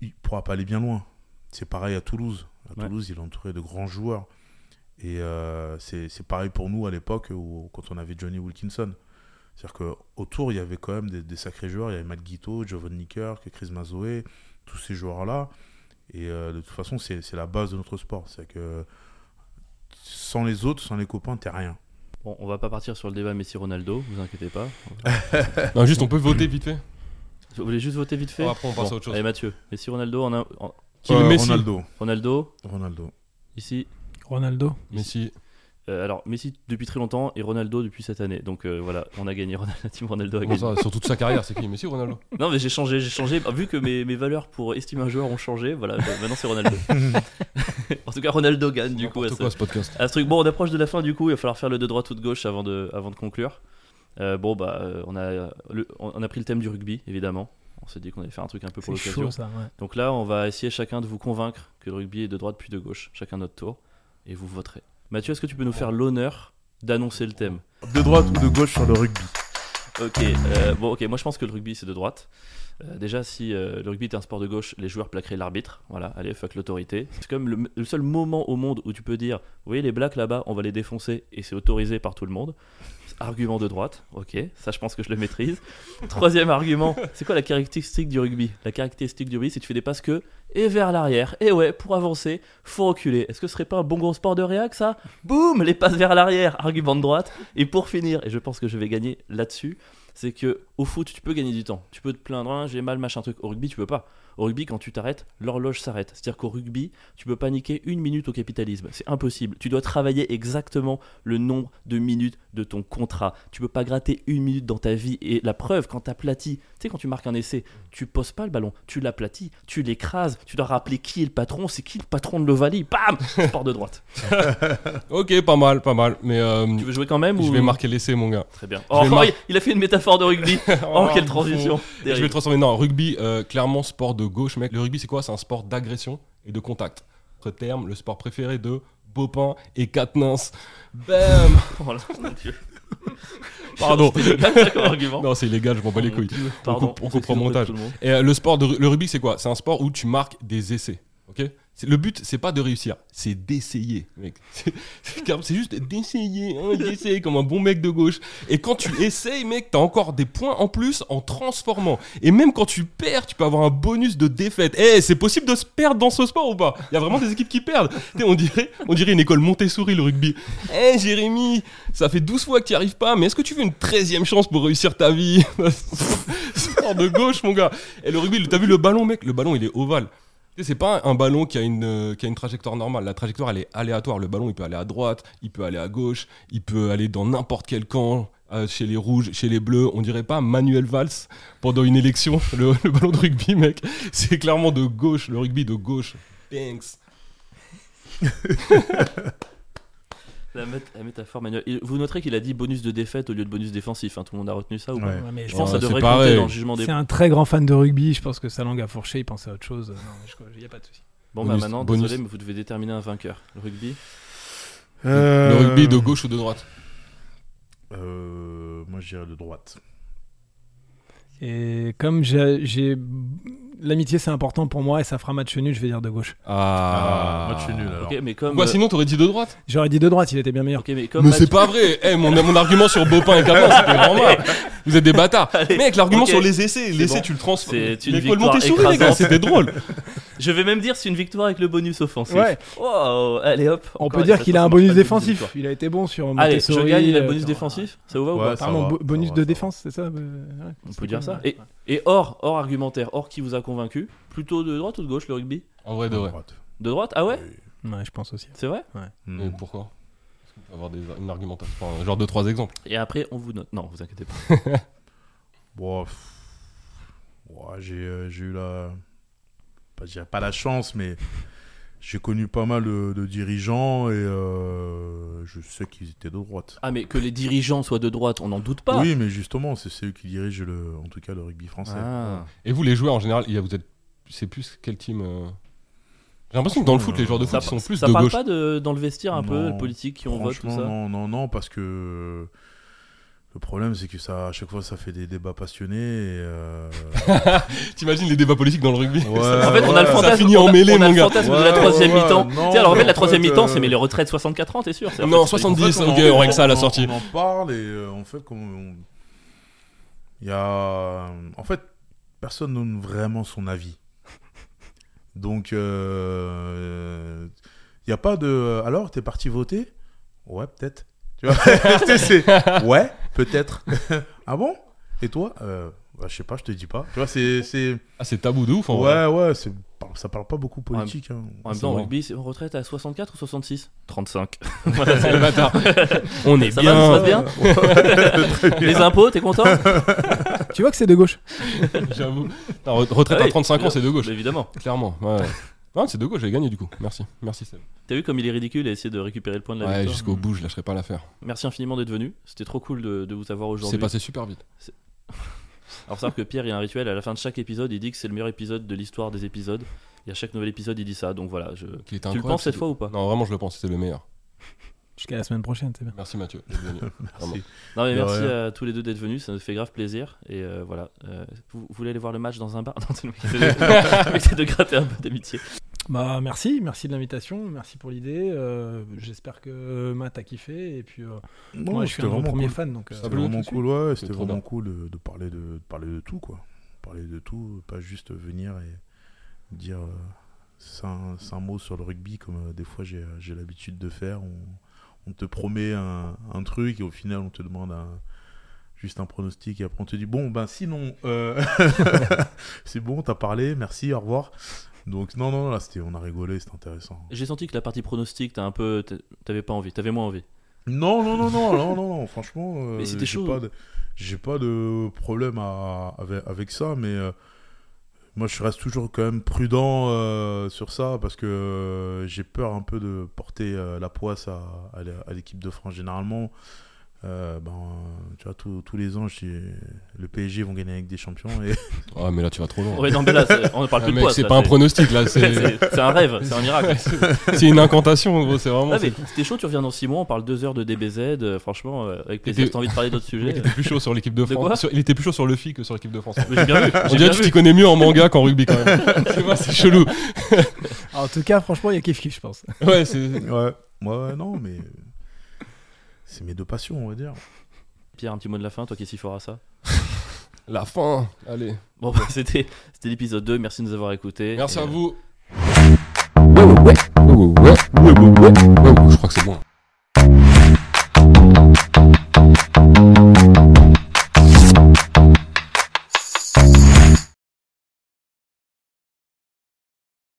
[SPEAKER 1] ne pourra pas aller bien loin. C'est pareil à Toulouse. À
[SPEAKER 2] Ouais.
[SPEAKER 1] Toulouse, il est entouré de grands joueurs. Et euh, c'est c'est pareil pour nous à l'époque où- quand on avait Johnny Wilkinson. C'est-à-dire qu'autour, il y avait quand même des, des sacrés joueurs. Il y avait Matt Guito, Giovanni Nicker, Chris Mazoé, tous ces joueurs-là. Et euh, de toute façon, c'est c'est la base de notre sport. C'est que sans les autres, sans les copains, t'es rien.
[SPEAKER 2] Bon, on va pas partir sur le débat Messi-Ronaldo, vous inquiétez pas.
[SPEAKER 4] Non, juste, on peut voter vite fait.
[SPEAKER 2] Vous voulez juste voter vite fait
[SPEAKER 4] Oh, après, on passe à autre chose.
[SPEAKER 2] Allez, Mathieu. Messi-Ronaldo, en un- en-
[SPEAKER 4] Qui
[SPEAKER 1] Euh,
[SPEAKER 4] est le Messi
[SPEAKER 1] Ronaldo.
[SPEAKER 2] Ronaldo,
[SPEAKER 1] Ronaldo.
[SPEAKER 2] ici.
[SPEAKER 5] Ronaldo.
[SPEAKER 4] Messi.
[SPEAKER 2] Euh, alors, Messi depuis très longtemps et Ronaldo depuis cette année. Donc euh, voilà, on a gagné. Ronaldo, la team Ronaldo a
[SPEAKER 4] Comment
[SPEAKER 2] gagné.
[SPEAKER 4] ça, sur toute sa carrière, c'est qui Messi ou Ronaldo
[SPEAKER 2] Non, mais j'ai changé, j'ai changé. Ah, Vu que mes, mes valeurs pour estimer un joueur ont changé, voilà, je- maintenant c'est Ronaldo. en tout cas, Ronaldo gagne du coup à
[SPEAKER 4] N'importe
[SPEAKER 2] ce,
[SPEAKER 4] quoi ce podcast.
[SPEAKER 2] à ce truc. Bon, on approche de la fin du coup, il va falloir faire le de droite ou de gauche avant de, avant de conclure. Euh, bon, bah, euh, on a, euh, le- on on a pris le thème du rugby, évidemment. On s'est dit qu'on allait faire un truc un peu pour
[SPEAKER 5] C'est
[SPEAKER 2] l'occasion.
[SPEAKER 5] chaud ça. ouais.
[SPEAKER 2] Donc là, on va essayer chacun de vous convaincre que le rugby est de droite puis de gauche, chacun notre tour, et vous voterez. Mathieu, est-ce que tu peux nous faire l'honneur d'annoncer le thème
[SPEAKER 1] De droite ou de gauche sur le rugby
[SPEAKER 2] Ok, euh, bon, ok, moi je pense que le rugby c'est de droite. Euh, déjà, si euh, le rugby est un sport de gauche, les joueurs plaqueraient l'arbitre. Voilà, allez, fuck l'autorité. C'est comme le, le seul moment au monde où tu peux dire Vous voyez les blacks là-bas, on va les défoncer et c'est autorisé par tout le monde. Argument de droite, ok, ça je pense que je le maîtrise. Troisième argument, c'est quoi la caractéristique du rugby La caractéristique du rugby, c'est que tu fais des passes que et vers l'arrière. Et ouais, pour avancer, faut reculer. Est-ce que ce serait pas un bon gros sport de réac ça Boum, les passes vers l'arrière, argument de droite. Et pour finir, et je pense que je vais gagner là-dessus, c'est que au foot tu peux gagner du temps tu peux te plaindre Ah, j'ai mal machin truc au rugby tu peux pas au rugby quand tu t'arrêtes l'horloge s'arrête c'est à dire qu'au rugby tu peux pas niquer une minute au capitalisme c'est impossible tu dois travailler exactement le nombre de minutes de ton contrat tu peux pas gratter une minute dans ta vie et la preuve quand t'aplatis tu sais quand tu marques un essai tu poses pas le ballon tu l'aplatis tu l'écrases tu dois rappeler qui est le patron c'est qui le patron de l'Ovalie bam sport de droite
[SPEAKER 4] Ok, pas mal, pas mal. Mais euh,
[SPEAKER 2] tu veux jouer quand même
[SPEAKER 4] je
[SPEAKER 2] ou...
[SPEAKER 4] vais marquer l'essai, mon gars.
[SPEAKER 2] très bien Oh,
[SPEAKER 4] vais mar-
[SPEAKER 2] il- il a fait une métaphore de rugby oh quelle
[SPEAKER 4] Oh,
[SPEAKER 2] transition
[SPEAKER 4] Et je vais
[SPEAKER 2] Terrible.
[SPEAKER 4] le transformer. Non, rugby, euh, clairement, sport de gauche, mec. Le rugby, c'est quoi C'est un sport d'agression et de contact. Autre terme, le sport préféré de Bopin et Katnins. Bam
[SPEAKER 2] Oh là, mon Dieu.
[SPEAKER 4] Pardon.
[SPEAKER 2] C'était légal, ça, comme argument.
[SPEAKER 4] Non, c'est illégal, je m'en bats les couilles.
[SPEAKER 2] Pardon,
[SPEAKER 4] coupe- on
[SPEAKER 2] on
[SPEAKER 4] coupe au
[SPEAKER 2] s'excuse auprès de
[SPEAKER 4] montage.
[SPEAKER 2] tout le monde.
[SPEAKER 4] Et euh, le sport de le rugby, c'est quoi C'est un sport où tu marques des essais. Ok C'est- le but, c'est pas de réussir, c'est d'essayer, mec. C'est- C'est carrément- c'est juste d'essayer, hein, d'essayer comme un bon mec de gauche. Et quand tu essayes, mec, t'as encore des points en plus en transformant. Et même quand tu perds, tu peux avoir un bonus de défaite. Eh, c'est possible de se perdre dans ce sport ou pas Il y a vraiment des équipes qui perdent. Tu sais, on dirait, on dirait une école Montessori le rugby. Eh, Jérémy, ça fait 12 fois que tu n'y arrives pas, mais est-ce que tu veux une 13 e chance pour réussir ta vie Eh, Sport de gauche, mon gars. Et le rugby, le- t'as vu le ballon, mec Le ballon, il est ovale. Tu sais, C'est pas un ballon qui a, une, euh, qui a une trajectoire normale. La trajectoire, elle est aléatoire. Le ballon, il peut aller à droite, il peut aller à gauche, il peut aller dans n'importe quel camp, euh, chez les rouges, chez les bleus. On dirait pas Manuel Valls pendant une élection, le, le ballon de rugby, mec. C'est clairement de gauche, le rugby de gauche. Banks.
[SPEAKER 2] La, mét- la métaphore manuelle. Il- Vous noterez qu'il a dit bonus de défaite au lieu de bonus défensif. hein. Tout le monde a retenu ça ou pas
[SPEAKER 1] Ouais.
[SPEAKER 5] Ouais, mais je
[SPEAKER 2] Je
[SPEAKER 4] Ouais,
[SPEAKER 2] pense que ça
[SPEAKER 4] c'est
[SPEAKER 2] devrait
[SPEAKER 4] pareil.
[SPEAKER 2] compter dans le jugement des.
[SPEAKER 5] C'est un très grand fan de rugby. Je pense que sa langue a fourché. Il pensait à autre chose. il n'y a pas de souci.
[SPEAKER 2] Bon,
[SPEAKER 4] Bonus-
[SPEAKER 2] bah maintenant,
[SPEAKER 4] bonus.
[SPEAKER 2] désolé, mais vous devez déterminer un vainqueur. Le rugby
[SPEAKER 1] Euh,
[SPEAKER 4] Le rugby de gauche ou de droite
[SPEAKER 1] euh, Moi, je dirais de droite.
[SPEAKER 5] Et comme j'ai- j'ai. L'amitié, c'est important pour moi et ça fera match nul, je vais dire de gauche.
[SPEAKER 1] Ah, match nul alors.
[SPEAKER 2] Ok, mais comme.
[SPEAKER 4] Quoi,
[SPEAKER 2] euh,
[SPEAKER 4] sinon, t'aurais dit de droite
[SPEAKER 5] J'aurais dit de droite, il était bien meilleur.
[SPEAKER 2] Ok, mais comme.
[SPEAKER 4] Mais
[SPEAKER 2] Math-
[SPEAKER 4] c'est pas vrai Eh, mon, mon argument sur Bopin et Capin, c'était vraiment mal. Vous êtes des bâtards.
[SPEAKER 2] Allez,
[SPEAKER 4] Mec, l'argument
[SPEAKER 2] ok.
[SPEAKER 4] sur les essais, les essais,
[SPEAKER 2] bon.
[SPEAKER 4] tu le transformes.
[SPEAKER 2] C'est une
[SPEAKER 4] Mais Paul
[SPEAKER 2] victoire
[SPEAKER 4] Montessori, les gars,
[SPEAKER 2] écrasante.
[SPEAKER 4] c'était drôle.
[SPEAKER 2] Je vais même dire c'est une victoire avec le bonus offensif.
[SPEAKER 5] Ouais.
[SPEAKER 2] Wow, allez hop.
[SPEAKER 5] On
[SPEAKER 2] encore
[SPEAKER 5] peut
[SPEAKER 2] une
[SPEAKER 5] dire
[SPEAKER 2] fois,
[SPEAKER 5] qu'il a
[SPEAKER 2] ça
[SPEAKER 5] un
[SPEAKER 2] marche
[SPEAKER 5] bonus
[SPEAKER 2] pas, le
[SPEAKER 5] défensif.
[SPEAKER 2] victoire.
[SPEAKER 5] Il a été bon sur
[SPEAKER 2] Allez, je
[SPEAKER 5] Montessori,
[SPEAKER 2] gagne il a
[SPEAKER 5] euh,
[SPEAKER 2] le bonus
[SPEAKER 5] sur-
[SPEAKER 2] défensif. Ça vous va ou
[SPEAKER 1] Ouais,
[SPEAKER 2] pas
[SPEAKER 1] ça
[SPEAKER 5] Apparemment,
[SPEAKER 1] va,
[SPEAKER 5] bo-
[SPEAKER 1] ça
[SPEAKER 5] bonus
[SPEAKER 1] va,
[SPEAKER 5] de
[SPEAKER 1] ça va.
[SPEAKER 5] défense, c'est ça euh, ouais,
[SPEAKER 2] On
[SPEAKER 5] c'est
[SPEAKER 2] peut dire
[SPEAKER 5] cool,
[SPEAKER 2] ça.
[SPEAKER 5] ouais.
[SPEAKER 2] Et, et hors, hors argumentaire, hors qui vous a convaincu, plutôt de droite ou de gauche le rugby
[SPEAKER 4] En vrai, de
[SPEAKER 1] De
[SPEAKER 4] vrai.
[SPEAKER 1] droite.
[SPEAKER 2] De droite Ah ouais
[SPEAKER 5] Ouais, je pense aussi.
[SPEAKER 2] C'est vrai
[SPEAKER 1] Mm.
[SPEAKER 4] Mais pourquoi Parce qu'on peut avoir des, une argumentation. Enfin, genre deux, trois exemples.
[SPEAKER 2] Et après, on vous note. Non, vous inquiétez pas.
[SPEAKER 1] Bon, pff. Ouais, j'ai euh, j'ai eu la. Pas, je dirais pas la chance, mais j'ai connu pas mal de, de dirigeants et euh, je sais qu'ils étaient de droite.
[SPEAKER 2] Ah, mais que les dirigeants soient de droite, on n'en doute pas.
[SPEAKER 1] Oui, mais justement, c'est c'est eux qui dirigent le, en tout cas le rugby français.
[SPEAKER 2] Ah.
[SPEAKER 4] Et vous, les joueurs en général, il y a- vous êtes. C'est plus quel team euh, J'ai l'impression que dans le foot, les joueurs de
[SPEAKER 1] Ça
[SPEAKER 4] foot ils sont plus
[SPEAKER 2] Ça
[SPEAKER 4] de
[SPEAKER 2] parle
[SPEAKER 4] gauche.
[SPEAKER 2] pas de, dans le vestiaire un peu,
[SPEAKER 1] Non,
[SPEAKER 2] le politique qui on vote, tout
[SPEAKER 1] Franchement,
[SPEAKER 2] ça
[SPEAKER 1] non, non, non, parce que le problème, c'est que ça, à chaque fois, ça fait des débats passionnés. Et euh,
[SPEAKER 4] T'imagines les débats politiques dans le rugby
[SPEAKER 1] Ouais,
[SPEAKER 4] Ça-
[SPEAKER 2] En fait, on a
[SPEAKER 1] ouais.
[SPEAKER 2] le
[SPEAKER 4] Ça
[SPEAKER 2] fantasme,
[SPEAKER 4] finit en
[SPEAKER 2] on a-
[SPEAKER 4] mêlée,
[SPEAKER 2] on a
[SPEAKER 4] mon
[SPEAKER 2] le
[SPEAKER 4] gars.
[SPEAKER 2] fantasme de
[SPEAKER 1] Ouais,
[SPEAKER 2] la troisième
[SPEAKER 1] ouais,
[SPEAKER 2] mi-temps.
[SPEAKER 1] ouais,
[SPEAKER 2] Tu sais, alors en fait, la
[SPEAKER 1] non,
[SPEAKER 2] troisième
[SPEAKER 1] en fait,
[SPEAKER 2] mi-temps,
[SPEAKER 1] euh,
[SPEAKER 2] c'est mais les retraites 64 ans, t'es sûr c'est- en
[SPEAKER 4] Non,
[SPEAKER 2] fait, c'est-
[SPEAKER 4] 70. 10,
[SPEAKER 1] on en-
[SPEAKER 4] ok,
[SPEAKER 1] on
[SPEAKER 4] rien que ça,
[SPEAKER 1] en-
[SPEAKER 4] la sortie.
[SPEAKER 1] On en parle et euh, on fait comme. on- Il y a. euh, En fait, personne donne vraiment son avis. Donc, euh, il n'y a pas de. euh, Alors, t'es parti voter Ouais, peut-être. Tu vois Tu sais, c'est- Ouais, peut-être. ah bon Et toi Euh, bah, Je sais pas, je te dis pas. Tu vois, c'est. c'est-
[SPEAKER 4] Ah, c'est tabou de ouf en vrai.
[SPEAKER 1] Ouais, ouais, c'est- ça parle pas beaucoup politique. hein.
[SPEAKER 2] En même temps,
[SPEAKER 4] C'est
[SPEAKER 2] au
[SPEAKER 4] bon.
[SPEAKER 2] rugby, c'est- on retraite à 64 ou 66 35.
[SPEAKER 4] C'est le bâtard. On est
[SPEAKER 2] Ça va,
[SPEAKER 4] bien.
[SPEAKER 2] ça se passe bien Les impôts, t'es content
[SPEAKER 5] Tu vois que c'est de gauche.
[SPEAKER 4] J'avoue. Non, re- Retraite à
[SPEAKER 2] Ouais,
[SPEAKER 4] 35 ans,
[SPEAKER 2] bien-
[SPEAKER 4] c'est de gauche.
[SPEAKER 2] Évidemment.
[SPEAKER 4] Clairement. Ouais. Non, c'est de gauche, j'ai gagné du coup. Merci. Merci Seb.
[SPEAKER 2] T'as vu comme il est ridicule et essayer de récupérer le point de la
[SPEAKER 4] Ouais,
[SPEAKER 2] victoire
[SPEAKER 4] jusqu'au bout, je lâcherai pas l'affaire.
[SPEAKER 2] Merci infiniment d'être venu. C'était trop cool de, de vous avoir
[SPEAKER 4] C'est
[SPEAKER 2] aujourd'hui.
[SPEAKER 4] passé super vite.
[SPEAKER 2] Alors, faut savoir que Pierre, il a un rituel. À la fin de chaque épisode, il dit que c'est le meilleur épisode de l'histoire des épisodes. Et à chaque nouvel épisode, il dit ça. Donc voilà. Je...
[SPEAKER 4] Qui
[SPEAKER 2] Tu le
[SPEAKER 4] était incroyable,
[SPEAKER 2] penses cette
[SPEAKER 4] c'est-
[SPEAKER 2] fois ou pas
[SPEAKER 4] Non, vraiment, je le pense, c'était le meilleur.
[SPEAKER 5] Jusqu'à la semaine prochaine, c'est bien.
[SPEAKER 4] Merci Mathieu. d'être venu. Vraiment.
[SPEAKER 2] Non, mais
[SPEAKER 1] De
[SPEAKER 2] merci
[SPEAKER 1] rien.
[SPEAKER 2] à tous les deux d'être venus. Ça nous fait grave plaisir. Et euh, voilà. Euh, vous, vous voulez aller voir le match dans un bar Non, c'est le mec qui essaie de- qui essaie de gratter un peu d'amitié.
[SPEAKER 5] Bah merci, merci de l'invitation, merci pour l'idée. euh, J'espère que Matt a kiffé et puis euh,
[SPEAKER 1] Non,
[SPEAKER 5] moi je suis
[SPEAKER 1] c'était
[SPEAKER 5] un grand
[SPEAKER 1] vraiment
[SPEAKER 5] premier
[SPEAKER 1] cool.
[SPEAKER 5] fan donc. euh,
[SPEAKER 1] C'était
[SPEAKER 4] bleu, tout
[SPEAKER 1] vraiment
[SPEAKER 4] de suite.
[SPEAKER 1] cool, ouais.
[SPEAKER 4] C'était
[SPEAKER 1] C'était
[SPEAKER 4] trop
[SPEAKER 1] vraiment
[SPEAKER 4] bien.
[SPEAKER 1] cool de, de parler de, de parler de tout, quoi. Parler de tout, pas juste venir et dire euh, cinq, cinq mots sur le rugby comme euh, des fois j'ai, j'ai l'habitude de faire. On, on te promet un, un truc et au final on te demande un- juste un pronostic et après on te dit bon ben sinon euh, c'est bon t'as parlé merci au revoir donc non non là c'était on a rigolé c'était intéressant
[SPEAKER 2] J'ai senti que la partie pronostic, t'as un peu. t'a- T'avais pas envie. T'avais moins envie.
[SPEAKER 1] Non, non, non, non, non, non, non, franchement, euh,
[SPEAKER 2] Mais c'était
[SPEAKER 1] j'ai
[SPEAKER 2] chaud.
[SPEAKER 1] pas de- j'ai pas de problème à- avec, avec ça, mais euh, moi je reste toujours quand même prudent euh, sur ça parce que euh, j'ai peur un peu de porter euh, la poisse à, à l'é- à l'équipe de France. Généralement, euh, ben, tu vois, tous- tous les ans, j'ai- le PSG vont gagner avec des champions et
[SPEAKER 4] Ah, mais là, tu vas trop loin.
[SPEAKER 2] Ouais, non, mais là, c'est- on ne parle
[SPEAKER 4] Ah,
[SPEAKER 2] plus de
[SPEAKER 4] mec,
[SPEAKER 2] poids.
[SPEAKER 4] c'est
[SPEAKER 2] ça,
[SPEAKER 4] pas un
[SPEAKER 2] c'est-
[SPEAKER 4] pronostic là, c'est
[SPEAKER 2] c'est c'est un rêve, c'est un miracle.
[SPEAKER 4] c'est une incantation, en gros, c'est vraiment.
[SPEAKER 2] Ah, mais
[SPEAKER 4] c'est-
[SPEAKER 2] c'était chaud, tu reviens dans 6 mois, on parle 2 heures de DBZ. euh, franchement, euh, avec
[SPEAKER 4] Et
[SPEAKER 2] plaisir,
[SPEAKER 4] t'es-
[SPEAKER 2] si t'as envie de parler d'autres
[SPEAKER 4] le mec
[SPEAKER 2] sujets. euh,
[SPEAKER 4] était plus chaud sur l'équipe de
[SPEAKER 2] De quoi
[SPEAKER 4] France. Sur- Il était plus chaud sur le FI que sur l'équipe de France.
[SPEAKER 2] mais J'ai bien vu.
[SPEAKER 4] On
[SPEAKER 2] j'ai
[SPEAKER 4] dirait
[SPEAKER 2] bien
[SPEAKER 4] que tu
[SPEAKER 2] vu.
[SPEAKER 4] t'y connais mieux en manga qu'en rugby quand même. c'est vrai, c'est chelou.
[SPEAKER 5] En tout cas, franchement, il y a kiff kiff, je pense.
[SPEAKER 4] Ouais, c'est.
[SPEAKER 1] ouais, ouais, non, mais c'est mes deux passions, on va dire.
[SPEAKER 2] Pierre, un petit mot de la fin, toi qui es si fort à ça.
[SPEAKER 4] La fin. Allez.
[SPEAKER 2] Bon, bah, c'était c'était l'épisode 2. Merci de nous avoir écoutés.
[SPEAKER 4] Merci
[SPEAKER 2] Et,
[SPEAKER 4] à
[SPEAKER 2] euh,
[SPEAKER 4] vous. Ouais, ouais, ouais. Ouais, ouais, ouais. Ouais, ouais, ouais. Je crois que c'est bon.